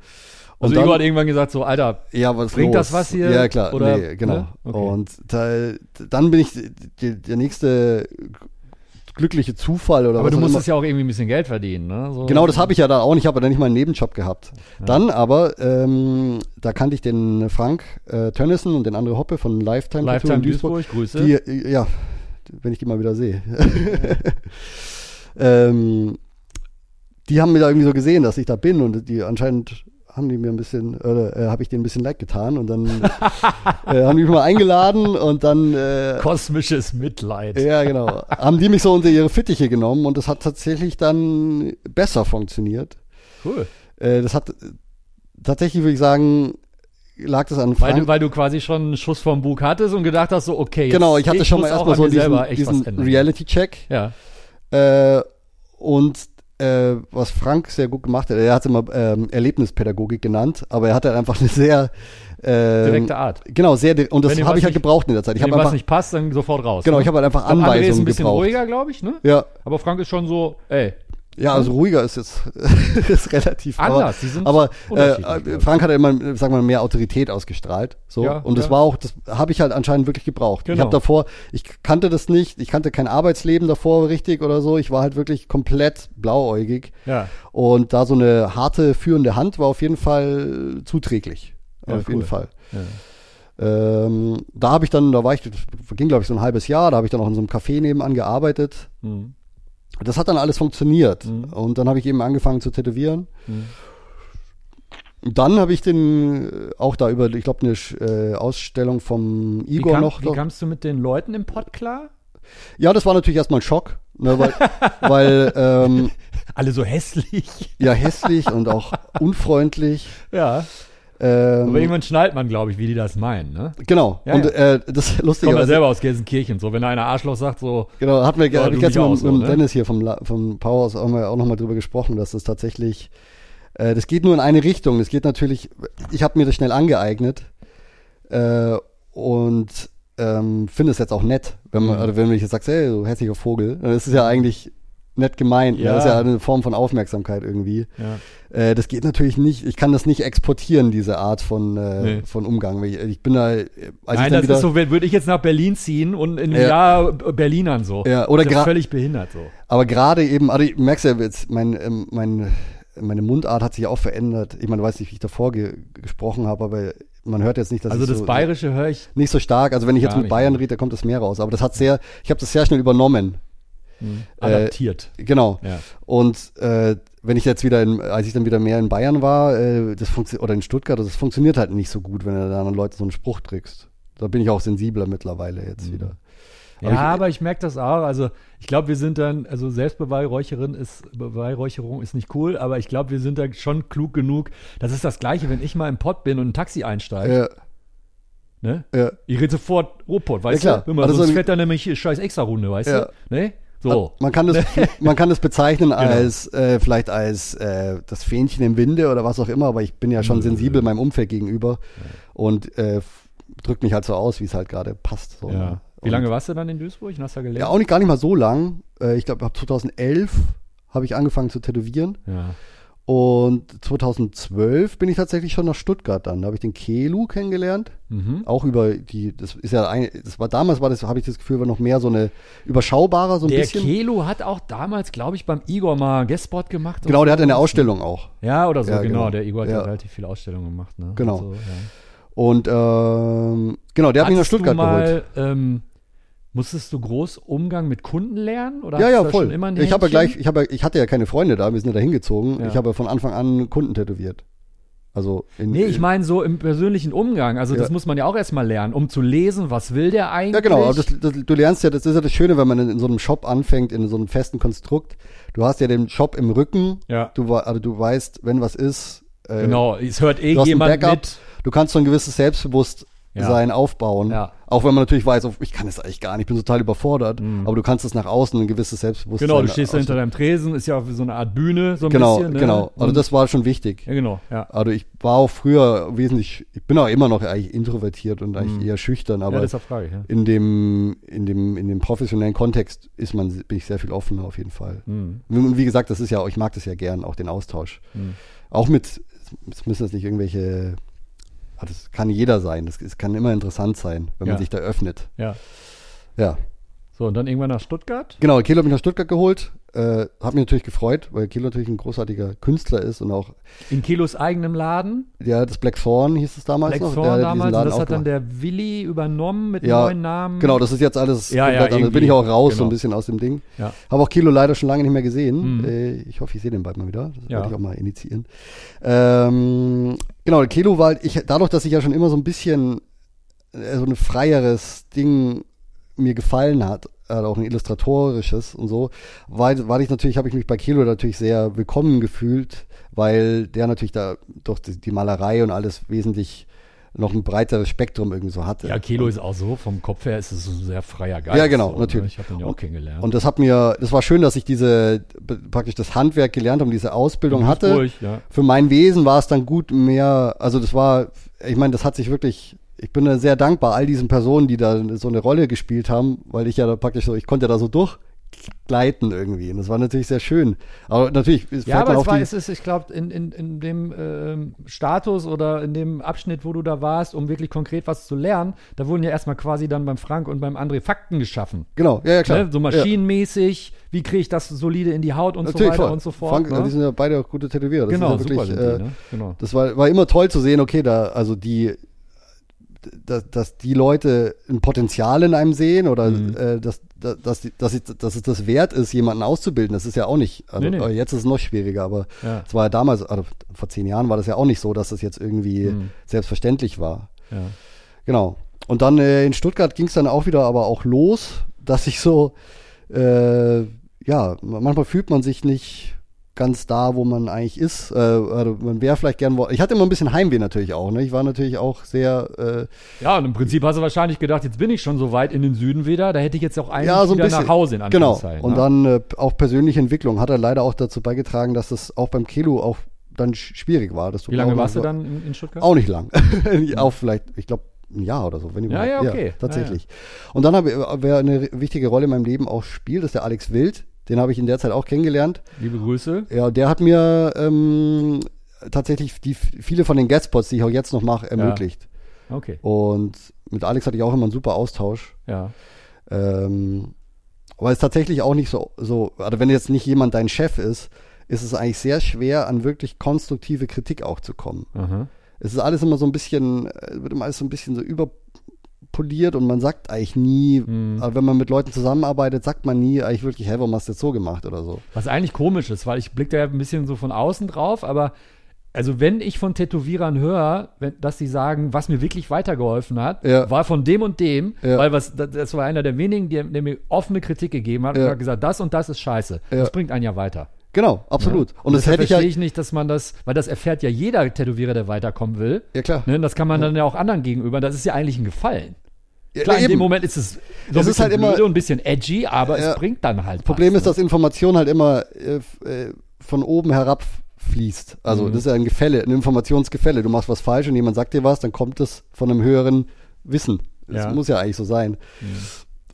Speaker 2: also
Speaker 3: Und dann-
Speaker 2: Igor hat irgendwann gesagt so, Alter,
Speaker 3: ja, was
Speaker 2: bringt
Speaker 3: los?
Speaker 2: das was hier?
Speaker 3: Ja, klar,
Speaker 2: Oder-
Speaker 3: nee, genau.
Speaker 2: ne? Okay.
Speaker 3: Und da, dann bin ich die, der nächste glückliche Zufall oder
Speaker 2: aber
Speaker 3: was
Speaker 2: du
Speaker 3: auch immer.
Speaker 2: musstest ja auch irgendwie ein bisschen Geld verdienen. Ne? So.
Speaker 3: Genau, das habe ich ja da auch. und Ich habe da nicht mal einen Nebenjob gehabt. Dann aber, ähm, da kannte ich den Frank äh, Tönnissen und den André Hoppe von Lifetime, Tattoo
Speaker 2: Lifetime Duisburg, Grüße.
Speaker 3: Die, äh, ja, wenn ich die mal wieder sehe. ähm, die haben mir da irgendwie so gesehen, dass ich da bin und die anscheinend haben die mir ein bisschen, äh, äh, habe ich denen ein bisschen leid getan und dann äh, haben die mich mal eingeladen und dann äh,
Speaker 2: Kosmisches Mitleid.
Speaker 3: ja, genau. Haben die mich so unter ihre Fittiche genommen und das hat tatsächlich dann besser funktioniert.
Speaker 2: Cool.
Speaker 3: Äh, das hat äh, tatsächlich, würde ich sagen, lag das an
Speaker 2: Weil
Speaker 3: Frank.
Speaker 2: du, weil du quasi schon einen Schuss vom Bug hattest und gedacht hast so, okay, jetzt,
Speaker 3: genau, ich hatte schon mal
Speaker 2: muss auch
Speaker 3: erstmal
Speaker 2: an
Speaker 3: so
Speaker 2: mir selber
Speaker 3: diesen,
Speaker 2: echt was
Speaker 3: diesen
Speaker 2: ändern.
Speaker 3: Reality-Check.
Speaker 2: Ja,
Speaker 3: Äh, und äh, was Frank sehr gut gemacht hat, er hat es immer ähm, Erlebnispädagogik genannt, aber er hatte einfach eine sehr ähm,
Speaker 2: direkte Art.
Speaker 3: Genau, sehr di- und das
Speaker 2: Wenn dem
Speaker 3: habe
Speaker 2: was
Speaker 3: ich halt
Speaker 2: nicht-
Speaker 3: gebraucht in der Zeit. Ich
Speaker 2: Wenn dir
Speaker 3: habe
Speaker 2: was
Speaker 3: einfach
Speaker 2: nicht passt, dann sofort raus.
Speaker 3: genau,
Speaker 2: ne?
Speaker 3: ich habe halt einfach
Speaker 2: Ich glaub, André ist ein
Speaker 3: Anweisungen
Speaker 2: bisschen
Speaker 3: gebraucht.
Speaker 2: ruhiger, glaube ich, ne?
Speaker 3: Ja,
Speaker 2: Aber Frank ist schon so, ey,
Speaker 3: ja, also ruhiger ist jetzt ist relativ
Speaker 2: Anders, die sind
Speaker 3: Aber, aber
Speaker 2: unterschiedlich, glaub
Speaker 3: äh,
Speaker 2: ich.
Speaker 3: Frank hat immer, sag mal, mehr Autorität ausgestrahlt. So
Speaker 2: Ja,
Speaker 3: und das
Speaker 2: ja.
Speaker 3: war auch, das habe ich halt anscheinend wirklich gebraucht. Ich
Speaker 2: Genau.
Speaker 3: habe davor, ich kannte das nicht, ich kannte kein Arbeitsleben davor richtig oder so. Ich war halt wirklich komplett blauäugig.
Speaker 2: ja.
Speaker 3: Und da so eine harte führende Hand war auf jeden Fall zuträglich.
Speaker 2: Ja,
Speaker 3: auf
Speaker 2: cool.
Speaker 3: jeden Fall. Ähm, da habe ich dann, da war ich, das ging glaube ich so ein halbes Jahr, da habe ich dann auch in so einem Café nebenan gearbeitet.
Speaker 2: Mhm.
Speaker 3: Das hat dann alles funktioniert. Und dann habe ich eben angefangen zu tätowieren.
Speaker 2: Mhm.
Speaker 3: Und Dann habe ich den äh, auch da über, ich glaube, eine Sch- äh, Ausstellung vom
Speaker 2: Wie,
Speaker 3: Igor
Speaker 2: kam,
Speaker 3: noch.
Speaker 2: wie kamst du mit den Leuten im Pod klar?
Speaker 3: ja, das war natürlich erstmal ein Schock. Ne, weil, weil ähm,
Speaker 2: Alle so hässlich.
Speaker 3: ja, hässlich und auch unfreundlich. Hm.
Speaker 2: Ja. Aber
Speaker 3: Ähm,
Speaker 2: irgendwann schnallt man, glaube ich, wie die das meinen, ne?
Speaker 3: genau.
Speaker 2: Ja,
Speaker 3: und
Speaker 2: ja.
Speaker 3: Äh, das
Speaker 2: Kommt ja
Speaker 3: Lustigerweise
Speaker 2: selber aus Gelsenkirchen. So, wenn einer Arschloch sagt, so,
Speaker 3: Genau, hatten wir
Speaker 2: Ja,
Speaker 3: hab
Speaker 2: du
Speaker 3: ich jetzt
Speaker 2: mich
Speaker 3: mal
Speaker 2: auch
Speaker 3: mit,
Speaker 2: so,
Speaker 3: mit
Speaker 2: ne?
Speaker 3: Dennis hier vom, La- vom Powerhouse auch, mal- auch nochmal drüber gesprochen, dass das tatsächlich, äh, das geht nur in eine Richtung. Das geht natürlich, ich habe mir das schnell angeeignet äh, und ähm, finde es jetzt auch nett, wenn
Speaker 2: Mhm.
Speaker 3: man, oder wenn man jetzt sagt, hey, du hässlicher Vogel, dann ist es ja eigentlich nett gemeint. Ja.
Speaker 2: Ja.
Speaker 3: Ne? Das ist ja eine Form von Aufmerksamkeit irgendwie.
Speaker 2: ja.
Speaker 3: Äh, das geht natürlich nicht, ich kann das nicht exportieren, diese Art von, äh,
Speaker 2: Nee.
Speaker 3: von Umgang. weil Ich, ich bin da, äh, als ich
Speaker 2: Nein,
Speaker 3: dann
Speaker 2: das
Speaker 3: wieder,
Speaker 2: ist so, wenn- würde ich jetzt nach Berlin ziehen und in einem
Speaker 3: Ja.
Speaker 2: Jahr Berlinern so.
Speaker 3: Ja, oder
Speaker 2: Das ist
Speaker 3: gra-
Speaker 2: völlig behindert so.
Speaker 3: Aber gerade eben, also ich merk's ja jetzt, mein, ähm, mein, meine Mundart hat sich auch verändert. Ich meine, weiß nicht, wie ich davor ge gesprochen habe, aber man hört jetzt nicht, dass
Speaker 2: also
Speaker 3: ich
Speaker 2: das
Speaker 3: so,
Speaker 2: Bayerische höre ich.
Speaker 3: nicht so stark. Also wenn ich jetzt
Speaker 2: Gar
Speaker 3: mit
Speaker 2: nicht.
Speaker 3: Bayern rede, da kommt das mehr raus. Aber das hat sehr, ich habe das sehr schnell übernommen. äh,
Speaker 2: Adaptiert.
Speaker 3: Genau.
Speaker 2: Ja.
Speaker 3: Und äh, wenn ich jetzt wieder, in, als ich dann wieder mehr in Bayern war, äh, das funktio- oder in Stuttgart, das funktioniert halt nicht so gut, wenn du da anderen Leuten so einen Spruch trickst. Da bin ich auch sensibler mittlerweile
Speaker 2: Mhm.
Speaker 3: jetzt wieder.
Speaker 2: Ja,
Speaker 3: Aber ich- äh,
Speaker 2: aber ich merke das auch. Also ich glaube, wir sind dann, also Selbstbeweihräucherin ist, Beweihräucherung ist nicht cool, aber ich glaube, wir sind da schon klug genug. Das ist das Gleiche, wenn ich mal im Pott bin und ein Taxi einsteige.
Speaker 3: Ja,
Speaker 2: Ne?
Speaker 3: ja.
Speaker 2: Ich rede sofort Ruhrpott, weißt
Speaker 3: Ja, klar.
Speaker 2: du? Immer,
Speaker 3: Also
Speaker 2: sonst
Speaker 3: so-
Speaker 2: fährt da nämlich scheiß Extra-Runde, weißt
Speaker 3: Ja.
Speaker 2: du? Ne? So. Genau.
Speaker 3: Man kann das, man kann das bezeichnen als äh, vielleicht als äh, das Fähnchen im Winde oder was auch immer, aber ich bin ja schon sensibel meinem Umfeld gegenüber und äh, drückt mich halt so aus, wie es halt gerade passt. So.
Speaker 2: Ja. Wie
Speaker 3: ne? Und-
Speaker 2: lange warst du dann in Duisburg? Und hast da gelernt?
Speaker 3: Ja, auch nicht gar nicht mal so lang. Äh, ich glaube, ab 2011 habe ich angefangen zu tätowieren
Speaker 2: Ja.
Speaker 3: und 2012 bin ich tatsächlich schon nach Stuttgart dann. Da habe ich den Kelu kennengelernt.
Speaker 2: Mhm.
Speaker 3: Auch über die, das ist ja ein, das war damals war das, habe ich das Gefühl, war noch mehr so eine überschaubarer, so ein
Speaker 2: Der
Speaker 3: bisschen.
Speaker 2: Kelo hat auch damals, glaube ich, beim Igor mal einen Guestspot gemacht. und
Speaker 3: Genau,
Speaker 2: so.
Speaker 3: der hatte eine Ausstellung auch.
Speaker 2: Ja, oder so,
Speaker 3: Ja,
Speaker 2: genau.
Speaker 3: genau.
Speaker 2: Der Igor hat ja
Speaker 3: Ja.
Speaker 2: relativ viele Ausstellungen gemacht. Ne?
Speaker 3: Genau.
Speaker 2: Und So, ja.
Speaker 3: Und ähm, genau, der hat mich nach
Speaker 2: Hattest
Speaker 3: Stuttgart
Speaker 2: du mal,
Speaker 3: geholt.
Speaker 2: Ähm, musstest du groß Umgang mit Kunden lernen? Oder
Speaker 3: Ja,
Speaker 2: hast du
Speaker 3: ja,
Speaker 2: da
Speaker 3: voll.
Speaker 2: Schon immer ein
Speaker 3: Ich habe ja
Speaker 2: Händchen?
Speaker 3: gleich, ich, habe, ja- ich hatte ja keine Freunde da, wir sind ja da hingezogen.
Speaker 2: Ja.
Speaker 3: Ich habe ja von Anfang an Kunden tätowiert. Also in,
Speaker 2: Nee, ich meine so im persönlichen Umgang. Also das
Speaker 3: Ja.
Speaker 2: muss man ja auch erstmal lernen, um zu lesen, was will der eigentlich.
Speaker 3: ja genau, aber das, das, du lernst ja, das ist ja das Schöne, wenn man in, in so einem Shop anfängt, in so einem festen Konstrukt. Du hast ja den Shop im Rücken,
Speaker 2: Ja.
Speaker 3: du, wa- also du weißt, wenn was ist, äh,
Speaker 2: genau, es hört eh
Speaker 3: du hast ein
Speaker 2: jemand
Speaker 3: Backup,
Speaker 2: mit.
Speaker 3: du kannst so ein gewisses Selbstbewusstsein aufbauen.
Speaker 2: Ja.
Speaker 3: Auch wenn man natürlich weiß, oh, ich kann das eigentlich gar nicht, ich bin total überfordert, aber du kannst es nach außen ein gewisses Selbstbewusstsein
Speaker 2: Mhm. Genau, du stehst da
Speaker 3: ausstrahlen.
Speaker 2: hinter deinem Tresen, ist ja auch so eine Art Bühne, so ein
Speaker 3: Genau,
Speaker 2: bisschen. Ne?
Speaker 3: genau. Also
Speaker 2: Und-
Speaker 3: das war schon wichtig.
Speaker 2: ja, genau, ja.
Speaker 3: Also ich war auch früher wesentlich, ich bin auch immer noch eigentlich introvertiert und eigentlich eher schüchtern,
Speaker 2: Mhm. ja,
Speaker 3: aber
Speaker 2: deshalb frage ich. Ja.
Speaker 3: in dem, in dem, in dem professionellen Kontext ist man, bin ich sehr viel offener auf jeden Fall.
Speaker 2: Mhm.
Speaker 3: Und wie gesagt, das ist ja, ich mag das ja gern, auch den Austausch. Auch mit, es müssen das nicht irgendwelche, ah, das kann jeder sein, das ist- kann immer interessant sein, wenn
Speaker 2: Ja.
Speaker 3: man sich da öffnet.
Speaker 2: ja.
Speaker 3: Ja.
Speaker 2: So, und dann irgendwann nach Stuttgart.
Speaker 3: Genau, Kelo hat mich nach Stuttgart geholt. Äh, hat mich natürlich gefreut, weil Kelo natürlich ein großartiger Künstler ist und auch
Speaker 2: In Kilos eigenem Laden.
Speaker 3: Ja, das Black Thorn hieß es damals
Speaker 2: Black
Speaker 3: noch.
Speaker 2: Thorn
Speaker 3: der hat diesen
Speaker 2: damals. Und
Speaker 3: Laden
Speaker 2: das hat dann
Speaker 3: aufgemacht.
Speaker 2: der Willi übernommen mit
Speaker 3: ja,
Speaker 2: neuen Namen.
Speaker 3: Genau, das ist jetzt alles
Speaker 2: Ja, ja,
Speaker 3: komplett anders.
Speaker 2: irgendwie.
Speaker 3: Bin ich auch raus so
Speaker 2: Genau.
Speaker 3: ein bisschen aus dem Ding.
Speaker 2: Ja.
Speaker 3: Habe auch Kilo leider schon lange nicht mehr gesehen.
Speaker 2: Mhm.
Speaker 3: Äh, ich hoffe, ich sehe den bald mal wieder. Das
Speaker 2: Ja.
Speaker 3: werde ich auch mal initiieren. Ähm, genau, Kilo war, ich, dadurch, dass ich ja schon immer so ein bisschen äh, so ein freieres Ding mir gefallen hat, also auch ein illustratorisches und so, war, war ich natürlich, habe ich mich bei Kilo natürlich sehr willkommen gefühlt, weil der natürlich da durch die, die Malerei und alles wesentlich noch ein breiteres Spektrum irgendwie so hatte.
Speaker 2: Ja, Kelo ist auch so, vom Kopf her ist es ein sehr freier Geist.
Speaker 3: Ja, genau,
Speaker 2: so, ne?
Speaker 3: natürlich.
Speaker 2: Ich habe den ja auch kennengelernt.
Speaker 3: Und das hat mir, das war schön, dass ich diese b- praktisch das Handwerk gelernt habe, und diese Ausbildung hatte.
Speaker 2: Ruhig, ja.
Speaker 3: Für mein Wesen war es dann gut mehr, also das war, ich meine, das hat sich wirklich, ich bin da sehr dankbar all diesen Personen, die da so eine Rolle gespielt haben, weil ich ja da praktisch so, ich konnte da so durchgleiten irgendwie. Und das war natürlich sehr schön. Aber natürlich, es
Speaker 2: Ja, aber
Speaker 3: fällt man
Speaker 2: es,
Speaker 3: auf
Speaker 2: war,
Speaker 3: die,
Speaker 2: es ist, ich glaube, in, in, in dem ähm, Status oder in dem Abschnitt, wo du da warst, um wirklich konkret was zu lernen, da wurden ja erstmal quasi dann beim Frank und beim André Fakten geschaffen.
Speaker 3: genau, ja, ja, klar.
Speaker 2: Ne? So
Speaker 3: Ja,
Speaker 2: maschinenmäßig, wie kriege ich das solide in die Haut und so
Speaker 3: natürlich,
Speaker 2: weiter
Speaker 3: voll.
Speaker 2: und so fort.
Speaker 3: Frank,
Speaker 2: ne?
Speaker 3: die sind ja beide auch gute Tätowierer. Das
Speaker 2: genau,
Speaker 3: ist ja wirklich,
Speaker 2: super sind
Speaker 3: äh,
Speaker 2: die, ne? genau.
Speaker 3: Das war, war immer toll zu sehen, okay, da, also die, dass, dass die Leute ein Potenzial in einem sehen oder
Speaker 2: Mhm.
Speaker 3: äh, dass, dass, dass, die- dass, ich, dass es das wert ist, jemanden auszubilden. Das ist ja auch nicht, also,
Speaker 2: Nee, nee.
Speaker 3: äh, jetzt ist es noch schwieriger, aber es
Speaker 2: Ja.
Speaker 3: war ja damals, also vor zehn Jahren war das ja auch nicht so, dass das jetzt irgendwie
Speaker 2: Mhm.
Speaker 3: selbstverständlich war.
Speaker 2: Ja.
Speaker 3: Genau. Und dann äh, in Stuttgart ging es dann auch wieder aber auch los, dass ich so, äh, ja, manchmal fühlt man sich nicht ganz da, wo man eigentlich ist. Äh, also man wäre vielleicht gern. wo- Ich hatte immer ein bisschen Heimweh natürlich auch. Ne? Ich war natürlich auch sehr. Äh,
Speaker 2: Ja, und im Prinzip hast du wahrscheinlich gedacht, jetzt bin ich schon so weit in den Süden wieder, da hätte ich jetzt auch eigentlich
Speaker 3: ja, so ein
Speaker 2: wieder
Speaker 3: bisschen.
Speaker 2: nach Hause in
Speaker 3: genau.
Speaker 2: Anführungszeichen.
Speaker 3: Und
Speaker 2: ne?
Speaker 3: dann äh, auch persönliche Entwicklung hat er leider auch dazu beigetragen, dass das auch beim Kelo auch dann sch- schwierig war. Dass
Speaker 2: Wie lange warst
Speaker 3: glaubst,
Speaker 2: du
Speaker 3: war-
Speaker 2: dann in, in Stuttgart?
Speaker 3: Auch nicht lang. auch vielleicht, ich glaube, ein Jahr oder so. Wenn
Speaker 2: Ja,
Speaker 3: überhaupt.
Speaker 2: ja, okay.
Speaker 3: tatsächlich. Und dann habe wer eine wichtige Rolle in meinem Leben auch spielt, ist der Alex Wild. Den habe ich in der Zeit auch kennengelernt.
Speaker 2: Liebe Grüße.
Speaker 3: Ja, der hat mir ähm, tatsächlich die, viele von den Guestspots, die ich auch jetzt noch mache, ermöglicht.
Speaker 2: Okay.
Speaker 3: Und mit Alex hatte ich auch immer einen super Austausch.
Speaker 2: Ja.
Speaker 3: Ähm, aber es ist tatsächlich auch nicht so, so, also wenn jetzt nicht jemand dein Chef ist, ist es eigentlich sehr schwer, an wirklich konstruktive Kritik auch zu kommen.
Speaker 2: Aha.
Speaker 3: Es ist alles immer so ein bisschen, äh, wird immer alles so ein bisschen so überpoliert und man sagt eigentlich nie, aber wenn man mit Leuten zusammenarbeitet, sagt man nie eigentlich wirklich, hey, warum hast du das so gemacht oder so.
Speaker 2: Was eigentlich komisch ist, weil ich blicke da ja ein bisschen so von außen drauf, aber also wenn ich von Tätowierern höre, wenn, dass sie sagen, was mir wirklich weitergeholfen hat,
Speaker 3: Ja.
Speaker 2: war von dem und dem,
Speaker 3: Ja.
Speaker 2: weil was, das- das war einer der wenigen, der, der mir offene Kritik gegeben hat
Speaker 3: Ja.
Speaker 2: und hat gesagt, das und das ist scheiße. Das bringt einen ja weiter.
Speaker 3: Genau, absolut. Und das
Speaker 2: Deshalb
Speaker 3: hätte ich ja,
Speaker 2: verstehe ich nicht, dass man das, weil das erfährt ja jeder Tätowierer, der weiterkommen will.
Speaker 3: Ja, klar.
Speaker 2: Ne, das kann man dann ja auch anderen gegenüber. Das ist ja eigentlich ein Gefallen.
Speaker 3: Ja,
Speaker 2: Klar, in
Speaker 3: eben.
Speaker 2: dem Moment ist es so
Speaker 3: Es
Speaker 2: ein
Speaker 3: ist
Speaker 2: bisschen
Speaker 3: halt immer-
Speaker 2: blöde und ein bisschen edgy, aber
Speaker 3: Ja.
Speaker 2: es bringt dann halt
Speaker 3: Problem
Speaker 2: was,
Speaker 3: ist, dass Information halt immer äh, f- äh, von oben herab fließt.
Speaker 2: Mhm.
Speaker 3: Also das ist ja ein Gefälle, ein Informationsgefälle. Du machst was falsch und jemand sagt dir was, dann kommt es von einem höheren Wissen. Das
Speaker 2: Ja. Mhm.
Speaker 3: muss ja eigentlich so sein.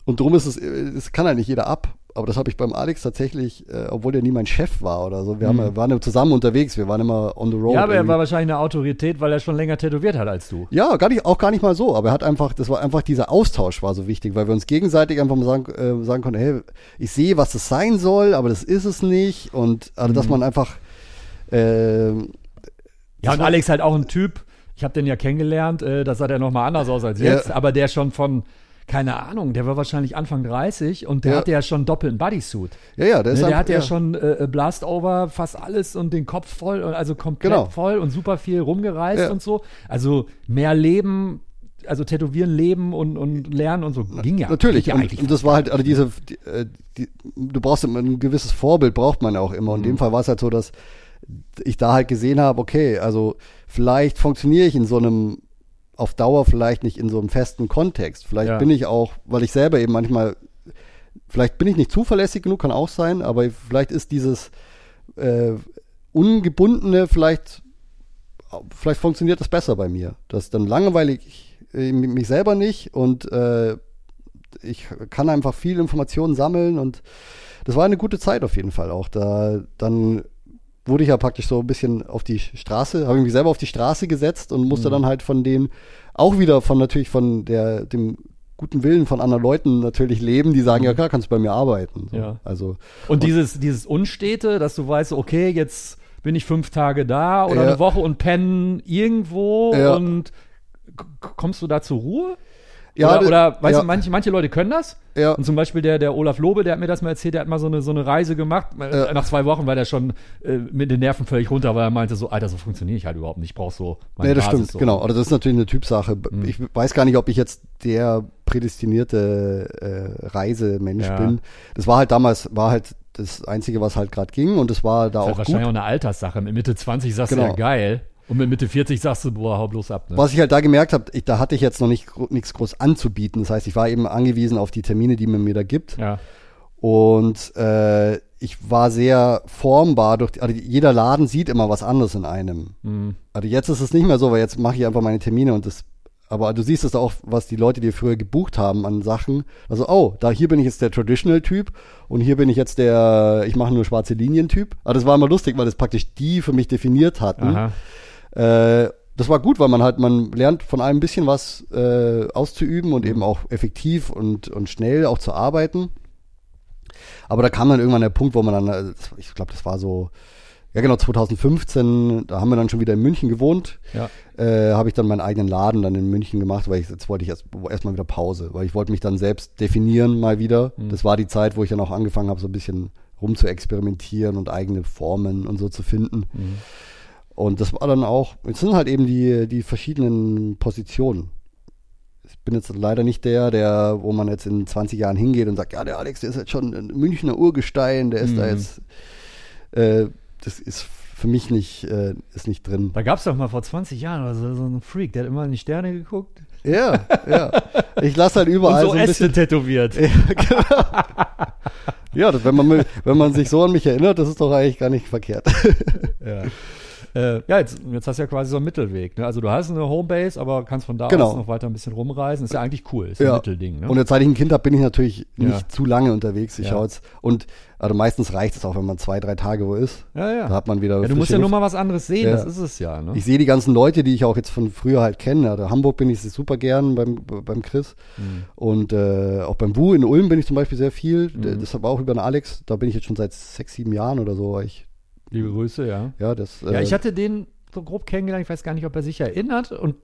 Speaker 3: Und drum ist es, äh, das kann halt nicht jeder ab. Aber das habe ich beim Alex tatsächlich, äh, obwohl der nie mein Chef war oder so. Wir haben, ja- waren ja zusammen unterwegs, wir waren immer on the road.
Speaker 2: Mhm. Ja, aber er
Speaker 3: Oh, irgendwie.
Speaker 2: war wahrscheinlich eine Autorität, weil er schon länger tätowiert hat als du.
Speaker 3: Ja, gar nicht, auch gar nicht mal so. Aber er hat einfach, das war einfach dieser Austausch war so wichtig, weil wir uns gegenseitig einfach mal sagen, äh, sagen konnten, hey, ich sehe, was das sein soll, aber das ist es nicht. Und also, dass man einfach, äh,
Speaker 2: Ja, und Alex halt auch ein Typ, ich habe den ja kennengelernt, äh, da sah der nochmal anders aus als
Speaker 3: Ja.
Speaker 2: jetzt, aber der schon von, keine Ahnung, der war wahrscheinlich Anfang 30 und der
Speaker 3: Ja.
Speaker 2: hatte ja schon doppelten Bodysuit.
Speaker 3: ja, ja, der
Speaker 2: Der, ne,
Speaker 3: ist
Speaker 2: der
Speaker 3: einfach,
Speaker 2: hatte ja, schon äh, Blast Over, fast alles und den Kopf voll, und also komplett
Speaker 3: Genau.
Speaker 2: voll und super viel rumgereist
Speaker 3: Ja.
Speaker 2: und so. Also mehr Leben, also tätowieren, leben und, und lernen und so ging ja.
Speaker 3: Natürlich,
Speaker 2: Geht ja
Speaker 3: und,
Speaker 2: eigentlich.
Speaker 3: und das war halt, also diese, die, äh, die, du brauchst immer ein gewisses Vorbild, braucht man auch immer. Und
Speaker 2: Mhm.
Speaker 3: in dem Fall war es halt so, dass ich da halt gesehen habe, okay, also vielleicht funktioniere ich in so einem, auf Dauer vielleicht nicht in so einem festen Kontext. Vielleicht
Speaker 2: Ja.
Speaker 3: bin ich auch, weil ich selber eben manchmal, vielleicht bin ich nicht zuverlässig genug, kann auch sein, aber vielleicht ist dieses äh, Ungebundene vielleicht vielleicht funktioniert das besser bei mir. Das dann langweilig ich, äh, mich selber nicht und äh, ich kann einfach viel Informationen sammeln und das war eine gute Zeit auf jeden Fall auch. Da dann wurde ich ja praktisch so ein bisschen auf die Straße, habe ich mich selber auf die Straße gesetzt und musste dann halt von dem auch wieder von natürlich von der dem guten Willen von anderen Leuten natürlich leben, die sagen ja klar, kannst du bei mir arbeiten. So.
Speaker 2: Ja.
Speaker 3: Also
Speaker 2: Und dieses, dieses Unstete, dass du weißt, okay, jetzt bin ich fünf Tage da oder
Speaker 3: Ja.
Speaker 2: eine Woche und pennen irgendwo
Speaker 3: Ja.
Speaker 2: und k- k- kommst du da zur Ruhe?
Speaker 3: Ja,
Speaker 2: oder,
Speaker 3: das-
Speaker 2: oder weißt
Speaker 3: ja.
Speaker 2: du, manche, manche Leute können das.
Speaker 3: Ja.
Speaker 2: Und zum Beispiel der, der Olaf Lobe, der hat mir das mal erzählt, der hat mal so eine, so eine Reise gemacht. Äh,
Speaker 3: Ja.
Speaker 2: Nach zwei Wochen war der schon äh, mit den Nerven völlig runter, weil er meinte so, Alter, so funktioniere ich halt überhaupt nicht. Ich brauche so meine
Speaker 3: Nee, das
Speaker 2: Basis
Speaker 3: stimmt,
Speaker 2: so. Mhm.
Speaker 3: genau. Aber das ist natürlich eine Typsache. Ich weiß gar nicht, ob ich jetzt der prädestinierte äh, Reisemensch
Speaker 2: Ja.
Speaker 3: bin. Das war halt damals, war halt das Einzige, was halt gerade ging und das war
Speaker 2: Das
Speaker 3: da
Speaker 2: ist halt
Speaker 3: auch
Speaker 2: wahrscheinlich
Speaker 3: gut.
Speaker 2: auch eine Alterssache. Mit Mitte 20 sagst
Speaker 3: Genau.
Speaker 2: du ja geil. Und mit Mitte 40 sagst du, boah, hau bloß ab. Ne?
Speaker 3: Was ich halt da gemerkt habe, ich, da hatte ich jetzt noch nicht gro- nichts groß anzubieten. Das heißt, ich war eben angewiesen auf die Termine, die man mir da gibt.
Speaker 2: Ja.
Speaker 3: Und äh, ich war sehr formbar durch die, also jeder Laden sieht immer was anderes in einem. Also jetzt ist es nicht mehr so, weil jetzt mache ich einfach meine Termine und das aber du siehst es auch, was die Leute dir früher gebucht haben an Sachen. Also, oh, da hier bin ich jetzt der Traditional-Typ und hier bin ich jetzt der, ich mache nur schwarze Linien-Typ. Aber das war immer lustig, weil das praktisch die für mich definiert hatten.
Speaker 2: Aha.
Speaker 3: Äh, das war gut, weil man halt, man lernt von allem ein bisschen was äh, auszuüben und eben auch effektiv und, und schnell auch zu arbeiten. Aber da kam dann irgendwann der Punkt, wo man dann, äh, das- ich glaube, das war so, ja genau, 2015, da haben wir dann schon wieder in München gewohnt.
Speaker 2: Ja.
Speaker 3: Äh, habe ich dann meinen eigenen Laden dann in München gemacht, weil ich, jetzt wollte ich erstmal erst erstmal wieder Pause, weil ich wollte mich dann selbst definieren mal wieder. Das war die Zeit, wo ich dann auch angefangen habe, so ein bisschen rum zu experimentieren und eigene Formen und so zu finden. Und das war dann auch, es sind halt eben die, die verschiedenen Positionen. ich bin jetzt leider nicht der, der, wo man jetzt in 20 Jahren hingeht und sagt, ja, der Alex, der ist jetzt schon ein Münchner Urgestein, der ist
Speaker 2: Mhm.
Speaker 3: da jetzt, äh, das ist für mich nicht, äh, ist nicht drin.
Speaker 2: Da gab es doch mal vor 20 Jahren oder so, so einen Freak, der hat immer in die Sterne geguckt
Speaker 3: Ja, ja. Ich lasse halt
Speaker 2: und
Speaker 3: überall
Speaker 2: so
Speaker 3: so ein bisschen
Speaker 2: Äste tätowiert.
Speaker 3: Ja, das, wenn, man, mi- wenn man sich so an mich erinnert, das ist doch eigentlich gar nicht verkehrt.
Speaker 2: Ja, äh, ja jetzt, jetzt hast du ja quasi so einen Mittelweg. Ne? Also du hast eine Homebase, aber kannst von da
Speaker 3: Genau.
Speaker 2: aus noch weiter ein bisschen rumreisen. Ist ja eigentlich cool, ist
Speaker 3: Ja.
Speaker 2: ein Mittelding. Ne?
Speaker 3: Und jetzt, seit ich ein Kind habe, bin ich natürlich nicht
Speaker 2: Ja.
Speaker 3: zu lange unterwegs. Ich
Speaker 2: Ja.
Speaker 3: schaue jetzt. Und also meistens reicht es auch, wenn man zwei, drei Tage wo ist.
Speaker 2: ja, ja.
Speaker 3: Da hat man
Speaker 2: ja,
Speaker 3: wieder.
Speaker 2: du musst
Speaker 3: frische
Speaker 2: ja nur
Speaker 3: Luft.
Speaker 2: mal was anderes sehen,
Speaker 3: Ja.
Speaker 2: das ist es ja. Ne?
Speaker 3: Ich sehe die ganzen Leute, die ich auch jetzt von früher halt kenne. Also Hamburg bin ich super gern beim, beim Chris.
Speaker 2: Mhm.
Speaker 3: Und äh, auch beim Bu in Ulm bin ich zum Beispiel sehr viel. D-
Speaker 2: Mhm.
Speaker 3: Das war auch über den Alex. Da bin ich jetzt schon seit sechs, sieben Jahren oder so. Ich,
Speaker 2: Liebe Grüße, ja.
Speaker 3: ja, das,
Speaker 2: Ja,
Speaker 3: äh,
Speaker 2: ich hatte den so grob kennengelernt, ich weiß gar nicht, ob er sich erinnert. Und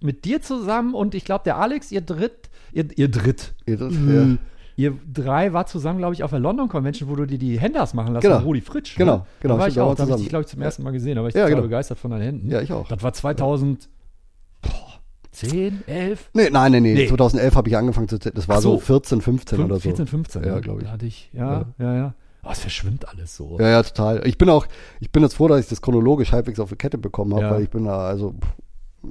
Speaker 2: mit dir zusammen und ich glaube, der Alex, ihr dritt, ihr, ihr dritt, Mhm.
Speaker 3: ja.
Speaker 2: ihr drei war zusammen, glaube ich, auf der London Convention, wo du dir die Hände hast machen lassen
Speaker 3: Genau.
Speaker 2: von Rudi Fritsch.
Speaker 3: Genau,
Speaker 2: ne?
Speaker 3: genau,
Speaker 2: Da war
Speaker 3: stimmt,
Speaker 2: ich
Speaker 3: da waren
Speaker 2: auch,
Speaker 3: wir
Speaker 2: da habe ich
Speaker 3: zusammen.
Speaker 2: dich, glaube ich, zum ersten Mal gesehen, aber ich
Speaker 3: Ja,
Speaker 2: war
Speaker 3: genau.
Speaker 2: begeistert von deinen Händen.
Speaker 3: Ja, ich auch.
Speaker 2: Das war 2000, boah, 10, 11,
Speaker 3: Nee, nein, nee, nee.
Speaker 2: Nee.
Speaker 3: 2011 habe ich angefangen zu zählen. Das war
Speaker 2: Ach
Speaker 3: so,
Speaker 2: so.
Speaker 3: 14, 15
Speaker 2: fünf-
Speaker 3: oder so.
Speaker 2: 14, 15.
Speaker 3: Ja,
Speaker 2: ne?
Speaker 3: glaube ich.
Speaker 2: Da hatte ich, ja, ja, ja. Oh, es verschwimmt alles so.
Speaker 3: Ja, ja, total. Ich bin auch, ich bin jetzt froh, dass ich das chronologisch halbwegs auf die Kette bekommen habe,
Speaker 2: Ja.
Speaker 3: weil ich bin da, also, pff,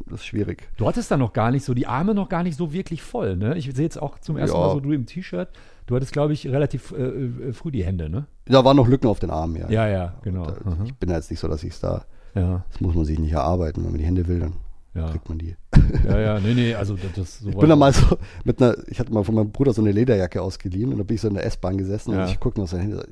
Speaker 3: das ist schwierig.
Speaker 2: Du hattest da noch gar nicht so, die Arme noch gar nicht so wirklich voll, ne? Ich sehe jetzt auch zum ersten
Speaker 3: Ja.
Speaker 2: Mal so du im T-Shirt. Du hattest, glaube ich, relativ äh, äh, früh die Hände, ne?
Speaker 3: Da waren noch Lücken auf den Armen, ja.
Speaker 2: Ja, ja, genau.
Speaker 3: Da,
Speaker 2: Aha.
Speaker 3: Ich bin da jetzt nicht so, dass ich es da,
Speaker 2: Ja,
Speaker 3: das muss man sich nicht erarbeiten. Wenn man die Hände will, dann
Speaker 2: ja,
Speaker 3: kriegt man die.
Speaker 2: ja, ja, nee, nee, also das, das so
Speaker 3: Ich bin da mal so mit einer, ich hatte mal von meinem Bruder so eine Lederjacke ausgeliehen und da bin ich so in der S-Bahn gesessen
Speaker 2: Ja.
Speaker 3: und ich gucke mir auf seine Hände.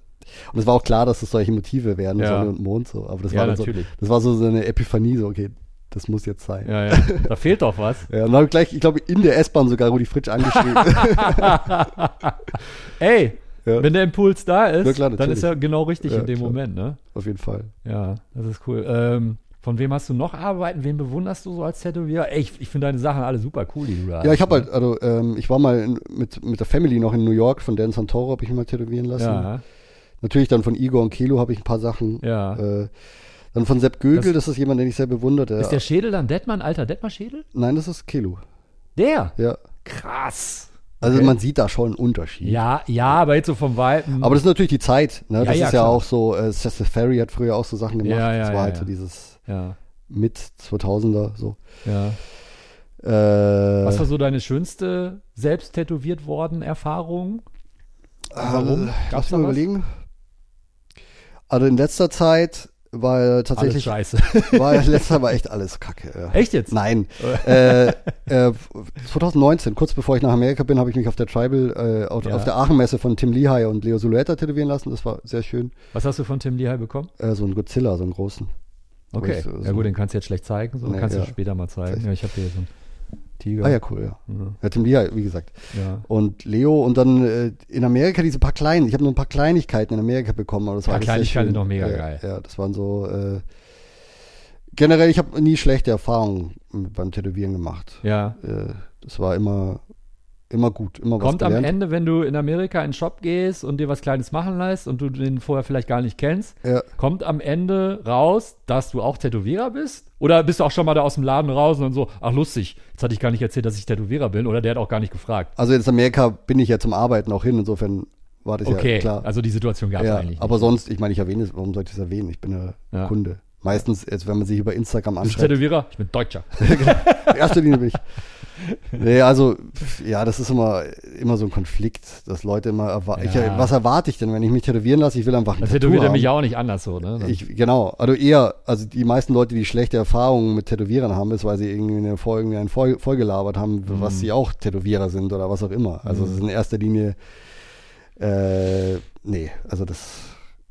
Speaker 3: Und es war auch klar, dass das solche Motive werden,
Speaker 2: Ja.
Speaker 3: Sonne und Mond so. Aber das
Speaker 2: Ja,
Speaker 3: war dann so,
Speaker 2: natürlich.
Speaker 3: das war so, so eine Epiphanie, so, okay, das muss jetzt sein.
Speaker 2: Ja, ja, da fehlt doch was.
Speaker 3: Ja, und dann habe ich gleich, ich glaube, in der S-Bahn sogar Rudi Fritsch angeschrieben.
Speaker 2: Ey,
Speaker 3: Ja.
Speaker 2: wenn der Impuls da ist,
Speaker 3: Ja, klar,
Speaker 2: dann
Speaker 3: natürlich.
Speaker 2: ist er genau richtig
Speaker 3: Ja,
Speaker 2: in dem
Speaker 3: klar.
Speaker 2: Moment, ne?
Speaker 3: Auf jeden Fall.
Speaker 2: Ja, das ist cool. Ähm, von wem hast du noch Arbeiten? Wen bewunderst du so als Tätowierer? Ey, ich, ich finde deine Sachen alle super cool, die du da
Speaker 3: Ja,
Speaker 2: hast,
Speaker 3: ich habe
Speaker 2: ne?
Speaker 3: halt, also ähm, ich war mal in, mit, mit der Family noch in New York, von Dan Santoro habe ich mich mal tätowieren lassen.
Speaker 2: Ja,
Speaker 3: Natürlich dann von Igor und Kelo habe ich ein paar Sachen.
Speaker 2: ja.
Speaker 3: Äh, dann von Sepp Gögel, das,
Speaker 2: Das-
Speaker 3: ist jemand, den ich sehr bewundere.
Speaker 2: Ist der Schädel dann Detmann, alter Detmann-Schädel?
Speaker 3: Nein, das ist Kelo.
Speaker 2: Der?
Speaker 3: Ja.
Speaker 2: Krass.
Speaker 3: Also man sieht da schon einen Unterschied.
Speaker 2: Ja, ja, aber jetzt so vom Weiten.
Speaker 3: Aber das ist natürlich die Zeit. Ne? Das
Speaker 2: ja,
Speaker 3: ist ja
Speaker 2: klar.
Speaker 3: auch so, äh, Seth Ferry hat früher auch so Sachen gemacht.
Speaker 2: Ja, ja,
Speaker 3: das war
Speaker 2: ja,
Speaker 3: halt
Speaker 2: ja.
Speaker 3: so dieses
Speaker 2: ja,
Speaker 3: mit 2000er so.
Speaker 2: ja.
Speaker 3: Äh,
Speaker 2: Was war so deine schönste selbst tätowiert worden Erfahrung? Warum?
Speaker 3: Äh,
Speaker 2: Gab's
Speaker 3: lass
Speaker 2: da
Speaker 3: mal
Speaker 2: was?
Speaker 3: überlegen. Also in letzter Zeit war
Speaker 2: Alles
Speaker 3: tatsächlich
Speaker 2: scheiße.
Speaker 3: war letzter war echt alles Kacke. ja.
Speaker 2: Echt jetzt?
Speaker 3: Nein. äh, äh, 2019, kurz bevor ich nach Amerika bin, habe ich mich auf der Tribal, äh, auf,
Speaker 2: Ja.
Speaker 3: auf der Aachen-Messe von Tim Lehigh und Leo Sulueta tätowieren lassen. Das war sehr schön.
Speaker 2: Was hast du von Tim Lehigh bekommen?
Speaker 3: Äh, so ein Godzilla, so einen großen. Aber
Speaker 2: Okay.
Speaker 3: ich so-
Speaker 2: ja gut, den kannst du jetzt schlecht zeigen. So
Speaker 3: Nee,
Speaker 2: kannst
Speaker 3: ja.
Speaker 2: du später mal zeigen. Ja, ich habe hier so einen Tiger.
Speaker 3: Ah ja, cool, ja. ja. Tim Lehigh, wie gesagt.
Speaker 2: Mhm. ja.
Speaker 3: Und Leo und dann äh, in Amerika diese paar kleinen, ich habe nur ein paar Kleinigkeiten in Amerika bekommen, aber das war
Speaker 2: Paar
Speaker 3: alles sehr
Speaker 2: Kleinigkeiten
Speaker 3: schön.
Speaker 2: sind doch mega
Speaker 3: ja,
Speaker 2: geil.
Speaker 3: Ja, das waren so äh, generell, ich habe nie schlechte Erfahrungen mit- beim Tätowieren gemacht.
Speaker 2: ja.
Speaker 3: Äh, das war immer immer gut, immer
Speaker 2: Kommt
Speaker 3: was
Speaker 2: am
Speaker 3: gelernt.
Speaker 2: Ende, wenn du in Amerika in den Shop gehst und dir was Kleines machen lässt und du den vorher vielleicht gar nicht kennst,
Speaker 3: Ja.
Speaker 2: kommt am Ende raus, dass du auch Tätowierer bist? Oder bist du auch schon mal da aus dem Laden raus und dann so, ach lustig, jetzt hatte ich gar nicht erzählt, dass ich Tätowierer bin oder der hat auch gar nicht gefragt.
Speaker 3: Also in Amerika bin ich ja zum Arbeiten auch hin, insofern war das
Speaker 2: Okay,
Speaker 3: ja klar.
Speaker 2: also die Situation gab es
Speaker 3: ja,
Speaker 2: eigentlich. Nicht.
Speaker 3: aber sonst, ich meine, ich erwähne es, warum sollte ich es erwähnen? Ich bin ja,
Speaker 2: Ja.
Speaker 3: Kunde. Meistens, jetzt, wenn man sich über Instagram
Speaker 2: Bist du
Speaker 3: anschreibt,
Speaker 2: Tätowierer? Ich bin Deutscher.
Speaker 3: in erster Linie bin ich. Nee, also, pf, ja, das ist immer, immer so ein Konflikt, dass Leute immer erwarten.
Speaker 2: Ja.
Speaker 3: Was erwarte ich denn, wenn ich mich tätowieren lasse? Ich will einfach ein
Speaker 2: Das
Speaker 3: Tattoo
Speaker 2: tätowiert er
Speaker 3: haben.
Speaker 2: mich auch nicht anders so, ne? Dann-
Speaker 3: Ich, genau, also eher, also die meisten Leute, die schlechte Erfahrungen mit Tätowierern haben, ist, weil sie irgendwie eine Folge, irgendwie einen voll, vollgelabert haben, was sie auch Tätowierer sind oder was auch immer. Also es ist in erster Linie, äh, nee, also das,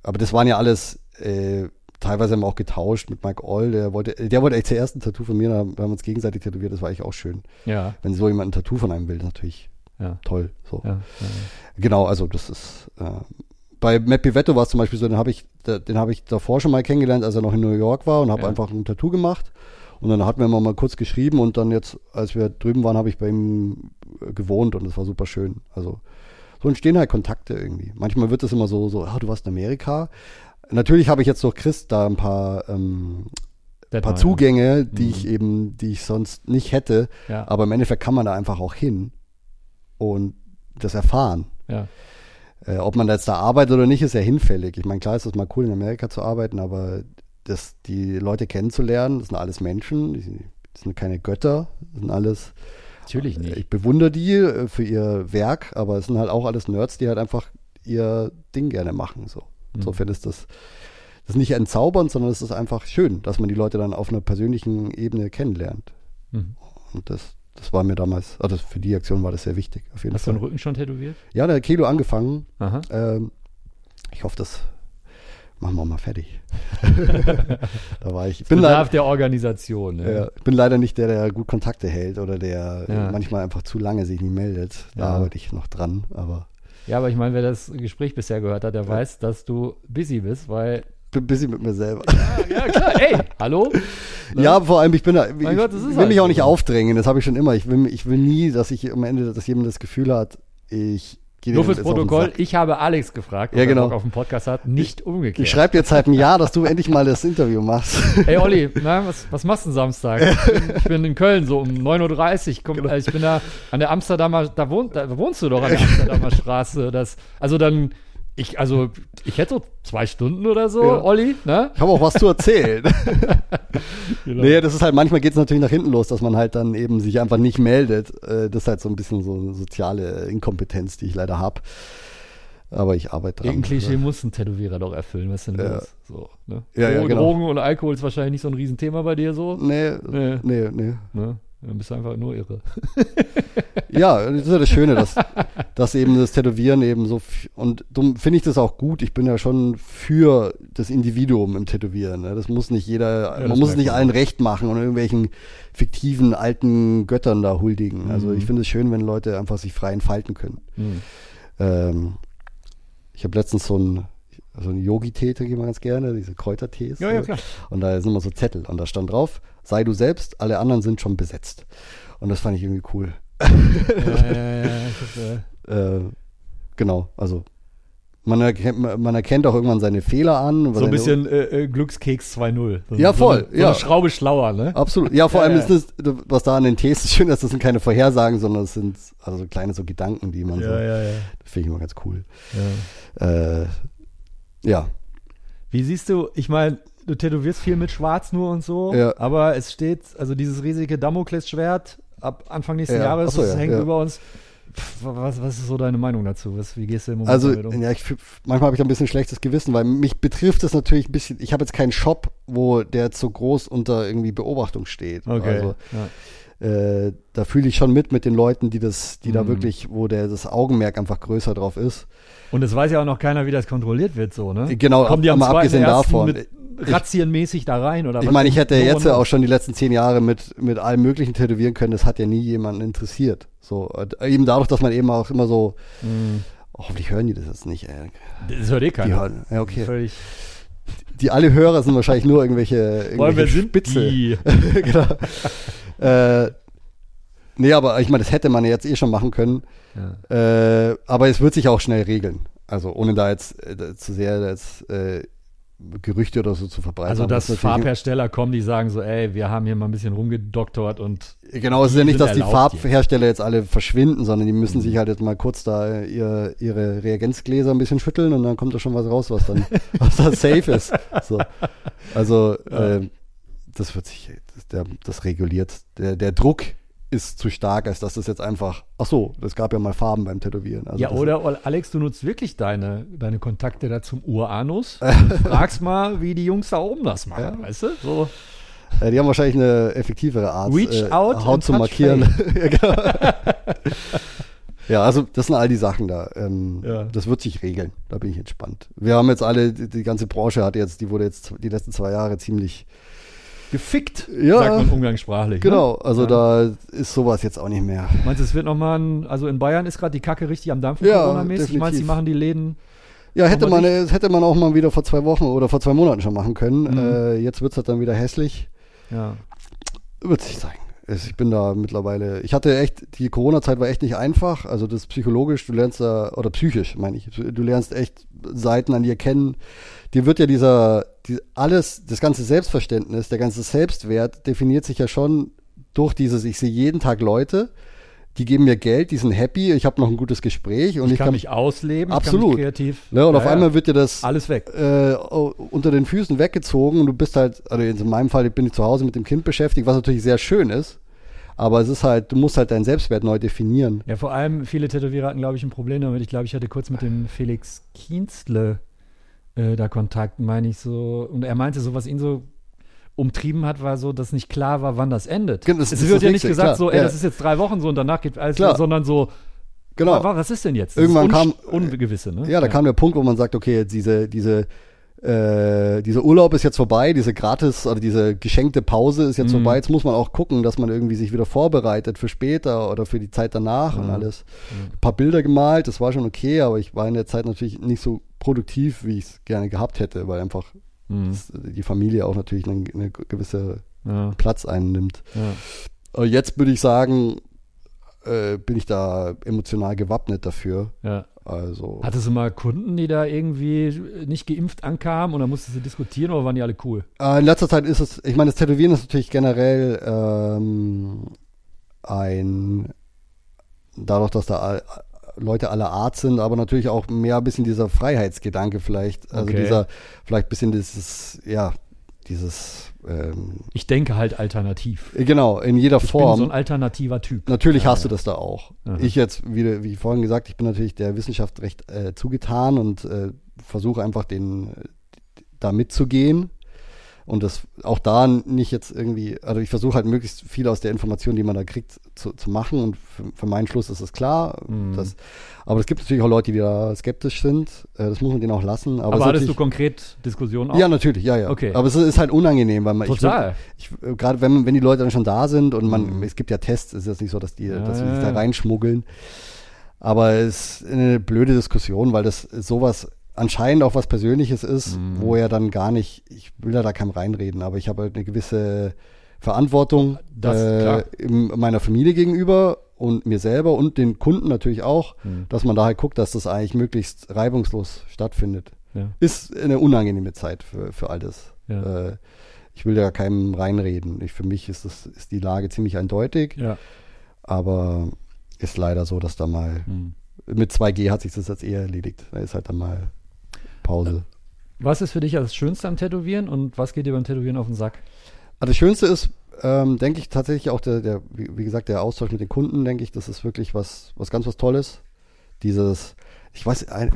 Speaker 3: aber das waren ja alles, äh, teilweise haben wir auch getauscht mit Mike All, der wollte, äh, der wollte echt zuerst ein Tattoo von mir, da haben wir uns gegenseitig tätowiert, das war eigentlich auch schön.
Speaker 2: ja,
Speaker 3: Wenn so jemand ein Tattoo von einem will, ist natürlich
Speaker 2: ja,
Speaker 3: toll, so.
Speaker 2: ja,
Speaker 3: Genau, also das ist äh, bei Matt Pivetto war es zum Beispiel so, den habe ich, da- den habe ich davor schon mal kennengelernt, als er noch in New York war und habe
Speaker 2: Ja.
Speaker 3: einfach ein Tattoo gemacht. Und dann hatten wir immer mal kurz geschrieben und dann jetzt, als wir drüben waren, habe ich bei ihm äh, gewohnt und das war super schön. Also so entstehen halt Kontakte irgendwie. Manchmal wird es immer so, so, ah, du warst in Amerika. Natürlich habe ich jetzt durch Chris da ein paar ähm,
Speaker 2: Das
Speaker 3: paar
Speaker 2: meine ich.
Speaker 3: Zugänge, die
Speaker 2: Mhm.
Speaker 3: ich eben, die ich sonst nicht hätte.
Speaker 2: Ja,
Speaker 3: Aber im Endeffekt kann man da einfach auch hin und das erfahren.
Speaker 2: ja.
Speaker 3: Äh, ob man da jetzt da arbeitet oder nicht, ist ja hinfällig. Ich meine, klar ist es mal cool, in Amerika zu arbeiten, aber das, die Leute kennenzulernen, das sind alles Menschen, die das sind keine Götter, das sind alles.
Speaker 2: Natürlich nicht.
Speaker 3: Ich bewundere die äh, für ihr Werk, aber es sind halt auch alles Nerds, die halt einfach ihr Ding gerne machen.
Speaker 2: Mhm.
Speaker 3: So. Insofern ist das, das ist nicht entzaubernd, sondern es ist einfach schön, dass man die Leute dann auf einer persönlichen Ebene kennenlernt.
Speaker 2: Mhm.
Speaker 3: Und das, das war mir damals, also für die Aktion war das sehr wichtig, auf jeden
Speaker 2: Hast du
Speaker 3: Fall.
Speaker 2: den Rücken schon tätowiert?
Speaker 3: Ja, der Kilo angefangen.
Speaker 2: Aha.
Speaker 3: Ähm, ich hoffe, das machen wir mal fertig. da war ich. Bin
Speaker 2: Bedarf
Speaker 3: leider,
Speaker 2: der Organisation. Ne?
Speaker 3: ja, ich bin leider nicht der, der gut Kontakte hält oder der
Speaker 2: Ja.
Speaker 3: äh, manchmal einfach zu lange sich nicht meldet. Da
Speaker 2: Ja.
Speaker 3: arbeite ich noch dran, aber
Speaker 2: Ja, aber ich meine, wer das Gespräch bisher gehört hat, der weiß, dass du busy bist, weil.
Speaker 3: bin busy mit mir selber.
Speaker 2: Ja, klar, ey, hallo?
Speaker 3: Ja, vor allem, ich bin da, ich,
Speaker 2: Gott, das ist
Speaker 3: will
Speaker 2: halt
Speaker 3: mich
Speaker 2: so.
Speaker 3: auch nicht aufdrängen, das habe ich schon immer. Ich will, ich will nie, dass ich am Ende, dass jemand das Gefühl hat, ich gehe
Speaker 2: Nur
Speaker 3: dem
Speaker 2: fürs
Speaker 3: jetzt auf den
Speaker 2: Protokoll,
Speaker 3: Sack.
Speaker 2: ich habe Alex gefragt, ob
Speaker 3: Ja,
Speaker 2: er
Speaker 3: genau.
Speaker 2: Bock auf den Podcast hat, nicht umgekehrt.
Speaker 3: Ich schreibe jetzt halt ein Jahr, dass du endlich mal das Interview machst.
Speaker 2: Hey Olli, na, was, was machst du denn Samstag? Ich bin, ich bin in Köln, so um 9.30 Uhr. Komm,
Speaker 3: Genau.
Speaker 2: äh, Ich bin da an der Amsterdamer, da, wohnt, da wohnst du doch an der Amsterdamer Straße. Das, also dann, ich, also ich hätte so zwei Stunden oder so,
Speaker 3: Ja.
Speaker 2: Olli, ne?
Speaker 3: Ich habe auch was zu erzählen. Nee, das ist halt, manchmal geht es natürlich nach hinten los, dass man halt dann eben sich einfach nicht meldet. Äh, Das ist halt so ein bisschen so eine soziale Inkompetenz, die ich leider habe. Aber ich arbeite dran.
Speaker 2: Irgendein Klischee muss ein Tätowierer doch erfüllen, was denn
Speaker 3: ne? Ja.
Speaker 2: los? So, ne?
Speaker 3: Ja, ja,
Speaker 2: Drogen,
Speaker 3: genau.
Speaker 2: Drogen und Alkohol ist wahrscheinlich nicht so ein Riesenthema bei dir so.
Speaker 3: Nee,
Speaker 2: Nee.
Speaker 3: nee, nee.
Speaker 2: Ne? Dann bist du einfach nur irre.
Speaker 3: Ja, das ist ja das Schöne, dass, dass eben das Tätowieren eben so. f- Und darum finde ich das auch gut. Ich bin ja schon für das Individuum im Tätowieren. ne? Das muss nicht jeder,
Speaker 2: das
Speaker 3: man muss es
Speaker 2: merkt
Speaker 3: nicht
Speaker 2: man.
Speaker 3: allen recht machen und irgendwelchen fiktiven alten Göttern da huldigen. Also
Speaker 2: Mhm.
Speaker 3: ich finde es schön, wenn Leute einfach sich frei entfalten können.
Speaker 2: Hm.
Speaker 3: Ähm, ich habe letztens so einen so einen Yogi-Tee trinke ich mal ganz gerne, diese Kräutertees. ne?
Speaker 2: Ja, ja, klar.
Speaker 3: Und da sind immer so Zettel und da stand drauf, sei du selbst, alle anderen sind schon besetzt. Und das fand ich irgendwie cool.
Speaker 2: ja, ja, ja, ich verstehe.
Speaker 3: Äh, genau, also man erkennt, man erkennt auch irgendwann seine Fehler an.
Speaker 2: so ein
Speaker 3: seine-
Speaker 2: bisschen äh, äh, Glückskeks 2.0. So,
Speaker 3: Ja,
Speaker 2: so eine-
Speaker 3: voll,
Speaker 2: So eine
Speaker 3: ja.
Speaker 2: Schraube schlauer, ne?
Speaker 3: Absolut. Ja, vor
Speaker 2: Ja,
Speaker 3: allem
Speaker 2: ja.
Speaker 3: ist das, was da an den Tees ist schön, dass das sind keine Vorhersagen, sondern es sind also so kleine so Gedanken, die man so,
Speaker 2: ja, ja.
Speaker 3: finde ich immer ganz cool.
Speaker 2: ja.
Speaker 3: Äh, ja,
Speaker 2: Wie siehst du, ich meine, du tätowierst viel mit Schwarz nur und so,
Speaker 3: Ja.
Speaker 2: aber es steht, also dieses riesige Damoklesschwert ab Anfang nächsten
Speaker 3: Ja,
Speaker 2: Jahres,
Speaker 3: ach so,
Speaker 2: das
Speaker 3: ja,
Speaker 2: hängt
Speaker 3: ja.
Speaker 2: über uns. Pff, was, was ist so deine Meinung dazu? Was, wie gehst du im Moment
Speaker 3: Also,
Speaker 2: damit um?
Speaker 3: ja, ich, fühl- manchmal habe ich ein bisschen schlechtes Gewissen, weil mich betrifft das natürlich ein bisschen. Ich habe jetzt keinen Shop, wo der jetzt so groß unter irgendwie Beobachtung steht.
Speaker 2: Okay. ja.
Speaker 3: Also, äh, da fühle ich schon mit mit den Leuten, die das, die
Speaker 2: Mhm.
Speaker 3: da wirklich, wo der das Augenmerk einfach größer drauf ist.
Speaker 2: Und es weiß ja auch noch keiner, wie das kontrolliert wird, so, ne?
Speaker 3: Genau,
Speaker 2: Kommen die am
Speaker 3: mal abgesehen
Speaker 2: 2.1.
Speaker 3: davon.
Speaker 2: mit Razzienmäßig da rein oder
Speaker 3: Ich
Speaker 2: was?
Speaker 3: meine, ich hätte
Speaker 2: No
Speaker 3: jetzt
Speaker 2: one
Speaker 3: ja auch
Speaker 2: knows.
Speaker 3: schon die letzten zehn Jahre mit, mit allem Möglichen tätowieren können. Das hat ja nie jemanden interessiert. So, äh, eben dadurch, dass man eben auch immer so,
Speaker 2: Mhm.
Speaker 3: hoffentlich hören die das jetzt nicht. Ey.
Speaker 2: Das hört eh
Speaker 3: Die
Speaker 2: keiner.
Speaker 3: hören, ja, okay.
Speaker 2: Völlig.
Speaker 3: Die alle Hörer sind wahrscheinlich nur irgendwelche,
Speaker 2: Wollen wir
Speaker 3: irgendwelche
Speaker 2: sind
Speaker 3: Spitze.
Speaker 2: die?
Speaker 3: genau. äh, nee, aber ich meine, das hätte man ja jetzt eh schon machen können. Äh, aber es wird sich auch schnell regeln. Also ohne da jetzt äh, da- zu sehr jetzt, äh, Gerüchte oder so zu verbreiten.
Speaker 2: Also,
Speaker 3: Aber
Speaker 2: dass
Speaker 3: ist natürlich-
Speaker 2: Farbhersteller kommen, die sagen so, ey, wir haben hier mal ein bisschen rumgedoktort und
Speaker 3: Genau, es ist ja
Speaker 2: die
Speaker 3: nicht,
Speaker 2: sind
Speaker 3: dass die
Speaker 2: erlaubt jetzt.
Speaker 3: Farbhersteller jetzt alle verschwinden, sondern die müssen sich halt jetzt mal kurz da äh, ihr, ihre Reagenzgläser ein bisschen schütteln und dann kommt da schon was raus, was dann was da safe ist. So. Also äh, das wird sich, das, der, das reguliert. Der, der Druck ist zu stark, als dass das jetzt einfach, ach so, das gab ja mal Farben beim Tätowieren. Also
Speaker 2: ja,
Speaker 3: das,
Speaker 2: oder Ol- Alex, du nutzt wirklich deine, deine Kontakte da zum Uranus. und Fragst mal, wie die Jungs da oben das machen, weißt du? So.
Speaker 3: Äh, die haben wahrscheinlich eine effektivere Art,
Speaker 2: Reach
Speaker 3: äh,
Speaker 2: out and
Speaker 3: Haut zu
Speaker 2: touch
Speaker 3: markieren. ja, genau. ja, also das sind all die Sachen da. Ähm,
Speaker 2: Ja.
Speaker 3: Das wird sich regeln, da bin ich entspannt. Wir haben jetzt alle, die, die ganze Branche hat jetzt, die wurde jetzt die letzten zwei Jahre ziemlich,
Speaker 2: Gefickt,
Speaker 3: Ja.
Speaker 2: sagt man umgangssprachlich.
Speaker 3: genau,
Speaker 2: Ne?
Speaker 3: also
Speaker 2: Ja.
Speaker 3: da ist sowas jetzt auch nicht mehr.
Speaker 2: Meinst du, es wird nochmal ein, also in Bayern ist gerade die Kacke richtig am Dampfen,
Speaker 3: Ja,
Speaker 2: Corona-mäßig? Meinst du, die
Speaker 3: definitiv.
Speaker 2: machen die Läden?
Speaker 3: Ja, hätte
Speaker 2: Aber
Speaker 3: man, äh, hätte man auch mal wieder vor zwei Wochen oder vor zwei Monaten schon machen können.
Speaker 2: Mhm.
Speaker 3: Äh, jetzt wird es halt dann wieder hässlich.
Speaker 2: Ja.
Speaker 3: Wird sich zeigen. Es- Ich bin da mittlerweile. Ich hatte echt, die Corona-Zeit war echt nicht einfach. Also das psychologisch, du lernst da, oder psychisch meine ich, du lernst echt Seiten an dir kennen. Dir wird ja dieser, die, alles, das ganze Selbstverständnis, der ganze Selbstwert definiert sich ja schon durch dieses, ich sehe jeden Tag Leute, die geben mir Geld, die sind happy, ich habe noch ein gutes Gespräch und
Speaker 2: ich, kann, mich ausleben,
Speaker 3: Absolut.
Speaker 2: ich kann mich kreativ.
Speaker 3: Ne, und
Speaker 2: Ja,
Speaker 3: auf
Speaker 2: ja.
Speaker 3: einmal wird dir das
Speaker 2: Alles weg.
Speaker 3: äh, o- unter den Füßen weggezogen und du bist halt, also jetzt in meinem Fall bin ich zu Hause mit dem Kind beschäftigt, was natürlich sehr schön ist, aber es ist halt, du musst halt deinen Selbstwert neu definieren.
Speaker 2: Ja, vor allem viele Tätowierer hatten, glaube ich, ein Problem damit. Ich glaube, ich hatte kurz mit dem Felix Kienzle äh, da Kontakt, meine ich so. Und er meinte so, was ihn so umtrieben hat, war so, dass nicht klar war, wann das endet.
Speaker 3: Genau, das
Speaker 2: es
Speaker 3: ist
Speaker 2: wird
Speaker 3: das
Speaker 2: ja nicht
Speaker 3: Nächste,
Speaker 2: gesagt
Speaker 3: klar,
Speaker 2: so, ey,
Speaker 3: ja.
Speaker 2: das ist jetzt drei Wochen so und danach geht alles,
Speaker 3: Klar.
Speaker 2: sondern so,
Speaker 3: Genau.
Speaker 2: wa- was ist denn jetzt?
Speaker 3: Irgendwann
Speaker 2: das ist
Speaker 3: kam-
Speaker 2: Ungewisse, ne?
Speaker 3: Ja, da kam der Punkt, wo man sagt, okay, jetzt diese, diese, äh, dieser Urlaub ist jetzt vorbei, diese gratis oder diese geschenkte Pause ist
Speaker 2: Mhm.
Speaker 3: jetzt vorbei. Jetzt muss man auch gucken, dass man irgendwie sich wieder vorbereitet für später oder für die Zeit danach
Speaker 2: Mhm.
Speaker 3: und alles. Ein paar Bilder gemalt, das war schon okay, aber ich war in der Zeit natürlich nicht so produktiv, wie ich es gerne gehabt hätte, weil einfach das, die Familie auch natürlich einen, eine gewisse
Speaker 2: Hm. Ja,
Speaker 3: Platz einnimmt.
Speaker 2: ja.
Speaker 3: Aber jetzt würde ich sagen, äh, bin ich da emotional gewappnet dafür.
Speaker 2: ja.
Speaker 3: Also.
Speaker 2: Hattest du mal Kunden, die da irgendwie nicht geimpft ankamen und dann musstest du diskutieren oder waren die alle cool?
Speaker 3: Äh, in letzter Zeit ist es, ich meine, das Tätowieren ist natürlich generell ähm, ein, dadurch, dass da all, Leute aller Art sind, aber natürlich auch mehr ein bisschen dieser Freiheitsgedanke vielleicht, also
Speaker 2: Okay.
Speaker 3: dieser, vielleicht ein bisschen dieses, ja, dieses, ähm,
Speaker 2: Ich denke halt alternativ.
Speaker 3: genau, in jeder
Speaker 2: Ich
Speaker 3: Form.
Speaker 2: bin so ein alternativer Typ.
Speaker 3: Natürlich hast du das da auch.
Speaker 2: Aha.
Speaker 3: Ich jetzt, wie, wie vorhin gesagt, ich bin natürlich der Wissenschaft recht äh, zugetan und äh, versuche einfach den äh, da mitzugehen. Und das auch da nicht jetzt irgendwie, also ich versuche halt möglichst viel aus der Information, die man da kriegt, zu, zu machen. Und für, für meinen Schluss ist es klar.
Speaker 2: Mhm.
Speaker 3: Dass, aber es gibt natürlich auch Leute, die da skeptisch sind. Äh, das muss man denen auch lassen. Aber,
Speaker 2: Aber,
Speaker 3: es
Speaker 2: hattest
Speaker 3: ist
Speaker 2: du
Speaker 3: natürlich,
Speaker 2: konkret Diskussionen auch?
Speaker 3: ja, natürlich, ja, ja.
Speaker 2: Okay.
Speaker 3: Aber es ist halt unangenehm, weil man, ich würd-
Speaker 2: Total.
Speaker 3: ich, äh, gerade wenn, wenn die Leute dann schon da sind und man, es gibt ja Tests, ist jetzt nicht so, dass die,
Speaker 2: Mhm. Ja,
Speaker 3: dass die
Speaker 2: ja,
Speaker 3: sich da
Speaker 2: ja.
Speaker 3: reinschmuggeln. Aber es ist eine blöde Diskussion, weil das sowas anscheinend auch was Persönliches ist,
Speaker 2: Mhm.
Speaker 3: wo er dann gar nicht, ich will ja da keinem reinreden, aber ich habe halt eine gewisse Verantwortung
Speaker 2: Das- klar.
Speaker 3: in meiner Familie gegenüber und mir selber und den Kunden natürlich auch,
Speaker 2: Mhm.
Speaker 3: dass man da halt guckt, dass das eigentlich möglichst reibungslos stattfindet
Speaker 2: Ja.
Speaker 3: ist eine unangenehme Zeit für, für all das.
Speaker 2: Ja.
Speaker 3: Äh, ich will da keinem reinreden. Ich, für mich ist, das, ist die Lage ziemlich eindeutig,
Speaker 2: Ja.
Speaker 3: aber ist leider so, dass da mal
Speaker 2: Hm.
Speaker 3: mit 2G hat sich das jetzt eher erledigt. Da ist halt dann mal Pause.
Speaker 2: Was ist für dich das Schönste am Tätowieren und was geht dir beim Tätowieren auf den Sack?
Speaker 3: Also das Schönste ist, ähm, denke ich tatsächlich auch der, der wie, wie gesagt, der Austausch mit den Kunden, denke ich, das ist wirklich was, was ganz was Tolles. Dieses, ich weiß, ein,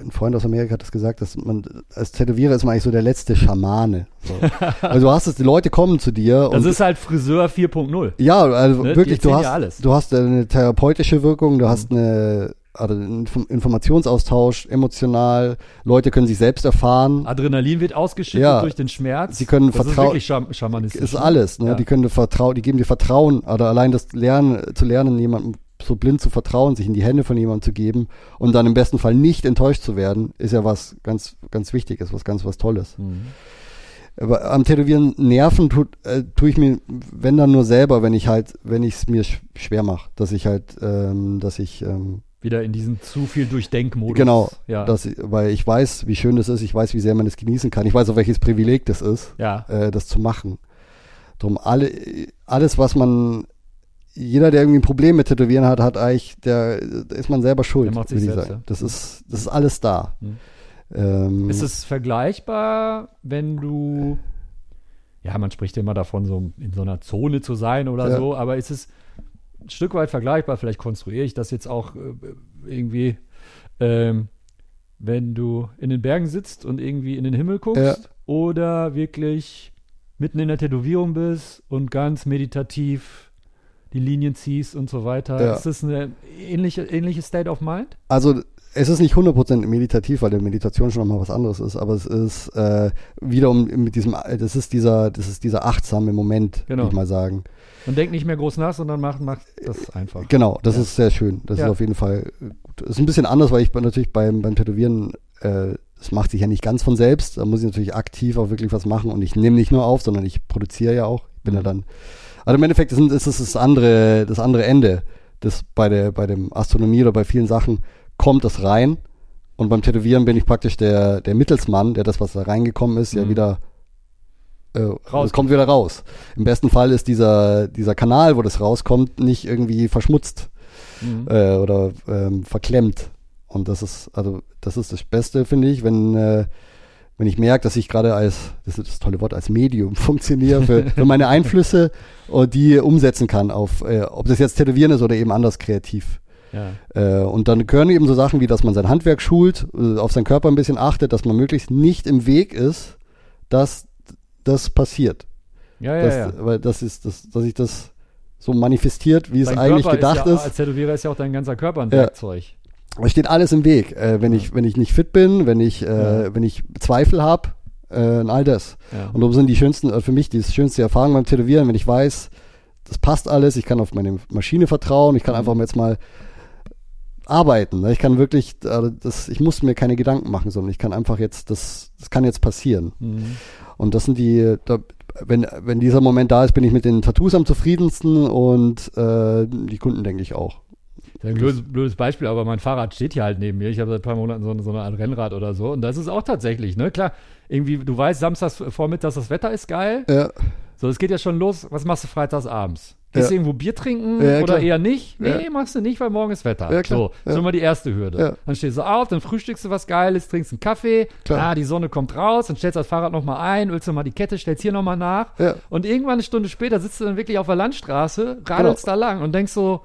Speaker 3: ein Freund aus Amerika hat das gesagt, dass man als Tätowierer ist man eigentlich so der letzte Schamane. So. also du hast es, die Leute kommen zu dir
Speaker 2: Das
Speaker 3: und
Speaker 2: ist halt Friseur 4.0.
Speaker 3: ja, also
Speaker 2: Ne, die
Speaker 3: wirklich, du
Speaker 2: erzählen
Speaker 3: hast,
Speaker 2: ja alles. Mhm.
Speaker 3: du hast eine therapeutische Wirkung, du hast eine also einen Inform- Informationsaustausch, emotional, Leute können sich selbst erfahren.
Speaker 2: Adrenalin wird ausgeschüttet
Speaker 3: Ja.
Speaker 2: durch den Schmerz.
Speaker 3: Sie können
Speaker 2: das ist
Speaker 3: vertrau-
Speaker 2: wirklich Scham schamanistisch.
Speaker 3: ist alles. Ne?
Speaker 2: Ja.
Speaker 3: Die können dir vertrauen, die geben dir Vertrauen oder allein das Lernen zu lernen, jemandem so blind zu vertrauen, sich in die Hände von jemandem zu geben und dann im besten Fall nicht enttäuscht zu werden, ist ja was ganz, ganz Wichtiges, was ganz was Tolles.
Speaker 2: Mhm.
Speaker 3: Aber am Tätowieren nerven tut, äh, tue ich mir, wenn dann nur selber, wenn ich halt, wenn ich es mir sch schwer mache, dass ich halt, ähm, dass ich ähm,
Speaker 2: Wieder in diesen zu viel Durchdenkmodus.
Speaker 3: genau,
Speaker 2: Ja.
Speaker 3: dass ich, weil ich weiß, wie schön das ist, ich weiß, wie sehr man es genießen kann, ich weiß auch welches Privileg das ist
Speaker 2: ja.
Speaker 3: äh, das zu machen. Drum alle, alles, was man, jeder, der irgendwie ein Problem mit Tätowieren hat, hat eigentlich, der da ist man selber schuld.
Speaker 2: Der macht sich
Speaker 3: würd ich
Speaker 2: selbst, ja. Hm.
Speaker 3: Das ist, das ist alles da. Ähm,
Speaker 2: Ist es vergleichbar, wenn du. Ja, man spricht ja immer davon, so in so einer Zone zu sein oder
Speaker 3: Ja.
Speaker 2: so, aber ist es ein Stück weit vergleichbar? Vielleicht konstruiere ich das jetzt auch äh, irgendwie, ähm, wenn du in den Bergen sitzt und irgendwie in den Himmel guckst
Speaker 3: Ja.
Speaker 2: oder wirklich mitten in der Tätowierung bist und ganz meditativ die Linien ziehst und so weiter.
Speaker 3: Ja.
Speaker 2: Ist das eine ähnliche, ähnliche State of Mind?
Speaker 3: also es ist nicht 100% meditativ, weil die Meditation schon nochmal was anderes ist, aber es ist äh, wiederum mit diesem, das ist dieser, das ist dieser achtsame Moment,
Speaker 2: Genau.
Speaker 3: würde ich mal sagen.
Speaker 2: Man denkt nicht mehr groß nach, sondern macht, macht das einfach.
Speaker 3: Genau, das ist sehr schön. Das
Speaker 2: Ja.
Speaker 3: ist auf jeden Fall gut. Ist ein bisschen anders, weil ich bin natürlich beim, beim Tätowieren, äh, das macht sich ja nicht ganz von selbst. Da muss ich natürlich aktiv auch wirklich was machen und ich nehme nicht nur auf, sondern ich produziere ja auch. Ich bin
Speaker 2: Mhm.
Speaker 3: ja dann. Also im Endeffekt ist, ist es das andere, das andere Ende. Das bei der, bei dem Astronomie oder bei vielen Sachen kommt das rein Und beim Tätowieren bin ich praktisch der, der Mittelsmann, der das, was da reingekommen ist, ja
Speaker 2: Mhm.
Speaker 3: wieder äh, raus. kommt wieder raus. Im besten Fall ist dieser, dieser Kanal, wo das rauskommt, nicht irgendwie verschmutzt
Speaker 2: Mhm.
Speaker 3: äh, oder ähm, verklemmt. Und das ist, also, das ist das Beste, finde ich, wenn, äh, wenn ich merke, dass ich gerade als, das ist das tolle Wort, als Medium funktioniere für, für meine Einflüsse und die umsetzen kann auf, äh, ob das jetzt Tätowieren ist oder eben anders kreativ.
Speaker 2: Ja.
Speaker 3: Äh, und dann gehören eben so Sachen wie, dass man sein Handwerk schult, äh, auf seinen Körper ein bisschen achtet, dass man möglichst nicht im Weg ist, dass das passiert.
Speaker 2: Ja,
Speaker 3: dass,
Speaker 2: ja, ja.
Speaker 3: Weil das ist, das, dass sich das so manifestiert, wie es
Speaker 2: Dein
Speaker 3: eigentlich
Speaker 2: Körper ist.
Speaker 3: gedacht
Speaker 2: Ja,
Speaker 3: ist.
Speaker 2: Als Tätowierer ist ja auch dein ganzer Körper ein
Speaker 3: Ja.
Speaker 2: Werkzeug.
Speaker 3: Es steht alles im Weg. Äh, wenn, ich, wenn ich nicht fit bin, wenn ich, äh, wenn ich Zweifel habe, äh, und all das.
Speaker 2: Ja.
Speaker 3: Und darum sind die schönsten, äh, für mich die schönste Erfahrung beim Tätowieren, wenn ich weiß, das passt alles, ich kann auf meine Maschine vertrauen, ich kann einfach jetzt mal arbeiten. Ne? Ich kann wirklich, äh, das, ich muss mir keine Gedanken machen, sondern ich kann einfach jetzt, das, das kann jetzt passieren.
Speaker 2: Mhm.
Speaker 3: Und das sind die, da, wenn, wenn dieser Moment da ist, bin ich mit den Tattoos am zufriedensten und äh, die Kunden denke ich auch.
Speaker 2: Das ist Ein blödes, blödes Beispiel, aber mein Fahrrad steht hier halt neben mir. Ich habe seit ein paar Monaten so, eine- so eine Art Rennrad oder so. Und das ist auch tatsächlich, ne? Klar, irgendwie, du weißt, samstags vormittags das Wetter ist geil.
Speaker 3: Ja,
Speaker 2: So, es geht ja schon los. Was machst du freitags abends? Gehst
Speaker 3: Ja.
Speaker 2: du irgendwo Bier trinken
Speaker 3: Ja, ja,
Speaker 2: oder
Speaker 3: klar.
Speaker 2: eher nicht? Nee,
Speaker 3: Ja.
Speaker 2: machst du nicht, weil morgen ist Wetter.
Speaker 3: Ja, klar.
Speaker 2: So, das ist
Speaker 3: Ja.
Speaker 2: schon mal die erste Hürde.
Speaker 3: Ja.
Speaker 2: Dann stehst du auf, dann frühstückst du was Geiles, trinkst einen Kaffee,
Speaker 3: Klar.
Speaker 2: ah, die Sonne kommt raus, dann stellst das Fahrrad nochmal ein, ölst nochmal die Kette, stellst hier nochmal nach.
Speaker 3: Ja.
Speaker 2: Und irgendwann eine Stunde später sitzt du dann wirklich auf der Landstraße, radelst
Speaker 3: Genau.
Speaker 2: da lang und denkst so,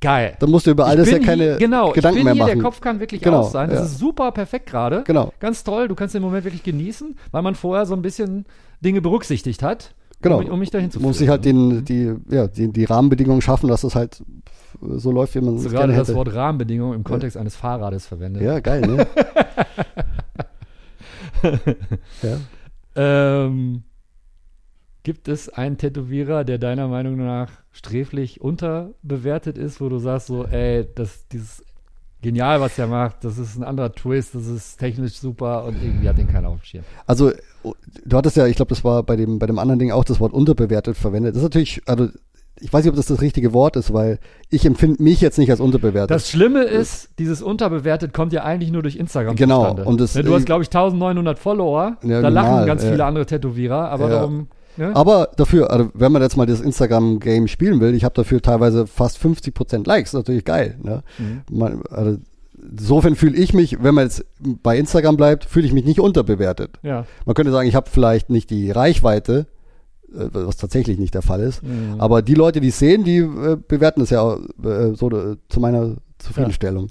Speaker 2: geil.
Speaker 3: dann musst du über
Speaker 2: Ich
Speaker 3: alles ja
Speaker 2: bin
Speaker 3: keine
Speaker 2: hier, genau,
Speaker 3: Gedanken
Speaker 2: ich bin
Speaker 3: mehr
Speaker 2: hier,
Speaker 3: machen.
Speaker 2: Der Kopf kann wirklich
Speaker 3: Genau,
Speaker 2: aus sein. Das
Speaker 3: ja.
Speaker 2: ist super perfekt gerade.
Speaker 3: Genau.
Speaker 2: Ganz toll. Du kannst den Moment wirklich genießen, weil man vorher so ein bisschen Dinge berücksichtigt hat,
Speaker 3: Genau.
Speaker 2: um, um mich dahin zu
Speaker 3: muss ich halt den, die, ja, die, die Rahmenbedingungen schaffen, dass es halt so läuft, wie man es
Speaker 2: so
Speaker 3: gerne
Speaker 2: gerade das
Speaker 3: hätte.
Speaker 2: Wort Rahmenbedingungen im Kontext eines Fahrrades verwendet.
Speaker 3: ja, geil, ne? ja.
Speaker 2: Ähm, gibt es einen Tätowierer, der deiner Meinung nach sträflich unterbewertet ist, wo du sagst so, ey, das dieses genial, was der macht, das ist ein anderer Twist, das ist technisch super und irgendwie hat den keiner auf dem Schirm.
Speaker 3: Also, du hattest ja, ich glaube, das war bei dem, bei dem anderen Ding auch das Wort unterbewertet verwendet. Das ist natürlich, also, ich weiß nicht, ob das das richtige Wort ist, weil ich empfinde mich jetzt nicht als unterbewertet.
Speaker 2: Das Schlimme ist, dieses unterbewertet kommt ja eigentlich nur durch Instagram
Speaker 3: Genau,
Speaker 2: zustande.
Speaker 3: und das-
Speaker 2: Ne, du hast, glaube ich, 1900 Follower.
Speaker 3: Ja,
Speaker 2: da lachen
Speaker 3: normal,
Speaker 2: ganz
Speaker 3: ja.
Speaker 2: viele andere Tätowierer, aber
Speaker 3: Ja.
Speaker 2: darum. Ne?
Speaker 3: aber dafür, also wenn man jetzt mal das Instagram-Game spielen will, ich habe dafür teilweise fast 50% Likes, natürlich geil. Ne?
Speaker 2: Mhm.
Speaker 3: Man, also, insofern fühle ich mich, wenn man jetzt bei Instagram bleibt, fühle ich mich nicht unterbewertet.
Speaker 2: Ja.
Speaker 3: Man könnte sagen, ich habe vielleicht nicht die Reichweite, äh, was tatsächlich nicht der Fall ist,
Speaker 2: Mhm.
Speaker 3: aber die Leute, die es sehen, die äh, bewerten es ja auch, äh, so äh, zu meiner Zufriedenstellung.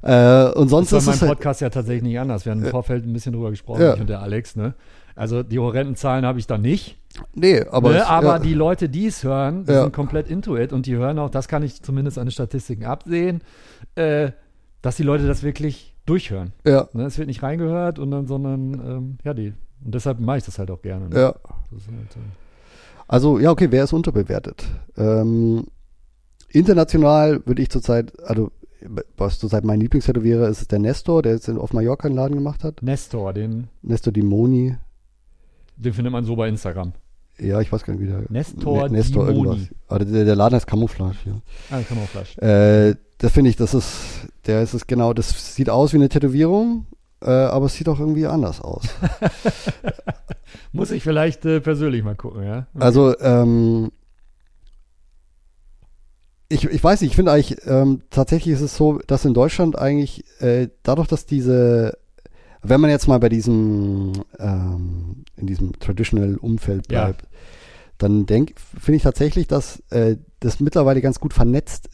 Speaker 3: Äh, und sonst
Speaker 2: Das
Speaker 3: ist
Speaker 2: war in
Speaker 3: es
Speaker 2: meinem
Speaker 3: halt,
Speaker 2: Podcast ja tatsächlich nicht anders. Wir haben im Vorfeld ein bisschen drüber gesprochen,
Speaker 3: Ja.
Speaker 2: ich und der Alex. Ne? Also die horrenden Zahlen habe ich da nicht.
Speaker 3: nee, aber,
Speaker 2: ne?
Speaker 3: es,
Speaker 2: aber
Speaker 3: ja,
Speaker 2: die Leute, die es hören, die
Speaker 3: Ja.
Speaker 2: sind komplett into it und die hören auch, das kann ich zumindest an den Statistiken absehen, äh, dass die Leute das wirklich durchhören.
Speaker 3: ja,
Speaker 2: Ne? Es wird nicht reingehört und dann, sondern ähm, ja, die. Und deshalb mache ich das halt auch gerne. Ne?
Speaker 3: ja.
Speaker 2: Das ist halt, äh,
Speaker 3: Also ja, okay, wer ist unterbewertet? Ähm, international würde ich zurzeit, also was zurzeit mein Lieblingstätowierer ist, ist der Nestor, der jetzt in, auf Mallorca einen Laden gemacht hat.
Speaker 2: Nestor, den,
Speaker 3: Nestor Di Moni.
Speaker 2: den findet man so bei Instagram.
Speaker 3: Ja, ich weiß gar nicht, wie der.
Speaker 2: Nestor
Speaker 3: Ne- Nestor
Speaker 2: Di Moni.
Speaker 3: irgendwas. Aber der, der Laden heißt Camouflage, ja.
Speaker 2: Ah, kann man auch flash.
Speaker 3: Äh, da finde ich, das ist, der ist es genau, das sieht aus wie eine Tätowierung, äh, aber es sieht auch irgendwie anders aus.
Speaker 2: Muss ich vielleicht äh, persönlich mal gucken, ja?
Speaker 3: Also, ähm, ich, ich weiß nicht, ich finde eigentlich, ähm, tatsächlich ist es so, dass in Deutschland eigentlich, äh, dadurch, dass diese, wenn man jetzt mal bei diesem, ähm, in diesem traditional Umfeld
Speaker 2: Ja.
Speaker 3: bleibt, dann denk, finde ich tatsächlich, dass äh, das mittlerweile ganz gut vernetzt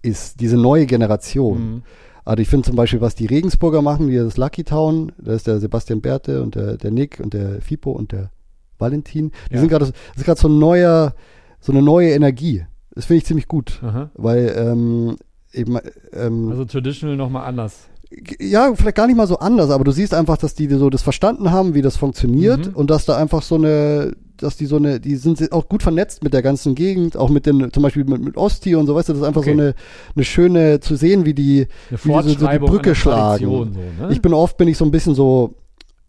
Speaker 3: ist, diese neue Generation.
Speaker 2: Mhm.
Speaker 3: Also ich finde zum Beispiel, was die Regensburger machen, wie das Lucky Town, da ist der Sebastian Berthe und der, der Nick und der Fipo und der Valentin. Die
Speaker 2: Ja.
Speaker 3: sind gerade, so- das ist gerade so ein neuer, so eine neue Energie. Das finde ich ziemlich gut,
Speaker 2: Aha.
Speaker 3: weil ähm, eben, ähm,
Speaker 2: Also traditional nochmal anders.
Speaker 3: ja, vielleicht gar nicht mal so anders, aber du siehst einfach, dass die so das verstanden haben, wie das funktioniert
Speaker 2: Mhm.
Speaker 3: und dass da einfach so eine, dass die so eine, die sind auch gut vernetzt mit der ganzen Gegend, auch mit den, zum Beispiel mit, mit Osti und so, weißt du, das ist einfach
Speaker 2: Okay.
Speaker 3: so eine, eine schöne, zu sehen, wie die,
Speaker 2: Eine
Speaker 3: wie die so, so die
Speaker 2: Fortschreibung
Speaker 3: Brücke
Speaker 2: einer
Speaker 3: schlagen.
Speaker 2: Tradition, so, ne?
Speaker 3: Ich bin oft, bin ich so ein bisschen so,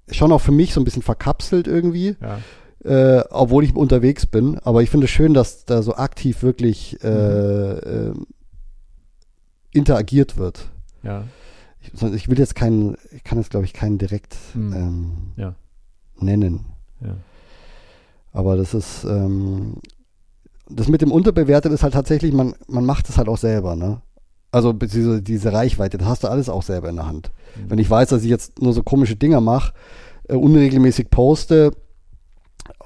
Speaker 3: schon auch für mich so ein bisschen verkapselt irgendwie,
Speaker 2: ja.
Speaker 3: äh, obwohl ich unterwegs bin. Aber ich finde es schön, dass da so aktiv wirklich äh, ähm, interagiert wird.
Speaker 2: ja.
Speaker 3: Ich, sonst- ich will jetzt keinen, ich kann jetzt glaube ich keinen direkt
Speaker 2: Hm.
Speaker 3: ähm,
Speaker 2: Ja.
Speaker 3: nennen.
Speaker 2: Ja.
Speaker 3: Aber das ist, ähm, das mit dem Unterbewertet ist halt tatsächlich, man, man macht es halt auch selber, ne? Also diese, diese Reichweite, das hast du alles auch selber in der Hand.
Speaker 2: Mhm.
Speaker 3: Wenn ich weiß, dass ich jetzt nur so komische Dinger mache, äh, unregelmäßig poste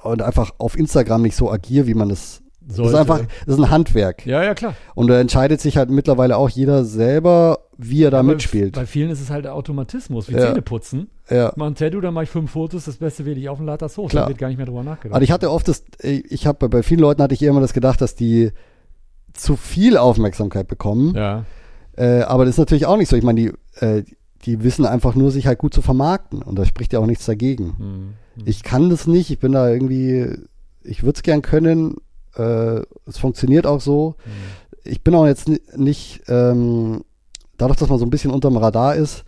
Speaker 3: und einfach auf Instagram nicht so agiere, wie man das. Das ist
Speaker 2: Sollte.
Speaker 3: einfach, das ist ein Handwerk.
Speaker 2: Ja, ja, klar.
Speaker 3: Und da entscheidet sich halt mittlerweile auch jeder selber, wie er da
Speaker 2: Aber
Speaker 3: mitspielt.
Speaker 2: Bei vielen ist es halt Automatismus, wie
Speaker 3: Ja.
Speaker 2: Zähneputzen.
Speaker 3: Ja.
Speaker 2: Mach ein Tattoo, dann mache ich fünf Fotos, das Beste wähle ich auf und lade das hoch.
Speaker 3: Klar.
Speaker 2: Da wird gar nicht mehr drüber nachgedacht.
Speaker 3: Also ich hatte oft das, ich habe bei vielen Leuten hatte ich immer das gedacht, dass die zu viel Aufmerksamkeit bekommen.
Speaker 2: ja.
Speaker 3: Äh, aber das ist natürlich auch nicht so. Ich meine, die, äh, die wissen einfach nur, sich halt gut zu vermarkten. Und da spricht ja auch nichts dagegen.
Speaker 2: Hm.
Speaker 3: Ich kann das nicht. Ich bin da irgendwie, ich würde es gern können. Äh, es funktioniert auch so. Ich bin auch jetzt ni- nicht, ähm, dadurch, dass man so ein bisschen unterm Radar ist,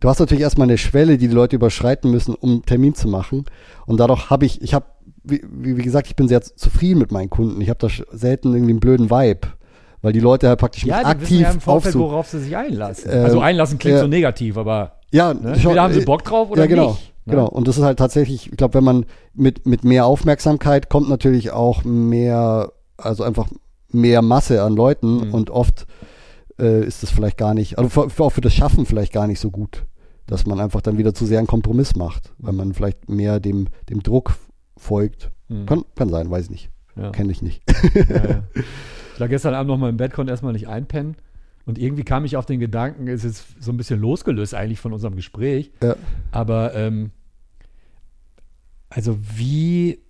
Speaker 3: du hast natürlich erstmal eine Schwelle, die die Leute überschreiten müssen, um einen Termin zu machen. Und dadurch habe ich, ich habe, wie, wie wie gesagt, ich bin sehr zufrieden mit meinen Kunden. Ich habe da sch- selten irgendwie einen blöden Vibe, weil die Leute halt praktisch
Speaker 2: ja,
Speaker 3: mich
Speaker 2: die
Speaker 3: aktiv
Speaker 2: wissen ja im Vorfeld,
Speaker 3: aufsuchen.
Speaker 2: worauf sie sich einlassen.
Speaker 3: Ähm,
Speaker 2: also einlassen klingt
Speaker 3: ja.
Speaker 2: so negativ, aber
Speaker 3: Ja,
Speaker 2: ne?
Speaker 3: ich-
Speaker 2: entweder haben sie
Speaker 3: äh,
Speaker 2: Bock drauf oder
Speaker 3: ja, genau,
Speaker 2: nicht. Ne?
Speaker 3: Genau. Und das ist halt tatsächlich, ich glaube, wenn man mit, mit mehr Aufmerksamkeit kommt natürlich auch mehr, also einfach mehr Masse an Leuten
Speaker 2: Mhm.
Speaker 3: und oft äh, ist das vielleicht gar nicht, also für, für, auch für das Schaffen vielleicht gar nicht so gut, dass man einfach dann wieder zu sehr einen Kompromiss macht, weil man vielleicht mehr dem, dem Druck folgt.
Speaker 2: Hm.
Speaker 3: Kann, kann sein, weiß ich nicht.
Speaker 2: Ja.
Speaker 3: Kenne ich nicht.
Speaker 2: Ja, ja. Ich lag gestern Abend noch mal im Bett, konnte erstmal nicht einpennen. Und irgendwie kam ich auf den Gedanken, ist jetzt so ein bisschen losgelöst eigentlich von unserem Gespräch.
Speaker 3: Ja.
Speaker 2: Aber ähm, also wie,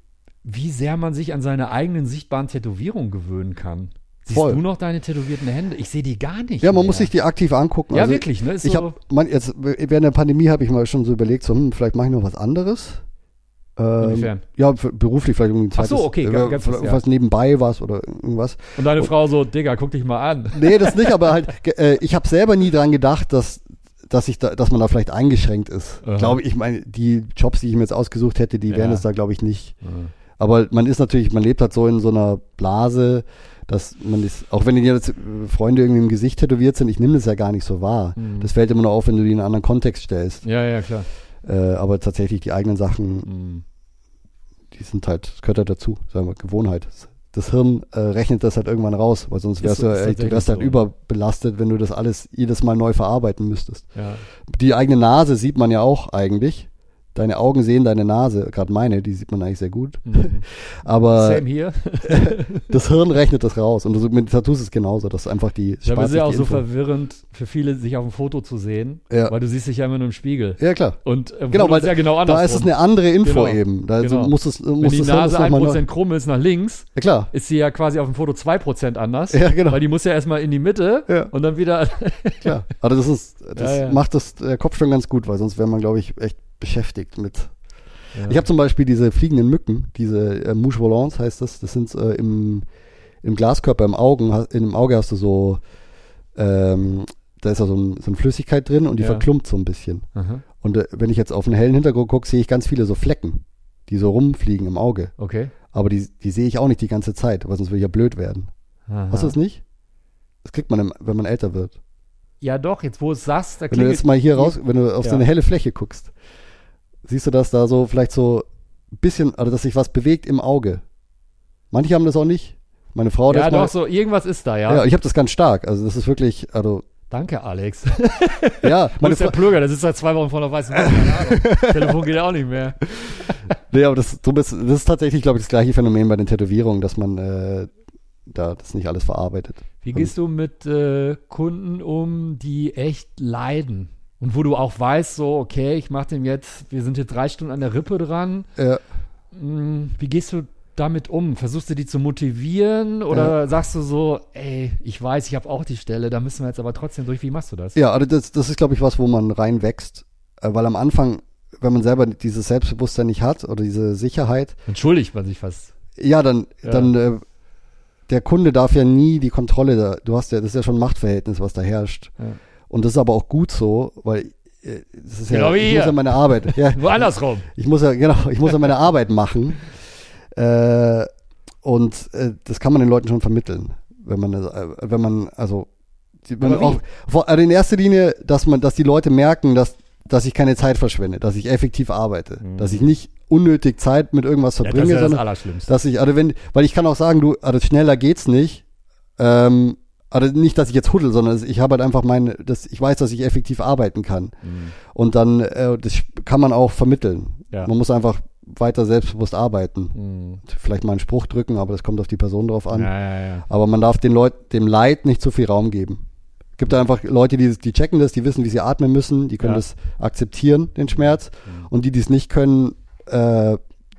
Speaker 2: wie sehr man sich an seine eigenen sichtbaren Tätowierungen gewöhnen kann. Siehst
Speaker 3: Voll.
Speaker 2: du noch deine tätowierten Hände? Ich sehe die gar nicht.
Speaker 3: Ja, man
Speaker 2: mehr.
Speaker 3: muss sich die aktiv angucken.
Speaker 2: Ja,
Speaker 3: Also
Speaker 2: wirklich, ne? Ist
Speaker 3: ich
Speaker 2: so-
Speaker 3: habe, man, jetzt während der Pandemie habe ich mal schon so überlegt, so, hm, vielleicht mache ich noch was anderes. Ähm,
Speaker 2: Inwiefern?
Speaker 3: Ja, für, beruflich vielleicht irgendwie ein
Speaker 2: Ach
Speaker 3: zweites.
Speaker 2: so, okay,
Speaker 3: äh,
Speaker 2: ganz- ganz-
Speaker 3: vielleicht
Speaker 2: ja.
Speaker 3: was nebenbei was oder irgendwas.
Speaker 2: Und deine Frau so, Digga, guck dich mal an.
Speaker 3: Nee, das nicht, aber halt, ge- äh, ich habe selber nie dran gedacht, dass dass ich da, dass man da vielleicht eingeschränkt ist.
Speaker 2: Aha.
Speaker 3: Glaube ich, meine, die Jobs, die ich mir jetzt ausgesucht hätte, die wären
Speaker 2: Ja.
Speaker 3: es da, glaube ich, nicht. Aber man ist natürlich, man lebt halt so in so einer Blase, dass man ist, auch wenn dir jetzt äh, Freunde irgendwie im Gesicht tätowiert sind, ich nehme das ja gar nicht so wahr.
Speaker 2: Mhm.
Speaker 3: Das fällt immer nur auf, wenn du die in einen anderen Kontext stellst.
Speaker 2: Ja, ja, klar.
Speaker 3: Äh, aber tatsächlich die eigenen Sachen,
Speaker 2: Mhm.
Speaker 3: die sind halt, das gehört halt dazu, sagen wir, Gewohnheit. Das- Das Hirn äh, rechnet das halt irgendwann raus, weil sonst wärst
Speaker 2: so,
Speaker 3: du,
Speaker 2: ist
Speaker 3: äh, du
Speaker 2: tatsächlich
Speaker 3: wärst halt
Speaker 2: so.
Speaker 3: überbelastet, wenn du das alles jedes Mal neu verarbeiten müsstest.
Speaker 2: Ja.
Speaker 3: Die eigene Nase sieht man ja auch eigentlich. Deine Augen sehen deine Nase, gerade meine, die sieht man eigentlich sehr gut.
Speaker 2: Mhm.
Speaker 3: Aber
Speaker 2: Same hier.
Speaker 3: das Hirn rechnet das raus. Und so mit Tattoos ist es genauso, dass einfach die
Speaker 2: Ja, aber
Speaker 3: spart
Speaker 2: es ist
Speaker 3: sich
Speaker 2: ja auch
Speaker 3: die
Speaker 2: so
Speaker 3: Info.
Speaker 2: verwirrend für viele, sich auf dem Foto zu sehen,
Speaker 3: Ja.
Speaker 2: weil du siehst dich ja immer nur im Spiegel.
Speaker 3: Ja, klar.
Speaker 2: Und äh,
Speaker 3: Genau,
Speaker 2: Foto
Speaker 3: weil
Speaker 2: ist ja genau andersrum.
Speaker 3: Da ist es eine andere Info
Speaker 2: Genau.
Speaker 3: eben. Da
Speaker 2: Genau.
Speaker 3: muss es, muss
Speaker 2: Wenn die
Speaker 3: das Hirn das
Speaker 2: Nase
Speaker 3: nochmal. neu-
Speaker 2: 1% krumm ist nach links,
Speaker 3: Ja, klar.
Speaker 2: ist sie ja quasi auf dem Foto 2% anders.
Speaker 3: Ja, genau.
Speaker 2: Weil die muss ja erstmal in die Mitte
Speaker 3: Ja.
Speaker 2: und dann wieder.
Speaker 3: Klar, aber das ist, das
Speaker 2: Ja, ja.
Speaker 3: macht das der Kopf schon ganz gut, weil sonst wäre man, glaube ich, echt beschäftigt mit. Ich habe zum Beispiel diese fliegenden Mücken, diese äh, Mouche Volants heißt das. Das sind äh, im, im Glaskörper, im Augen, ha- in dem Auge hast du so, ähm, da ist ja so, ein, so eine Flüssigkeit drin und die
Speaker 2: Ja.
Speaker 3: verklumpt so ein bisschen.
Speaker 2: Aha,
Speaker 3: Und äh, wenn ich jetzt auf einen hellen Hintergrund gucke, sehe ich ganz viele so Flecken, die so rumfliegen im Auge.
Speaker 2: okay.
Speaker 3: Aber die, die sehe ich auch nicht die ganze Zeit, weil sonst würde ich ja blöd werden.
Speaker 2: Aha.
Speaker 3: Hast du das nicht? Das kriegt man, im, wenn man älter wird.
Speaker 2: Ja, doch, jetzt wo es saß, da
Speaker 3: Wenn du
Speaker 2: klingelt-
Speaker 3: jetzt mal hier raus, wenn du auf so
Speaker 2: Ja.
Speaker 3: eine helle Fläche guckst, siehst du, dass da so vielleicht so ein bisschen, also dass sich was bewegt im Auge. Manche haben das auch nicht. Meine Frau hat
Speaker 2: Ja,
Speaker 3: das
Speaker 2: doch, so,
Speaker 3: mal,
Speaker 2: irgendwas ist da, ja.
Speaker 3: ja, ich habe das ganz stark. Also das ist wirklich, also
Speaker 2: Danke, Alex.
Speaker 3: ja,
Speaker 2: Wo
Speaker 3: meine
Speaker 2: ist der
Speaker 3: Frau,
Speaker 2: Plöger? Der sitzt seit zwei Wochen vor der weißen Wand. Keine Ahnung. Telefon geht ja auch nicht mehr.
Speaker 3: nee, aber das, so bist- das ist tatsächlich, glaube ich, das gleiche Phänomen bei den Tätowierungen, dass man äh, da das nicht alles verarbeitet.
Speaker 2: Wie gehst du mit äh, Kunden um, die echt leiden? Und wo du auch weißt, so, okay, ich mache dem jetzt, wir sind jetzt drei Stunden an der Rippe dran.
Speaker 3: Ja.
Speaker 2: Hm, Wie gehst du damit um? Versuchst du die zu motivieren oder sagst du so, ey, ich weiß, ich habe auch die Stelle, da müssen wir jetzt aber trotzdem durch. Wie machst du das?
Speaker 3: Ja, also das, das ist, glaube ich, was, wo man reinwächst. Äh, Weil am Anfang, wenn man selber dieses Selbstbewusstsein nicht hat oder diese Sicherheit,
Speaker 2: Entschuldigt man sich fast.
Speaker 3: Ja, dann,
Speaker 2: Ja.
Speaker 3: dann äh, der Kunde darf ja nie die Kontrolle da. Du hast ja, das ist ja schon ein Machtverhältnis, was da herrscht.
Speaker 2: Ja.
Speaker 3: Und das ist aber auch gut so, weil äh, das ist ja,
Speaker 2: Genau wie
Speaker 3: ich
Speaker 2: hier.
Speaker 3: muss ja meine Arbeit. Ja,
Speaker 2: Nur andersrum.
Speaker 3: ich muss ja, genau, ich muss ja meine Arbeit machen. Äh, und äh, das kann man den Leuten schon vermitteln, wenn man, das, äh, wenn man, also man auch, vor, also in erster Linie, dass man, dass die Leute merken, dass, dass ich keine Zeit verschwende, dass ich effektiv arbeite, dass ich nicht unnötig Zeit mit irgendwas
Speaker 2: Mhm. Ja, das ist
Speaker 3: verbringe,
Speaker 2: ja das
Speaker 3: sondern
Speaker 2: Allerschlimmste.
Speaker 3: dass ich, also wenn, weil ich kann auch sagen, du, also schneller geht's nicht. Ähm, also nicht, dass ich jetzt huddel, sondern ich habe halt einfach meine, das, ich weiß, dass ich effektiv arbeiten kann. Und dann, äh, das kann man auch vermitteln.
Speaker 2: Mhm. Ja.
Speaker 3: Man muss einfach weiter selbstbewusst arbeiten.
Speaker 2: Mhm.
Speaker 3: Vielleicht mal einen Spruch drücken, aber das kommt auf die Person drauf an.
Speaker 2: Ja, ja, ja.
Speaker 3: Aber man darf den Leuten, dem Leid nicht zu viel Raum geben. Es gibt da einfach Leute, die, die checken das, die wissen, wie sie atmen müssen, die können
Speaker 2: Mhm. Ja. Mhm.
Speaker 3: das akzeptieren, den Schmerz. Und die, die es nicht können, äh,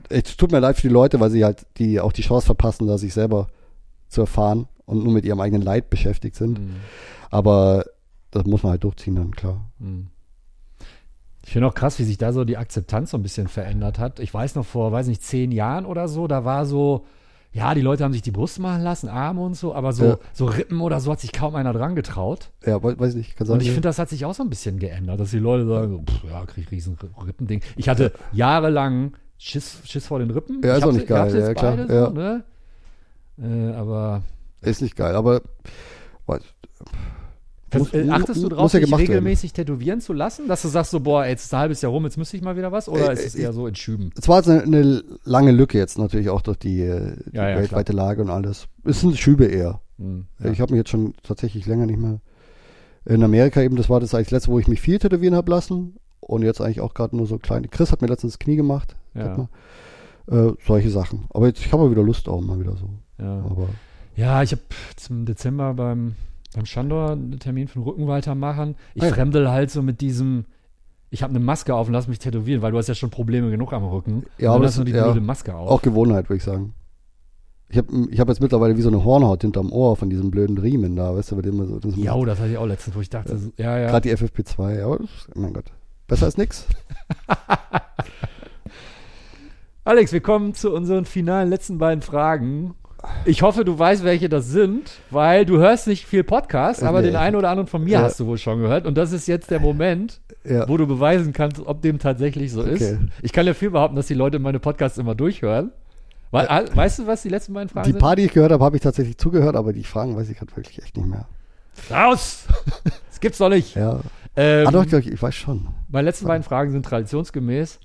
Speaker 3: es tut mir leid für die Leute, weil sie halt die auch die Chance verpassen, da sich selber zu erfahren und nur mit ihrem eigenen Leid beschäftigt sind.
Speaker 2: Mhm.
Speaker 3: Aber das muss man halt durchziehen dann, klar.
Speaker 2: Mhm. Ich finde auch krass, wie sich da so die Akzeptanz so ein bisschen verändert hat. Ich weiß noch vor, weiß nicht, zehn Jahren oder so, da war so, ja, die Leute haben sich die Brust machen lassen, Arme und so, aber so,
Speaker 3: Ja.
Speaker 2: so Rippen oder so hat sich kaum einer dran getraut.
Speaker 3: Ja, we- weiß nicht, kann sein.
Speaker 2: Und Also ich finde, das hat sich auch so ein bisschen geändert, dass die Leute sagen, so, pff, ja, krieg ich riesen R- Rippending. Ich hatte jahrelang Schiss, Schiss vor den Rippen.
Speaker 3: Ja,
Speaker 2: ich
Speaker 3: ist
Speaker 2: hab
Speaker 3: auch
Speaker 2: sie-
Speaker 3: nicht
Speaker 2: ich hab
Speaker 3: geil,
Speaker 2: sie jetzt
Speaker 3: ja, klar,
Speaker 2: beide
Speaker 3: ja.
Speaker 2: So, ne? äh, aber
Speaker 3: ist nicht geil, aber weiß,
Speaker 2: Vers- äh, achtest du
Speaker 3: muss
Speaker 2: drauf,
Speaker 3: ja
Speaker 2: dich
Speaker 3: gemacht werden.
Speaker 2: regelmäßig tätowieren zu lassen, dass du sagst so, boah, jetzt ist ein halbes Jahr rum, jetzt müsste ich mal wieder was? Oder
Speaker 3: Äh,
Speaker 2: ist es
Speaker 3: äh,
Speaker 2: eher so in Schüben?
Speaker 3: Es war jetzt eine, eine lange Lücke jetzt natürlich auch durch die, äh, die
Speaker 2: Ja, ja,
Speaker 3: weltweite Lage und alles. Es sind Schübe eher.
Speaker 2: Hm,
Speaker 3: Ich habe mich jetzt schon tatsächlich länger nicht mehr in Amerika eben, das war das eigentlich letzte, wo ich mich viel tätowieren habe lassen. Und jetzt eigentlich auch gerade nur so kleine. Chris hat mir letztens das Knie gemacht.
Speaker 2: Ja,
Speaker 3: Guck mal. Äh, solche Sachen. Aber jetzt, ich habe wieder Lust auch mal wieder so.
Speaker 2: ja.
Speaker 3: Aber
Speaker 2: ja, ich habe zum Dezember beim, beim Schandor einen Termin für den Rücken weitermachen. Ich
Speaker 3: Ah ja.
Speaker 2: fremdel halt so mit diesem, ich habe eine Maske auf und lass mich tätowieren, weil du hast ja schon Probleme genug am Rücken.
Speaker 3: Ja,
Speaker 2: und
Speaker 3: aber
Speaker 2: dann hast
Speaker 3: das-
Speaker 2: du die
Speaker 3: ja.
Speaker 2: blöde Maske auf.
Speaker 3: auch Gewohnheit, würde ich sagen. Ich habe ich hab jetzt mittlerweile wie so eine Hornhaut hinterm Ohr von diesem blöden Riemen da, weißt du, bei dem man so. das-
Speaker 2: Ja, das hatte ich auch letztens, wo ich dachte, so- ja, ja.
Speaker 3: Gerade die FFP2, aber das- mein Gott. Besser als nix.
Speaker 2: Alex, wir kommen zu unseren finalen letzten beiden Fragen. Ich hoffe, du weißt, welche das sind, weil du hörst nicht viel Podcast, aber
Speaker 3: Nee.
Speaker 2: den einen oder anderen von mir
Speaker 3: Ja.
Speaker 2: hast du wohl schon gehört. Und das ist jetzt der Moment,
Speaker 3: Ja.
Speaker 2: wo du beweisen kannst, ob dem tatsächlich so ist.
Speaker 3: Okay.
Speaker 2: Ich kann ja viel behaupten, dass die Leute meine Podcasts immer durchhören. Weil, ah, Weißt du, was die letzten beiden Fragen
Speaker 3: Die
Speaker 2: sind?
Speaker 3: paar, die ich gehört habe, habe ich tatsächlich zugehört, aber die Fragen weiß ich gerade wirklich echt nicht mehr.
Speaker 2: Raus! das gibt's doch nicht.
Speaker 3: Ja.
Speaker 2: Ähm,
Speaker 3: ah, doch, doch, ich weiß schon.
Speaker 2: Meine letzten beiden Fragen sind traditionsgemäß.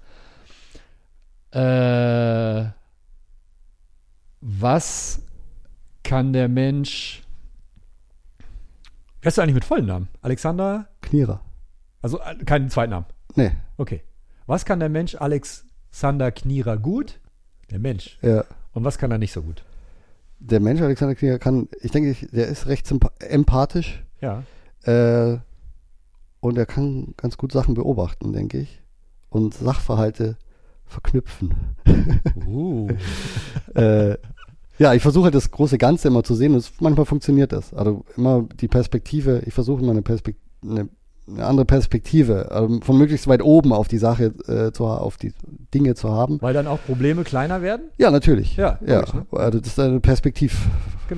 Speaker 2: Äh, was kann der Mensch. Wer ist du eigentlich mit vollen Namen? Alexander?
Speaker 3: Knierer.
Speaker 2: Also äh, keinen zweiten Namen.
Speaker 3: Nee,
Speaker 2: Okay. Was kann der Mensch Alexander Knierer gut? Der Mensch.
Speaker 3: ja.
Speaker 2: Und was kann er nicht so gut?
Speaker 3: Der Mensch Alexander Knierer kann, ich denke, ich- der ist recht sympa- empathisch
Speaker 2: Ja.
Speaker 3: äh, und er kann ganz gut Sachen beobachten, denke ich. Und Sachverhalte verknüpfen.
Speaker 2: Uh.
Speaker 3: äh, ja, ich versuche halt das große Ganze immer zu sehen und es, manchmal funktioniert das. Also immer die Perspektive, ich versuche immer eine, Perspek eine, eine andere Perspektive, also von möglichst weit oben auf die Sache, äh, zu, ha- auf die Dinge zu haben.
Speaker 2: Weil dann auch Probleme kleiner werden?
Speaker 3: Ja, natürlich.
Speaker 2: Ja,
Speaker 3: ja.
Speaker 2: logisch, ne?
Speaker 3: Also das ist eine Perspektivfrage.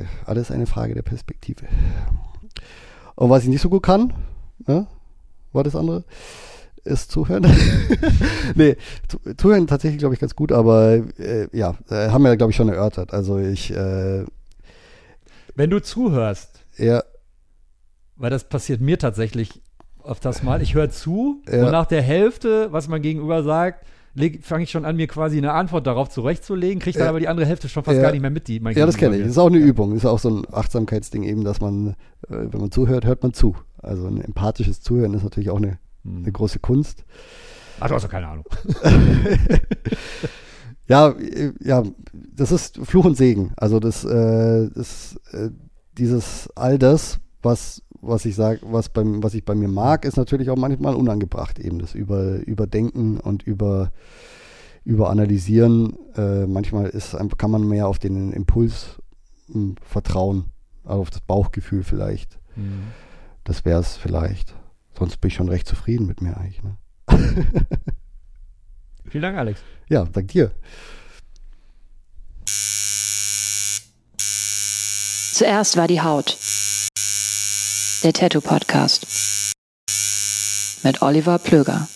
Speaker 2: Genau.
Speaker 3: Alles eine Frage der Perspektive. Und was ich nicht so gut kann, ne, war das andere, ist zuhören. nee, zu, zuhören tatsächlich, glaube ich, ganz gut, aber äh, ja, äh, haben wir, glaube ich, schon erörtert. Also ich, äh,
Speaker 2: Wenn du zuhörst,
Speaker 3: ja,
Speaker 2: Weil das passiert mir tatsächlich oft das mal. Ich höre zu
Speaker 3: Ja.
Speaker 2: und nach der Hälfte, was man gegenüber sagt, fange ich schon an, mir quasi eine Antwort darauf zurechtzulegen, kriege dann
Speaker 3: Ja.
Speaker 2: aber die andere Hälfte schon fast
Speaker 3: Ja.
Speaker 2: gar nicht mehr mit. Die mein
Speaker 3: ja, das
Speaker 2: Gegenüber
Speaker 3: kenne ich.
Speaker 2: mir-
Speaker 3: Das ist auch eine Übung. Das ist auch so ein Achtsamkeitsding eben, dass man, äh, wenn man zuhört, hört man zu. Also ein empathisches Zuhören ist natürlich auch eine, eine große Kunst.
Speaker 2: Hm. Ach, du hast doch keine Ahnung.
Speaker 3: Ja, äh, ja, das ist Fluch und Segen. Also das, äh, das äh, dieses all das, was was ich sag, was beim was ich bei mir mag, ist natürlich auch manchmal unangebracht eben das über überdenken und über über analysieren. Äh, manchmal ist ein- kann man mehr auf den Impuls mh, vertrauen, also auf das Bauchgefühl vielleicht. Das wäre es vielleicht. Sonst bin ich schon recht zufrieden mit mir eigentlich. Ne?
Speaker 2: Vielen Dank, Alex.
Speaker 3: Ja, dank dir.
Speaker 1: Zuerst war die Haut. Der Tattoo Podcast. Mit Oliver Plöger.